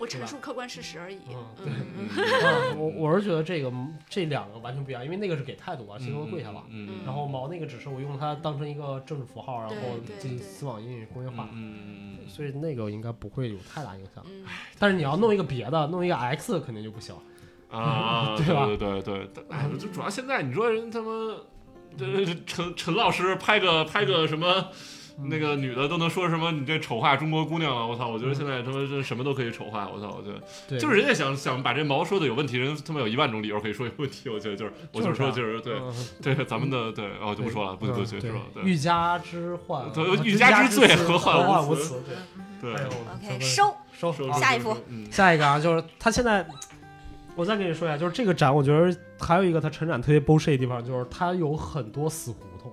Speaker 5: 我陈述客观事实而已。
Speaker 2: 嗯
Speaker 5: 嗯
Speaker 2: 啊我我是觉得这个这两个完全不一样，因为那个是给态度了，谁都跪下了。
Speaker 4: 嗯
Speaker 2: 然后毛那个只是我用它当成一个政治符号，然
Speaker 5: 对
Speaker 2: 后
Speaker 5: 对
Speaker 2: 进行
Speaker 5: 对
Speaker 2: 丝网英语工业化
Speaker 4: 嗯， 嗯
Speaker 2: 所以那个应该不会有太大影响。
Speaker 5: 嗯
Speaker 2: 但是你要弄一个别的，弄一个 X 肯定就不行。
Speaker 4: 嗯啊，
Speaker 2: 对吧
Speaker 4: 对对对，对哎，就主要现在你说人他妈。这这陈陈老师拍个拍个什么，那个女的都能说什么？你这丑化中国姑娘了！我操！我觉得现在他妈这什么都可以丑化！我操！我觉得
Speaker 2: 对，
Speaker 4: 就是人家想想把这毛说的有问题，人他妈有一万种理由可以说有问题。我觉得就是，我就是说
Speaker 2: 就
Speaker 4: 就是对
Speaker 2: 嗯
Speaker 4: 对，咱们的对，哦就不说了，不不
Speaker 2: 嗯
Speaker 4: 去
Speaker 2: 对
Speaker 4: 说了，对呃
Speaker 2: 欲加之患，
Speaker 4: 对
Speaker 2: 啊
Speaker 4: 欲加之罪
Speaker 2: 何
Speaker 4: 何患
Speaker 2: 患
Speaker 4: 无辞
Speaker 2: 辞？对，
Speaker 4: 对
Speaker 2: 哎呦。
Speaker 3: OK，收
Speaker 2: 收
Speaker 4: 说
Speaker 2: 啊
Speaker 3: 下一幅，
Speaker 4: 说嗯，
Speaker 2: 下一个啊，就是他现在，我再跟你说一下，就是这个展，我觉得还有一个他成展特别 bullshit 的地方，就是他有很多死胡同。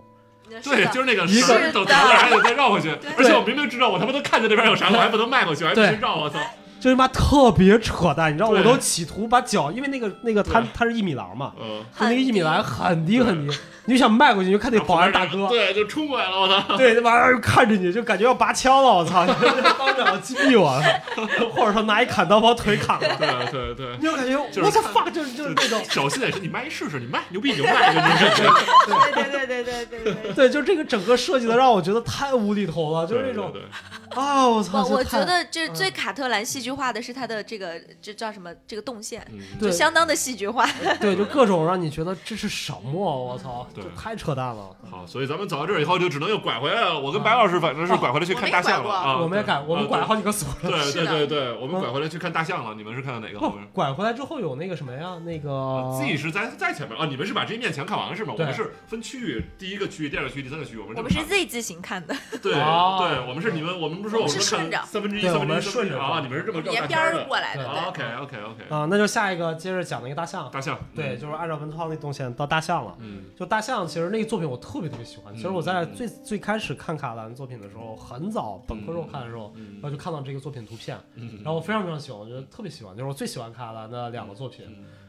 Speaker 4: 对，就是那个
Speaker 2: 一
Speaker 4: 绳
Speaker 2: 个
Speaker 4: 儿走到那儿还得再绕回去，而且我明明知道我他妈都看见那边有啥了，我还不能迈过去，我还必须
Speaker 2: 对
Speaker 4: 绕，我操！
Speaker 2: 就是妈特别扯淡，你知道，
Speaker 4: 对
Speaker 2: 我都企图把脚，因为那个那个它
Speaker 4: 对
Speaker 2: 它是一米廊嘛，
Speaker 4: 嗯，
Speaker 2: 就那个一米廊很低很低，你就想迈过去，你就看那保安大哥，
Speaker 4: 对，就冲过来了，我 操！
Speaker 2: 对，那玩意儿看着你就感觉要拔枪了，我 操，当场击毙我， 或者说拿一砍刀把我腿砍了，
Speaker 4: 对对对
Speaker 2: 你。就感觉
Speaker 4: 就是
Speaker 2: 我操 fuck，就是 就是那种，
Speaker 4: 小心点，是你迈试试，你迈牛逼，你就迈，就你这
Speaker 3: 对对对对 对对。
Speaker 2: 对，就这个整个设计的让我觉得太无厘头了，就是那种
Speaker 4: 对对
Speaker 2: 啊，我操，
Speaker 3: 我
Speaker 2: 这
Speaker 3: 我觉
Speaker 2: 太
Speaker 3: 得这最卡特兰戏剧化的是他的这个这叫什么？这个动线
Speaker 4: 对嗯
Speaker 2: 对
Speaker 3: 就相当的戏剧化。
Speaker 2: 对，就各种让你觉得这是什么，啊我操，
Speaker 4: 对
Speaker 2: 这太扯淡了。
Speaker 4: 好，所以咱们走到这儿以后就只能又拐回来了。我跟白老师反正是拐回来去看大象了啊，
Speaker 2: 我们也
Speaker 4: 对
Speaker 2: 改，我们
Speaker 4: 啊
Speaker 2: 拐了好几个锁了。
Speaker 4: 对
Speaker 5: 是
Speaker 4: 对
Speaker 5: 的
Speaker 4: 对对，
Speaker 2: 嗯
Speaker 4: 我们拐回来去看大象了。你们是看的哪个？
Speaker 2: 不
Speaker 4: 我们，
Speaker 2: 拐回来之后有那个什么呀？那个
Speaker 4: Z 是在在前面啊，你们是把这一面墙看完了是吗？我
Speaker 2: 对
Speaker 4: 们是分区域，第一个区域、第二个区域、第三个区域，我们
Speaker 3: 我
Speaker 4: 这么
Speaker 3: 们是
Speaker 4: 看。
Speaker 3: Z 字形看的，
Speaker 4: 对
Speaker 2: 哦
Speaker 4: 对，我们是你们，我们不是说
Speaker 5: 我们
Speaker 4: 们
Speaker 5: 是
Speaker 4: 看
Speaker 5: 顺着
Speaker 4: 三分之一、
Speaker 2: 对
Speaker 4: 三分
Speaker 2: 我们
Speaker 4: 之一、三分
Speaker 2: 顺
Speaker 4: 之
Speaker 2: 着
Speaker 4: 一啊，你们是这么绕
Speaker 5: 沿
Speaker 4: 大
Speaker 5: 边
Speaker 4: 圈
Speaker 5: 儿
Speaker 4: 的。
Speaker 5: 过来的，
Speaker 2: 对
Speaker 5: 对
Speaker 4: 啊 OK OK OK，
Speaker 2: 啊，那就下一个接着讲那个大象。
Speaker 4: 大象
Speaker 2: 对，，就是按照文涛那动线到大象了。
Speaker 4: 嗯
Speaker 2: 就大象，其实那个作品我特别特别喜欢。其实我在
Speaker 4: 嗯
Speaker 2: 最最开始看卡兰作品的时候，很早本科时候看的时候，
Speaker 4: 嗯
Speaker 2: 然后就看到这个作品图片，
Speaker 4: 嗯，
Speaker 2: 然后我非常非常喜欢，我觉得特别喜欢，就是我最喜欢卡兰的两个作品。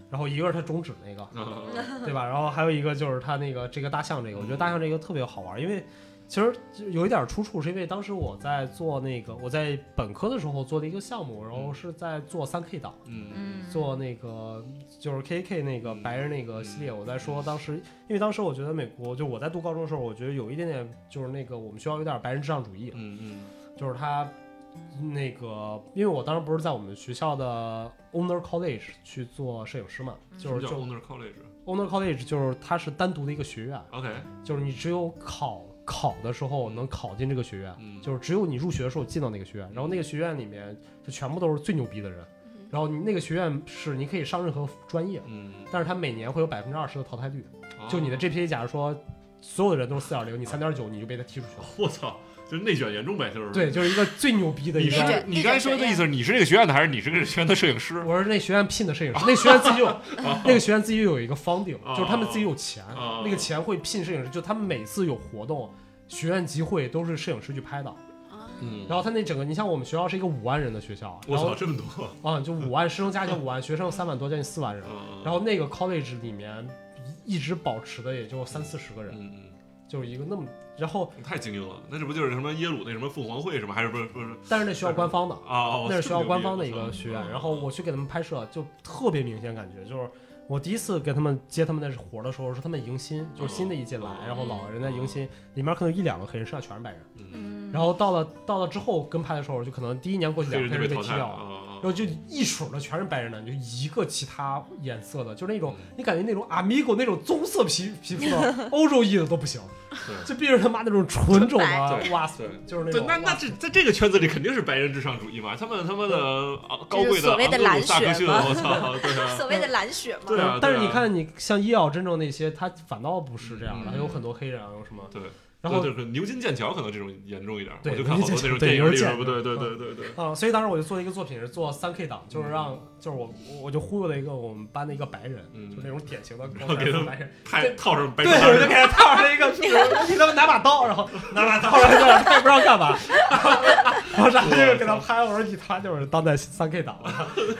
Speaker 2: 然后一个是他中指那个，
Speaker 4: 嗯
Speaker 2: 对吧？然后还有一个就是他那个这个大象这个，我觉得大象这个特别好玩，因为其实就有一点出处，是因为当时我在做那个我在本科的时候做的一个项目，然后是在做三 K 档，
Speaker 4: 嗯
Speaker 3: 嗯，
Speaker 2: 做那个就是 KK 那个白人那个系列。我在说当时，因为当时我觉得美国就我在读高中的时候，我觉得有一点点就是那个我们学校有点白人至上主义，
Speaker 4: 嗯
Speaker 2: 就是他那个，因为我当时不是在我们学校的 Owner College 去做摄影师嘛，
Speaker 4: 什
Speaker 2: 就
Speaker 4: 么
Speaker 2: 是
Speaker 4: 叫
Speaker 2: 就
Speaker 4: Owner College？
Speaker 2: Owner College 就是它是单独的一个学院，
Speaker 4: OK，
Speaker 2: 就是你只有考考的时候能考进这个学院，
Speaker 4: 嗯
Speaker 2: 就是只有你入学的时候进到那个学院，然后那个学院里面就全部都是最牛逼的人，然后你那个学院是你可以上任何专业，
Speaker 4: 嗯，
Speaker 2: 但是它每年会有百分之二十的淘汰率，
Speaker 4: 哦
Speaker 2: 就你的 GPA 假如说所有的人都是四点零，你三点九你就被他踢出去了
Speaker 4: 哦，，我操，就是内卷严重呗，就是
Speaker 2: 对，。就是一个最牛逼的一
Speaker 4: 你
Speaker 2: 个。
Speaker 4: 是你刚才说的意思，是你是这个学院的，还是你是这个学院的摄影师？
Speaker 2: 我是那学院聘的摄影师，那学院自己有，那个学院自己有一个 funding，
Speaker 4: 哦
Speaker 2: 就是他们自己有钱
Speaker 4: 哦，
Speaker 2: 那个钱会聘摄影师，就他们每次有活动，学院集会都是摄影师去拍的。
Speaker 4: 嗯
Speaker 2: 然后他那整个，你像我们学校是一个五万人的学校，
Speaker 4: 我
Speaker 2: 然
Speaker 4: 操，
Speaker 2: 后
Speaker 4: 这么多！
Speaker 2: 啊，就
Speaker 4: 嗯
Speaker 2: 五万师生加起来五万，学生三万多，将近四万人。然后那个 college 里面一直保持的也就三四十个人，
Speaker 4: 嗯
Speaker 2: 就是一个那么，然后
Speaker 4: 嗯，太精英了，那这不就是什么耶鲁那什么凤凰会什么，还是不是不是
Speaker 2: 但是那学校官方的，
Speaker 4: 啊？哦
Speaker 2: 那是学校官方的一
Speaker 4: 这么
Speaker 2: 个
Speaker 4: 牛逼
Speaker 2: 学
Speaker 4: 我操
Speaker 2: 院，然后我去给他们拍摄，就特别明显感觉就是。我第一次给他们接他们那活儿的时候，是他们迎新，就是新的一届来，
Speaker 4: 嗯
Speaker 2: 然后老人在迎新，里面可能有一两个黑人，剩下全是白人。
Speaker 4: 嗯
Speaker 3: 嗯
Speaker 2: 然后到了到了之后跟拍的时候，就可能第一年过去
Speaker 4: 黑
Speaker 2: 两
Speaker 4: 人
Speaker 2: 个
Speaker 4: 就
Speaker 2: 黑
Speaker 4: 被
Speaker 2: 人被
Speaker 4: 淘
Speaker 2: 踢
Speaker 4: 汰了
Speaker 2: 掉了，
Speaker 4: 啊
Speaker 2: 然后就一水儿的全是白人男，就一个其他颜色的，就是那种
Speaker 4: 嗯
Speaker 2: 你感觉那种 amigo 那种棕色皮皮肤 的欧洲裔的都不行，就必须是他妈那种纯种
Speaker 4: 纯白
Speaker 2: 的
Speaker 4: 对
Speaker 2: 哇塞
Speaker 4: 对，
Speaker 2: 就是那
Speaker 4: 对，
Speaker 2: 种
Speaker 4: 那那
Speaker 2: 哇
Speaker 4: 这在这个圈子里肯定是白人至上主义嘛，他们他妈的啊高贵的
Speaker 3: 所谓的
Speaker 4: 昂格鲁
Speaker 3: 蓝
Speaker 4: 萨克
Speaker 3: 血
Speaker 4: 逊，
Speaker 3: 嘛
Speaker 4: 我操，对 啊，
Speaker 3: 所谓的蓝血嘛，
Speaker 4: 对啊
Speaker 2: 但是你
Speaker 4: 啊
Speaker 2: 看，你像伊奥真正那些，他反倒不是这样的，
Speaker 4: 嗯
Speaker 2: 还有很多黑人啊，有什么，
Speaker 4: 对，
Speaker 2: 然后
Speaker 4: 对对对牛津剑桥可能这种严重一点，
Speaker 2: 对
Speaker 4: 我就看好多那种电影里边，对对对对对，
Speaker 2: 啊、所以当时我就做了一个作品是做三 K 档，就是让，就是我我我就忽悠了一个我们班的一个白人，
Speaker 4: 嗯
Speaker 2: 就那种典型的
Speaker 4: 然
Speaker 2: 高
Speaker 4: 后
Speaker 2: 材
Speaker 4: 给
Speaker 2: 生
Speaker 4: 他
Speaker 2: 白人，
Speaker 4: 太套上 白
Speaker 2: 对，我就
Speaker 4: 人
Speaker 2: 给他套上 了一个，就是给他们拿把刀，然后拿把刀，然后他也不知道干嘛，然后然后就给他拍，我说你他妈就是当代三 K 档，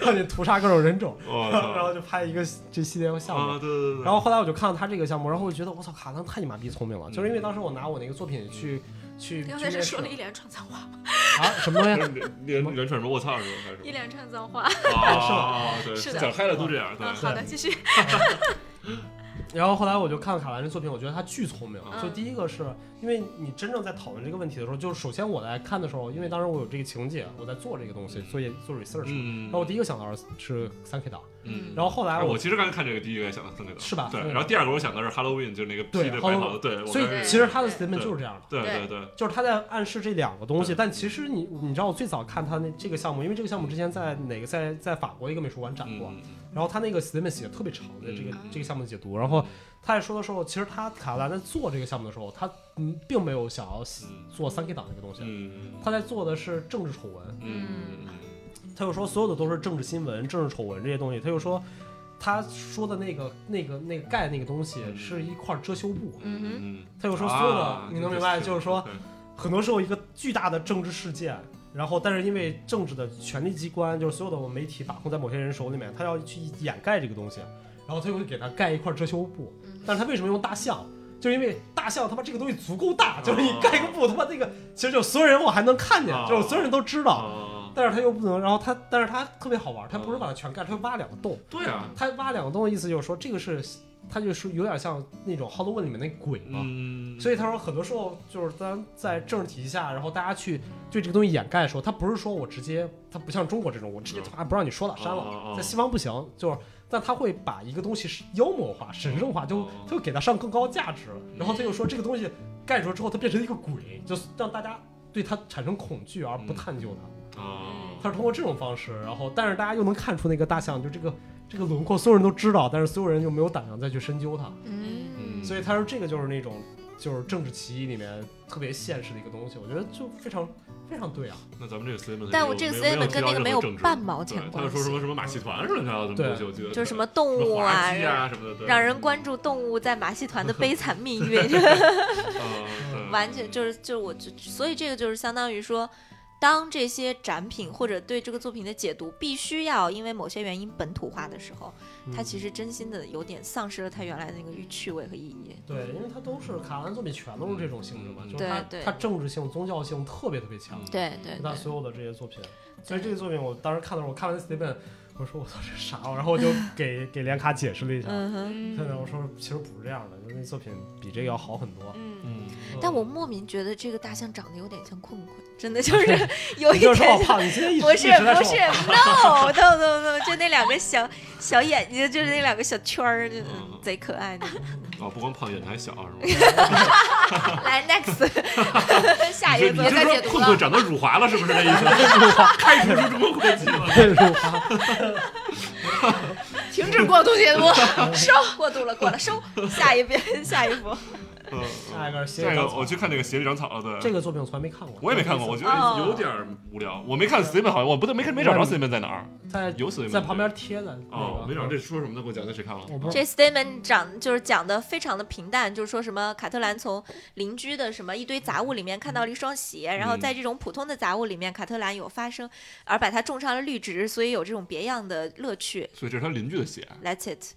Speaker 2: 让你屠杀各种人种，
Speaker 4: 我
Speaker 2: 然后
Speaker 4: 操
Speaker 2: 就拍一个这系列项目。
Speaker 4: 啊，对对对，
Speaker 2: 然后后来我就看到他这个项目，然后我就觉得我操，卡桑太你妈逼聪明了，就是因为当时我拿我那个作品去去去
Speaker 5: 刚才
Speaker 2: 面
Speaker 5: 是
Speaker 2: 试
Speaker 5: 说了一连串脏话吗？
Speaker 2: 啊什么东 西，
Speaker 4: 连连串什么我操什么还是
Speaker 5: 一
Speaker 4: 什
Speaker 5: 连串脏话。
Speaker 4: 么啊，对，讲嗨了都这样，
Speaker 5: 嗯，，
Speaker 4: 对
Speaker 3: 啊
Speaker 5: 好的，继续。
Speaker 2: 然后后来我就看了卡兰这作品，我觉得他巨聪明。
Speaker 4: 嗯
Speaker 2: 就第一个是因为你真正在讨论这个问题的时候，就是首先我在看的时候，因为当时我有这个情节，我在做这个东西，做研做 research，、
Speaker 4: 嗯
Speaker 2: 然后我第一个想到是是三 K 党，
Speaker 4: 嗯。
Speaker 2: 然后后来
Speaker 4: 我
Speaker 2: 我。
Speaker 4: 其实刚才看这个第一个也想到三个岛，
Speaker 2: 是吧
Speaker 4: 对，
Speaker 2: 对
Speaker 4: 然后第二个我想到是 Halloween，就是那个披
Speaker 2: 对
Speaker 4: 着白袍的，对，我
Speaker 2: 所以
Speaker 4: 刚才
Speaker 5: 对
Speaker 2: 其实他的
Speaker 5: 对
Speaker 2: statement 就是这样的，
Speaker 4: 对对对，
Speaker 2: 就是他在暗示这两个东西。
Speaker 4: 对
Speaker 2: 但其实你你知道，我最早看他那这个项目，因为这个项目之前在哪个在在法国一个美术馆展过，
Speaker 4: 嗯，
Speaker 2: 然后他那个 statement 写得特别长的这个、
Speaker 5: 嗯
Speaker 2: 这个项目解读，然后他在说的时候，其实他卡兰在做这个项目的时候，他嗯并没有想要
Speaker 4: 嗯
Speaker 2: 做三 K 党这个东西，
Speaker 4: 嗯
Speaker 2: 他在做的是政治丑闻，
Speaker 4: 嗯
Speaker 2: 他就说所有的都是政治新闻、政治丑闻这些东西，他就说他说的那个那个那个盖那个东西
Speaker 4: 嗯
Speaker 2: 是一块遮羞布，
Speaker 3: 嗯
Speaker 4: 嗯，
Speaker 2: 他就说所有的、
Speaker 4: 啊
Speaker 2: 你能明白，
Speaker 4: 对
Speaker 2: 就是说
Speaker 4: 对
Speaker 2: 很多时候一个巨大的政治事件，然后但是因为政治的权力机关，就是所有的媒体把控在某些人手里面，他要去掩盖这个东西，然后他就会给他盖一块遮羞布。但是他为什么用大象？就是因为大象他妈这个东西足够大，就是你盖个布他妈那个，其实就所有人我还能看见，
Speaker 4: 啊
Speaker 2: 就是所有人都知道，
Speaker 4: 啊，
Speaker 2: 但是他又不能，然后他但是他特别好玩，他不
Speaker 4: 嗯
Speaker 2: 是把它全盖，他会挖两个洞，
Speaker 4: 对啊，
Speaker 2: 他挖两个洞的意思就是说这个是，他就是有点像那种《Halloween》里面那鬼嘛，
Speaker 4: 嗯，
Speaker 2: 所以他说，很多时候就是咱在政治体系下，然后大家去对这个东西掩盖的时候，他不是说我直接，他不像中国这种，我直接他妈不让你说了，删
Speaker 4: 嗯哦哦
Speaker 2: 了
Speaker 4: 哦。
Speaker 2: 在西方不行，就是，但他会把一个东西是妖魔化、神圣化，就
Speaker 4: 哦
Speaker 2: 他会给它上更高价值，然后他又说这个东西盖住了之后，它变成一个鬼，就是让大家对它产生恐惧而
Speaker 4: 嗯
Speaker 2: 不探究它。
Speaker 3: 嗯
Speaker 4: 啊，
Speaker 2: 他是通过这种方式，然后但是大家又能看出那个大象就这个这个轮廓，所有人都知道，但是所有人就没有胆量再去深究它。
Speaker 5: 嗯，
Speaker 2: 所以他说这个就是那种就是政治歧义里面特别现实的一个东西，我觉得就非常非常对啊。
Speaker 4: 那咱们这个 statement，
Speaker 3: 但我这个 statement 跟那个没有半毛
Speaker 4: 对
Speaker 3: 钱，
Speaker 4: 他
Speaker 3: 关
Speaker 4: 就
Speaker 3: 系
Speaker 4: 说，什么什么马戏团什么的，什么东西，我记得
Speaker 3: 就是什么
Speaker 4: 什
Speaker 3: 动
Speaker 4: 么
Speaker 3: 物
Speaker 4: 滑
Speaker 3: 啊，
Speaker 4: 稽
Speaker 3: 让
Speaker 4: 啊什么的，对
Speaker 3: 让人关注动物在马戏 团的悲惨命运，
Speaker 4: 啊，
Speaker 3: 完全就是就是我就所以这个就是相当于说，当这些展品或者对这个作品的解读必须要因为某些原因本土化的时候，它其实真心的有点丧失了它原来的那个趣味和意义。
Speaker 2: 对，因为它都是卡兰作品全都是这种性质嘛，
Speaker 4: 嗯
Speaker 2: 就是它
Speaker 3: 对对
Speaker 2: 它政治性、宗教性特别特别强，
Speaker 3: 对对
Speaker 2: 那所有的这些作品。所以这个作品我当时看的时候，我看完 Steven，我说我操这啥啊玩意儿，然后我就给给连卡解释了一下。
Speaker 3: 嗯哼。
Speaker 5: 嗯
Speaker 2: 现在我说其实不是这样的，就是那作品比这个要好很多。
Speaker 5: 嗯，
Speaker 4: 嗯，
Speaker 3: 但我莫名觉得这个大象长得有点像困困，真 的就是 有
Speaker 2: 你
Speaker 3: 一
Speaker 2: 就是说
Speaker 3: 点
Speaker 2: 我。胖，你今天一直
Speaker 3: 不是
Speaker 2: 一直在说
Speaker 3: 不是
Speaker 2: 我
Speaker 3: ，no no no no，就那两个小小眼睛，就是那两个小圈儿，就
Speaker 4: 嗯
Speaker 3: 贼可爱的。
Speaker 4: 哦，不光胖，眼睛还小是吗？
Speaker 3: 来 next，下一
Speaker 4: 你
Speaker 3: 个
Speaker 4: 是
Speaker 3: 再
Speaker 4: 说
Speaker 3: 解读
Speaker 4: 困困
Speaker 3: 了。
Speaker 4: 长到辱华了是不是这意思？开始是中国国 籍了。
Speaker 5: 嗯 停止过度解读。
Speaker 4: 嗯
Speaker 3: 收过度了，过了收。下一遍，下一幅。
Speaker 4: 嗯，
Speaker 2: 下一个
Speaker 4: 下一个我去看这个鞋里长草了，
Speaker 2: 这
Speaker 4: 对。
Speaker 2: 个作品我从来没看过，
Speaker 4: 我也没看过，我觉
Speaker 3: 哦
Speaker 4: 得有点无聊。我没看 s t e v e n 好像我不对，没看没找着 s t e v e n 在哪儿。
Speaker 2: 在
Speaker 4: 有死也没
Speaker 2: 在
Speaker 4: 有
Speaker 2: 旁边哦贴的
Speaker 4: 哦，没
Speaker 2: 那
Speaker 4: 找
Speaker 2: 个
Speaker 4: 着，这说什么呢？给我讲讲谁看了？
Speaker 2: 我不知道
Speaker 3: 这 statement 讲就是讲的非常的平淡，就是说什么卡特兰从邻居的什么一堆杂物里面看到了一双鞋，然后在这种普通的杂物里面，卡特兰有发生，而把它种上了绿植，所以有这种别样的乐趣。
Speaker 4: 所以这是他邻居的鞋，
Speaker 3: That's it。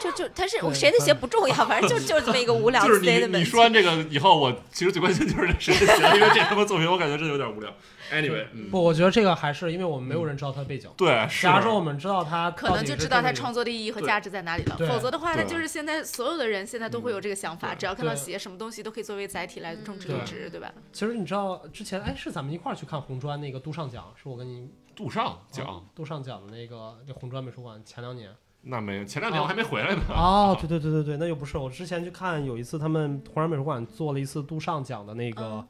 Speaker 3: 就就他是
Speaker 2: 对
Speaker 3: 谁的鞋不重要，反正就就是这么一个无聊
Speaker 4: 就
Speaker 3: 的
Speaker 4: 是你
Speaker 3: statement。
Speaker 4: 你说完这个以后，我其实最关心就是这谁的鞋，因为这他妈作品我感觉真的有 点无聊。Anyway，嗯，
Speaker 2: 不，我觉得这个还是因为我们没有人知道他的背景。
Speaker 4: 对，是
Speaker 2: 假如说我们知道他，
Speaker 5: 可能就知道他创作的意义和
Speaker 4: 对
Speaker 5: 价值在哪里了，
Speaker 2: 对
Speaker 5: 否则的话，
Speaker 4: 对
Speaker 5: 那就是现在所有的人现在都会有这个想法，
Speaker 4: 对
Speaker 5: 只要看到
Speaker 2: 对
Speaker 5: 鞋，什么东西都可以作为载体来种植
Speaker 2: 嗯
Speaker 5: 绿植，对吧？
Speaker 2: 其实你知道之前哎，是咱们一块儿去看红砖那个杜尚奖，是我跟你
Speaker 4: 杜尚
Speaker 2: 啊
Speaker 4: 讲，
Speaker 2: 杜尚奖的那个那红砖美术馆前两年。
Speaker 4: 那没前两天我还没回来呢。
Speaker 2: 哦，对对对对对，那就不是我之前去看有一次他们红砖美术馆做了一次杜尚奖的那个、
Speaker 3: 嗯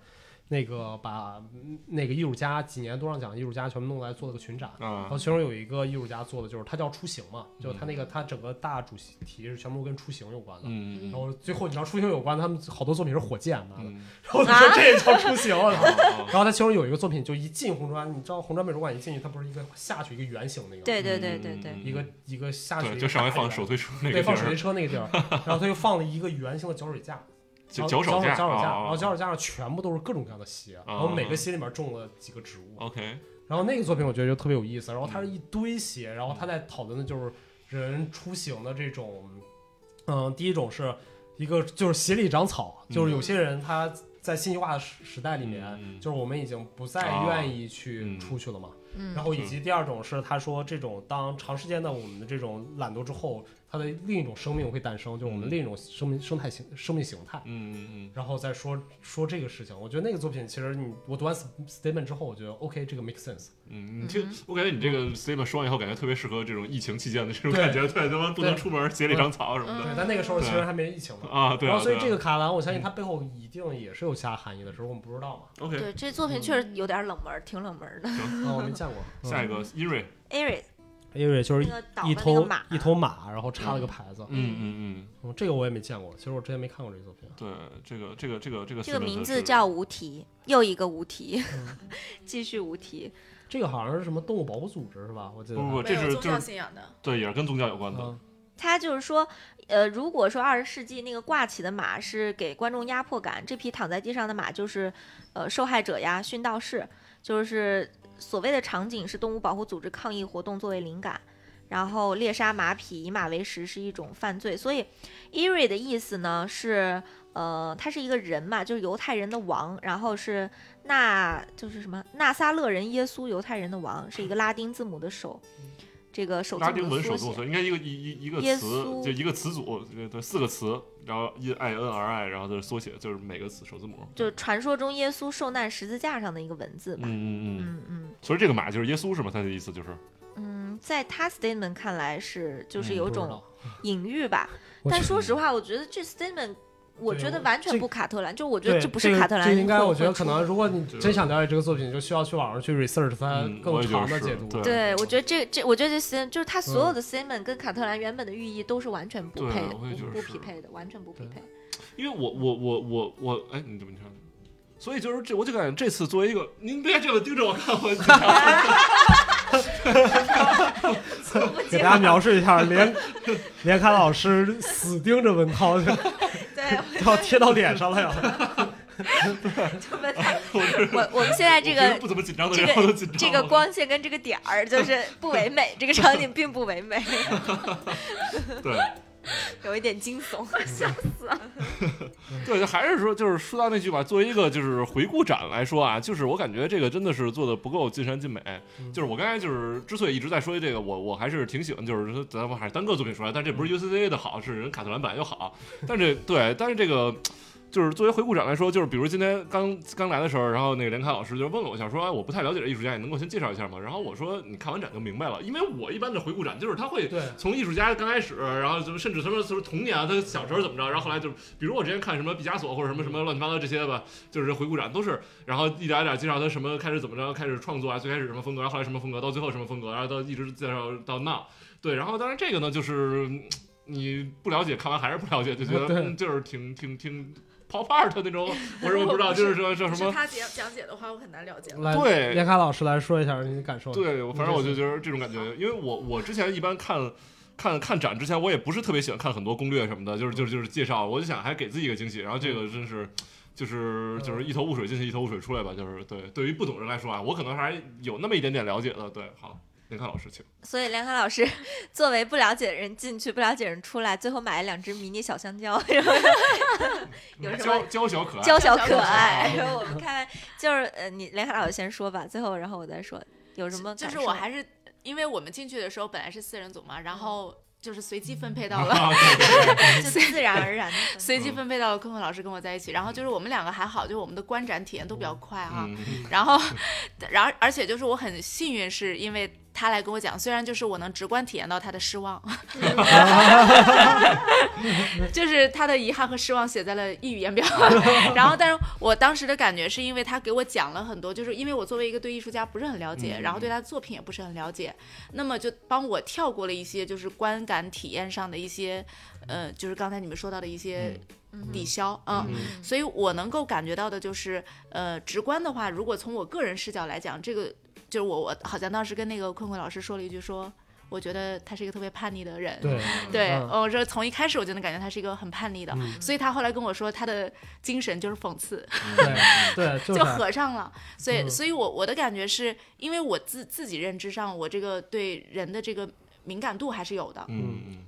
Speaker 2: 那个把嗯那个艺术家几年杜尚奖的艺术家全部弄来做了个群展。然
Speaker 4: 啊
Speaker 2: 后其中有一个艺术家做的就是他叫出行嘛，
Speaker 4: 嗯
Speaker 2: 就是他那个他整个大主题是全部跟出行有关的。
Speaker 4: 嗯
Speaker 2: 然后最后你知道出行有关，他们好多作品是火箭拿的，
Speaker 4: 嗯，
Speaker 2: 然后你说这也叫出行，我 操！
Speaker 4: 哦
Speaker 2: 然后他其中有一个作品，就一进红砖，你知道红砖美术馆一进去，它不是一个下去一个圆形那个，，
Speaker 3: 对对对对对，
Speaker 2: 一个一个下去一
Speaker 4: 对，
Speaker 2: 个
Speaker 4: 就上回
Speaker 2: 大
Speaker 4: 放
Speaker 2: 的
Speaker 4: 手推车那
Speaker 2: 对
Speaker 4: 个
Speaker 2: 放
Speaker 4: 地
Speaker 2: 手推
Speaker 4: 儿，
Speaker 2: 车那个地 儿，然后他又放了一个圆形的脚手架，
Speaker 4: 就
Speaker 2: 脚
Speaker 4: 脚手
Speaker 2: 架，
Speaker 4: 架，啊
Speaker 2: 脚手架，然后
Speaker 4: 哦
Speaker 2: 脚
Speaker 4: 手
Speaker 2: 手架上全部都是各种各样的鞋，然后每
Speaker 4: 啊
Speaker 2: 个鞋里面种了几个植物，
Speaker 4: ，OK，
Speaker 2: 然后那个作品我觉得就特别有意思，然后
Speaker 4: 嗯
Speaker 2: 它是一堆鞋，然后他在讨论的就是人出行的这种，嗯，第一种是一个就是鞋里长草，就是有些人他在信息化的时时代里面。
Speaker 4: 嗯
Speaker 2: 就是我们已经不再
Speaker 4: 啊
Speaker 2: 愿意去
Speaker 4: 嗯
Speaker 2: 出去了嘛。
Speaker 3: 嗯
Speaker 2: 然后以及第二种是，他说这种当长时间的我们的这种懒惰之后，它的另一种生命会诞生，就是我们
Speaker 4: 嗯
Speaker 2: 另一种生命生态形生命形态。
Speaker 4: 嗯嗯
Speaker 2: 然后再说说这个事情，我觉得那个作品其实你我读完 statement 之后，我觉得 OK，这个 make sense。
Speaker 4: 嗯，你这我感觉你这个 statement 说完以后，感觉特别适合这种疫情期间的这种
Speaker 2: 对
Speaker 4: 感觉，对，他妈不能出门，鞋里长草什么
Speaker 5: 嗯
Speaker 2: 对
Speaker 4: 的，
Speaker 2: 但那个时候其实还没疫情嘛。
Speaker 4: 啊，对
Speaker 2: 然
Speaker 4: 啊，
Speaker 2: 后所以这
Speaker 4: 对啊
Speaker 2: 个卡兰，我相信它背后一定也是有其他含义的，只是我们不知道嘛。
Speaker 4: OK，
Speaker 3: 对这作品确实有点冷门，挺冷门的。
Speaker 2: 啊，我没见过。
Speaker 4: 下一
Speaker 2: 嗯
Speaker 4: 个殷瑞，
Speaker 3: Aries
Speaker 2: 因为就是
Speaker 3: 那个倒
Speaker 2: 一
Speaker 3: 的那个
Speaker 2: 头
Speaker 3: 马，
Speaker 2: 一头马，然后插了个牌子。
Speaker 4: 嗯嗯嗯，
Speaker 2: 嗯，这个我也没见过，其实我之前没看过这个作品。
Speaker 4: 对，这个这个这个这个
Speaker 3: 这个
Speaker 4: statement
Speaker 3: 名
Speaker 4: 是
Speaker 3: 字叫无题，又一个无题，
Speaker 4: 嗯
Speaker 3: 继续无题。
Speaker 2: 这个好像是什么动物保护组织是吧？我记
Speaker 4: 不
Speaker 2: 得。
Speaker 4: 不不，这
Speaker 5: 没有
Speaker 4: 是
Speaker 5: 宗
Speaker 4: 就
Speaker 5: 教
Speaker 4: 是
Speaker 5: 信仰的，
Speaker 4: 对，也是跟宗教有关的，
Speaker 2: 嗯
Speaker 3: 他就是说，呃，如果说二十世纪那个挂起的马是给观众压迫感，这匹躺在地上的马就是，呃，受害者呀，殉道士，就是所谓的场景是动物保护组织抗议活动作为灵感，然后猎杀马匹以马为食是一种犯罪，所以 e r i 的意思呢是，呃，他是一个人嘛，就是犹太人的王，然后是纳就是什么纳撒勒人耶稣，犹太人的王是一个拉丁字母的首，这个首字
Speaker 4: 嗯拉丁
Speaker 3: 母
Speaker 4: 文
Speaker 3: 的缩
Speaker 4: 手
Speaker 3: 写
Speaker 4: 动。词应该一个一一一个
Speaker 3: 耶
Speaker 4: 词，
Speaker 3: 稣
Speaker 4: 就一个词组，对对，四个词，然后 i i n r i，然后就是缩写，就是每个词首字母，
Speaker 3: 就是传说中耶稣受难十字架上的一个文字
Speaker 4: 嗯
Speaker 3: 吧。
Speaker 4: 嗯嗯，
Speaker 3: 嗯嗯
Speaker 4: 所以这个马就是耶稣是吗？他的意思就是
Speaker 3: 嗯，在他 statement 看来是就是
Speaker 4: 嗯
Speaker 3: 有一
Speaker 2: 不知
Speaker 3: 种
Speaker 2: 道
Speaker 3: 隐喻吧，
Speaker 2: 我
Speaker 3: 但
Speaker 2: 觉
Speaker 3: 说实话，我觉得这 statement 我
Speaker 2: 对
Speaker 3: 觉得
Speaker 2: 我
Speaker 3: 完全
Speaker 2: 这
Speaker 3: 不卡特兰，就我觉
Speaker 2: 对
Speaker 3: 得不是卡特兰
Speaker 2: 这
Speaker 3: 会。
Speaker 2: 应该我
Speaker 3: 会
Speaker 2: 觉得可
Speaker 3: 出嗯
Speaker 2: 能，如果你
Speaker 4: 对
Speaker 2: 真想了解这个作品，就需要去网上去 research 它
Speaker 4: 嗯
Speaker 2: 更
Speaker 4: 我也觉得
Speaker 2: 长的
Speaker 4: 是
Speaker 2: 解读。
Speaker 3: 对
Speaker 4: 对
Speaker 3: 我觉得这这，我觉得这 statement 就是他
Speaker 2: 嗯
Speaker 3: 所有的 statement 跟卡特兰原本的寓意都是完全不
Speaker 2: 啊
Speaker 4: 对
Speaker 3: 配的，
Speaker 4: 我也觉
Speaker 3: 不
Speaker 4: 得
Speaker 3: 不
Speaker 4: 是
Speaker 3: 匹配的，完全不匹
Speaker 2: 对
Speaker 3: 配。
Speaker 4: 因为我我我我我，哎，你怎么你看？所以就是这，我就感觉这次作为一个，您别这么盯着我看， 我
Speaker 2: 给大家描述一下， 连连凯老师死盯着文涛，就
Speaker 3: 对，
Speaker 2: 要贴到脸上了呀。
Speaker 3: 就问他， 我我们现在这
Speaker 4: 我平
Speaker 3: 个
Speaker 4: 时不怎么紧张的
Speaker 3: 这
Speaker 4: 人，我都紧
Speaker 3: 个
Speaker 4: 张
Speaker 3: 这个
Speaker 4: 了
Speaker 3: 光线跟这个点儿就是不唯美，这个场景并不唯美，
Speaker 4: 对
Speaker 3: 有一点惊悚。
Speaker 4: 对，还是说就是说到那句吧，作为一个就是回顾展来说啊，就是我感觉这个真的是做的不够尽善尽美。就是我刚才就是之所以一直在说这个，我我还是挺喜欢，就是说咱们还是单个作品出来，但这不是 UCCA 的好，是人卡特兰版又好，但这对，但是这个。就是作为回顾展来说，就是比如今天刚刚来的时候，然后那个连凯老师就问了我一下，说哎，我不太了解这艺术家，你能给我先介绍一下吗？然后我说你看完展就明白了，因为我一般的回顾展就是他会
Speaker 2: 对
Speaker 4: 从艺术家刚开始，然后就甚至什么什么童年啊，他小时候怎么着，然后后来就比如我之前看什么毕加索或者什么什么乱七八糟这些吧，就是回顾展都是，然后一点一点介绍他什么开始怎么着，开始创作啊，最开始什么风格，然后后来什么风格，到最后什么风格，然后到一直介绍到 now，对，然后当然这个呢就是嗯你不了解，看完还是不了解，就觉得、
Speaker 2: 对
Speaker 4: 嗯就是挺挺挺 pop art 的那种，我也不知道，就是说叫什
Speaker 5: 是
Speaker 4: 么。
Speaker 5: 他讲讲解的话，我很难了解了。
Speaker 2: 来，
Speaker 4: 对
Speaker 2: 连凯老师来说一下你的感受。，
Speaker 4: 对，我反正我
Speaker 2: 这
Speaker 4: 就觉得这种感觉，因为我我之前一般看。看看展之前，我也不是特别喜欢看很多攻略什么的，就是就是就是介绍，我就想还给自己一个惊喜。然后这个
Speaker 2: 嗯
Speaker 4: 真是，就是就是一头雾水进去，一头雾水出来吧。就是对，对于不懂人来说啊，我可能还有那么一点点了解的。对，好，林看老师请。
Speaker 3: 所以梁凯老师 作为不了解的人进去，不了解的人出来，最后买了两只迷你小香蕉，然后有什么
Speaker 4: 娇娇小可爱，
Speaker 3: 娇小可爱。 然后我们看，就是呃，你梁凯老师先说吧，最后然后我再说有什么
Speaker 5: 就
Speaker 3: 感
Speaker 5: 是
Speaker 3: 受。
Speaker 5: 我还是因为我们进去的时候本来是四人组嘛，然后就是随机分配到了。
Speaker 4: 啊对对对
Speaker 3: 就自然而然的
Speaker 5: 随机分配到了坤坤老师跟我在一起，然后就是我们两个还好，就是我们的观展体验都比较快啊哈、
Speaker 4: 嗯
Speaker 5: 然后，然后而且就是我很幸运，是因为他来跟我讲，虽然就是我能直观体验到他的失 望，就是他的遗憾和失望写在了一语言 表。然后，但是我当时的感觉是因为他给我讲了很多，就是因为我作为一个对艺术家不是很了解，
Speaker 4: 嗯
Speaker 5: 然后对他的作品也不是很了解，那么就帮我跳过了一些就是观感体验上的一些，呃，就是刚才你们说到的一些抵消，嗯
Speaker 4: 嗯
Speaker 5: 所以我能够感觉到的就是，呃，直观的话，如果从我个人视角来讲，这个就是我我好像当时跟那个坤坤老师说了一句说。我觉得他是一个特别叛逆的人，
Speaker 2: 对，
Speaker 5: 对，
Speaker 2: 嗯
Speaker 5: 我说从一开始我就能感觉他是一个很叛逆的，
Speaker 2: 嗯
Speaker 5: 所以他后来跟我说他的精神就是讽刺，
Speaker 3: 嗯
Speaker 2: 对，对，就
Speaker 5: 就是合上了。所以，
Speaker 2: 嗯
Speaker 5: 所以我我的感觉是因为我自自己认知上，我这个对人的这个敏感度还是有的，
Speaker 4: 嗯嗯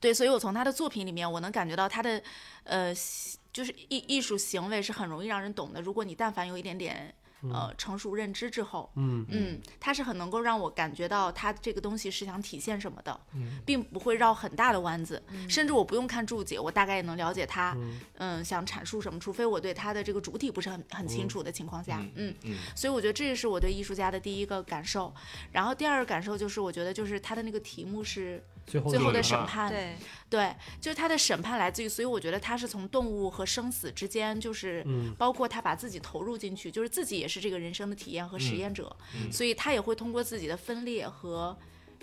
Speaker 5: 对，所以我从他的作品里面，我能感觉到他的，呃，喜就是艺艺术行为是很容易让人懂的。如果你但凡有一点点呃成熟认知之后，
Speaker 2: 嗯
Speaker 5: 嗯，他是很能够让我感觉到他这个东西是想体现什么的，并不会绕很大的弯子，甚至我不用看注解，我大概也能了解他，嗯想阐述什么，除非我对他的这个主体不是很很清楚的情况下，嗯
Speaker 4: 嗯
Speaker 5: 所以我觉得这是我对艺术家的第一个感受。然后第二个感受就是，我觉得就是他的那个题目是
Speaker 2: 最后
Speaker 5: 最后
Speaker 4: 的
Speaker 5: 的
Speaker 4: 审
Speaker 5: 审判，
Speaker 4: 判
Speaker 3: 对，
Speaker 5: 对，就是他的审判来自于，所以我觉得他是从动物和生死之间，就是
Speaker 2: 嗯
Speaker 5: 包括他把自己投入进去，就是自己也是这个人生的体验和实
Speaker 4: 嗯
Speaker 5: 验者，
Speaker 4: 嗯
Speaker 5: 所以他也会通过自己的分裂和。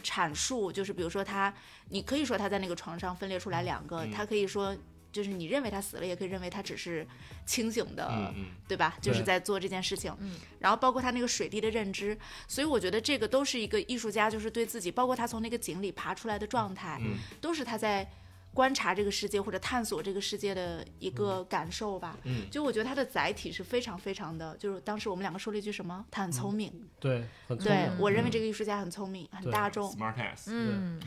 Speaker 5: 阐述就是，比如说他，你可以说他在那个床上分裂出来两个，
Speaker 4: 嗯
Speaker 5: 他可以说就是你认为他死了，也可以认为他只是清醒
Speaker 3: 呃
Speaker 5: 的，
Speaker 4: 嗯嗯
Speaker 5: 对吧？就是
Speaker 2: 对
Speaker 5: 在做这件事情，
Speaker 3: 嗯
Speaker 5: 然后包括他那个水滴的认知，所以我觉得这个都是一个艺术家，就是对自己，包括他从那个井里爬出来的状态，
Speaker 4: 嗯
Speaker 5: 都是他在观察这个世界或者探索这个世界的一个感受吧。
Speaker 4: 嗯
Speaker 5: 就我觉得他的载体是非常非常的，就是当时我们两个说了一句什么，他很聪明，
Speaker 2: 对，很嗯聪
Speaker 5: 对
Speaker 2: 明
Speaker 5: 我认为这个艺术家很聪明，很
Speaker 2: 对
Speaker 5: 大众，
Speaker 4: ，smart ass，
Speaker 3: 嗯，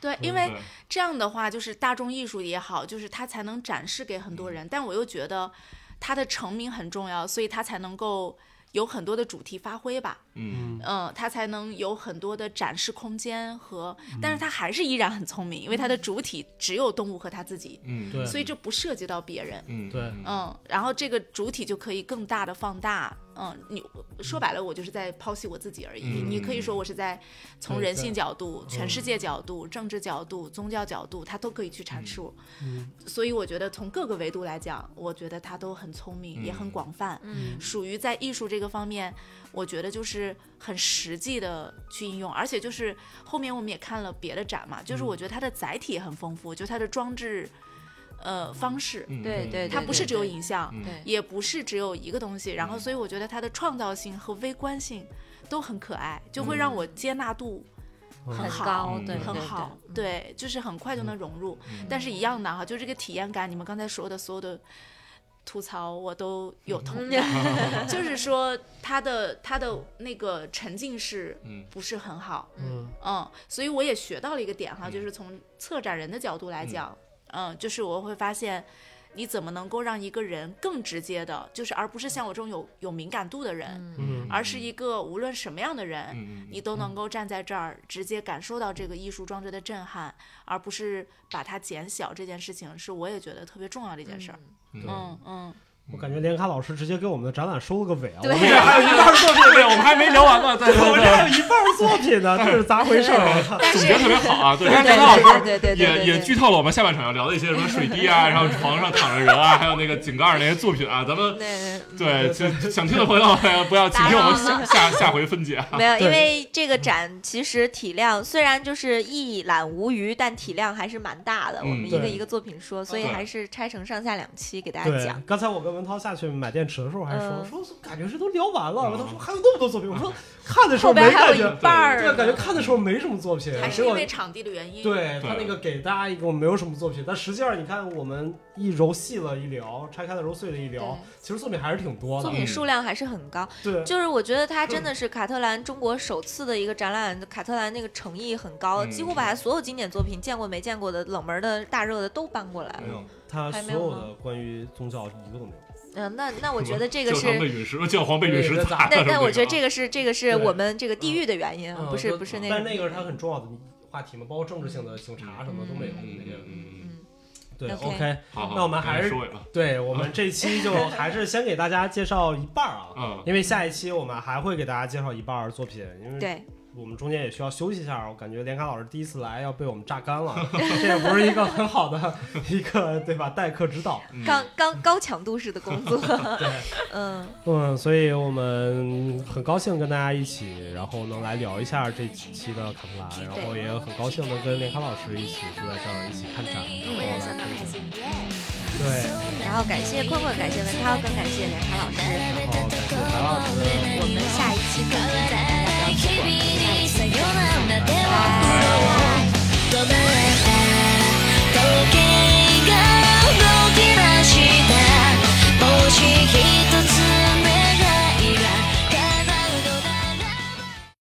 Speaker 5: 对，因为这样的话，就是大众艺术也好，就是它才能展示给很多人。但我又觉得它的成名很重要，所以它才能够有很多的主题发挥吧。
Speaker 4: 嗯
Speaker 5: 嗯，它才能有很多的展示空间和，但是它还是依然很聪明，因为它的主体只有动物和它自己，
Speaker 4: 嗯
Speaker 2: 对
Speaker 5: 所以这不涉及到别人。
Speaker 4: 嗯
Speaker 2: 对
Speaker 5: 嗯，然后这个主体就可以更大的放大。嗯，你说白了，我就是在剖析我自己而已。
Speaker 4: 嗯
Speaker 5: 你可以说我是在从人性
Speaker 2: 对
Speaker 5: 角度、全世界角度、政治角度、宗教角度，它都可以去阐述。
Speaker 2: 嗯
Speaker 5: 所以我觉得从各个维度来讲，我觉得他都很聪明，
Speaker 4: 嗯
Speaker 5: 也很广泛。
Speaker 3: 嗯
Speaker 5: 属于在艺术这个方面，我觉得就是很实际的去应用，而且就是后面我们也看了别的展嘛，就是我觉得它的载体也很丰富，就它的装置，呃，方式，
Speaker 3: 对对，嗯
Speaker 5: 它不是只有影像，
Speaker 4: 嗯
Speaker 3: 对
Speaker 5: 也不是只有一个东西，然后所以我觉得它的创造性和微观性都很可爱，就会
Speaker 3: 嗯
Speaker 5: 让我接纳度
Speaker 2: 嗯
Speaker 3: 很
Speaker 5: 好，
Speaker 3: 高，对，
Speaker 5: 很
Speaker 3: 对嗯
Speaker 5: 好，，
Speaker 3: 对
Speaker 5: 对，就是很快就能融入。
Speaker 3: 嗯
Speaker 5: 但是一样的哈，就这个体验感，你们刚才说的所有的吐槽我都有
Speaker 3: 嗯
Speaker 5: 同 感，就是说它的它的那个沉浸式
Speaker 4: 嗯
Speaker 5: 不是很好，
Speaker 2: 嗯
Speaker 5: 嗯，所以我也学到了一个点哈，
Speaker 4: 嗯
Speaker 5: 嗯就是从策展人的角度来讲，嗯，就是我会发现。你怎么能够让一个人更直接的，就是而不是像我这种有有敏感度的人，
Speaker 2: 嗯
Speaker 5: 而是一个无论什么样的人，
Speaker 4: 嗯
Speaker 5: 你都能够站在这儿直接感受到这个艺术装置的震撼，而不是把它减小。这件事情是我也觉得特别重要的一件事儿。
Speaker 4: 嗯
Speaker 5: 嗯嗯，
Speaker 2: 我感觉连卡老师直接给我们的展览收了个尾啊！我
Speaker 3: 对
Speaker 2: 们
Speaker 4: 这还有一半作品，我们还没聊完呢， 对
Speaker 2: 我们这还有一半儿作品呢，这是咋回事儿啊？
Speaker 4: 总结特别好啊，对，刚才
Speaker 3: 对
Speaker 4: 梁老师
Speaker 3: 嗯 对对对对
Speaker 4: 也
Speaker 3: 对
Speaker 4: 也剧透了我们下半场要聊的一些什么水滴啊，然后床上躺着人啊，还有那个井盖儿那些作品啊，咱们
Speaker 3: 对，嗯
Speaker 4: 对就想听的朋友呃不 要，请听我们下下下回分解啊。
Speaker 3: 没有，
Speaker 2: 对
Speaker 3: 因为这个展其实体量虽然就是一览无余，但体量还是蛮大的。
Speaker 4: 嗯
Speaker 3: 我们一个
Speaker 2: 对
Speaker 3: 一个作品说，所以
Speaker 4: 对
Speaker 3: 还是拆成上下两期给大家
Speaker 2: 对
Speaker 3: 讲。，
Speaker 2: 刚才我跟文涛下去买电池的时候还说
Speaker 3: 嗯
Speaker 2: 说感觉是都聊完了，
Speaker 4: 嗯
Speaker 2: 文涛说还有那么多作品，我说看的时候
Speaker 3: 后
Speaker 2: 没
Speaker 3: 边还有
Speaker 2: 感
Speaker 3: 一
Speaker 2: 觉，
Speaker 3: 半儿
Speaker 2: 对，
Speaker 3: 呢，
Speaker 2: 感觉看的时候没什么作品，
Speaker 5: 还
Speaker 2: 结
Speaker 5: 是因
Speaker 2: 果
Speaker 5: 为场地的原因。，
Speaker 2: 对他
Speaker 4: 对
Speaker 2: 那个给大家一个没有什么作品，但实际上你看我们一揉细了一聊，拆开了揉碎了一聊
Speaker 5: 对，
Speaker 2: 其实作品还是挺多的
Speaker 3: 作，品数量还是很高。
Speaker 2: 对，
Speaker 3: 就是我觉得它真的是卡特兰中国首次的一个展览，卡特兰那个诚意很高，
Speaker 4: 嗯
Speaker 3: 几乎把它所有经典作品见过没见过的、冷门的、大热的都搬过来了。
Speaker 4: 没有
Speaker 2: 他
Speaker 3: 还
Speaker 2: 所
Speaker 3: 没
Speaker 2: 有
Speaker 3: 有吗
Speaker 2: 的关于宗教一个都没有。
Speaker 3: 嗯， 那那我觉得这个
Speaker 4: 教堂被
Speaker 3: 是。
Speaker 4: 陨石，教皇被陨石
Speaker 2: 对
Speaker 4: 砸了。
Speaker 3: 那
Speaker 4: 什么
Speaker 3: 那我 觉得这
Speaker 4: 个
Speaker 3: 个是这个是
Speaker 2: 对
Speaker 3: 我们这个地域的原因，啊
Speaker 2: 嗯
Speaker 3: 不是
Speaker 2: 都
Speaker 3: 不是那
Speaker 2: 但
Speaker 3: 个。
Speaker 2: 那个是它很重要的话题嘛，包括政治性的警察什么的都没有。
Speaker 4: 嗯
Speaker 2: 那
Speaker 4: 嗯
Speaker 2: 个
Speaker 4: 嗯嗯，
Speaker 3: 嗯，
Speaker 2: 对
Speaker 3: OK
Speaker 2: ，OK，
Speaker 4: 好，好
Speaker 2: 那我们还是
Speaker 4: 收尾吧。
Speaker 2: 对我们这期就还是先给大家介绍一半儿 啊，
Speaker 4: 嗯，
Speaker 2: 因为下一期我们还会给大家介绍一半儿作品，因为
Speaker 3: 对，
Speaker 2: 我们中间也需要休息一下。我感觉连卡老师第一次来要被我们榨干了，这也不是一个很好的一个对吧待客之道。
Speaker 4: 嗯
Speaker 3: 高高高强度式的工 作， 嗯，
Speaker 2: 嗯，所以我们很高兴跟大家一起，然后能来聊一下这几期的卡特兰，然后也很高兴能跟连卡老师一起坐在这儿一起看展，然后来分享。对。
Speaker 3: 然后感谢坤坤，感谢文涛，更感谢连凯老师，
Speaker 2: 然后感谢白老师。
Speaker 3: 我们下一期更精彩，大家不要错
Speaker 1: 「
Speaker 3: 过。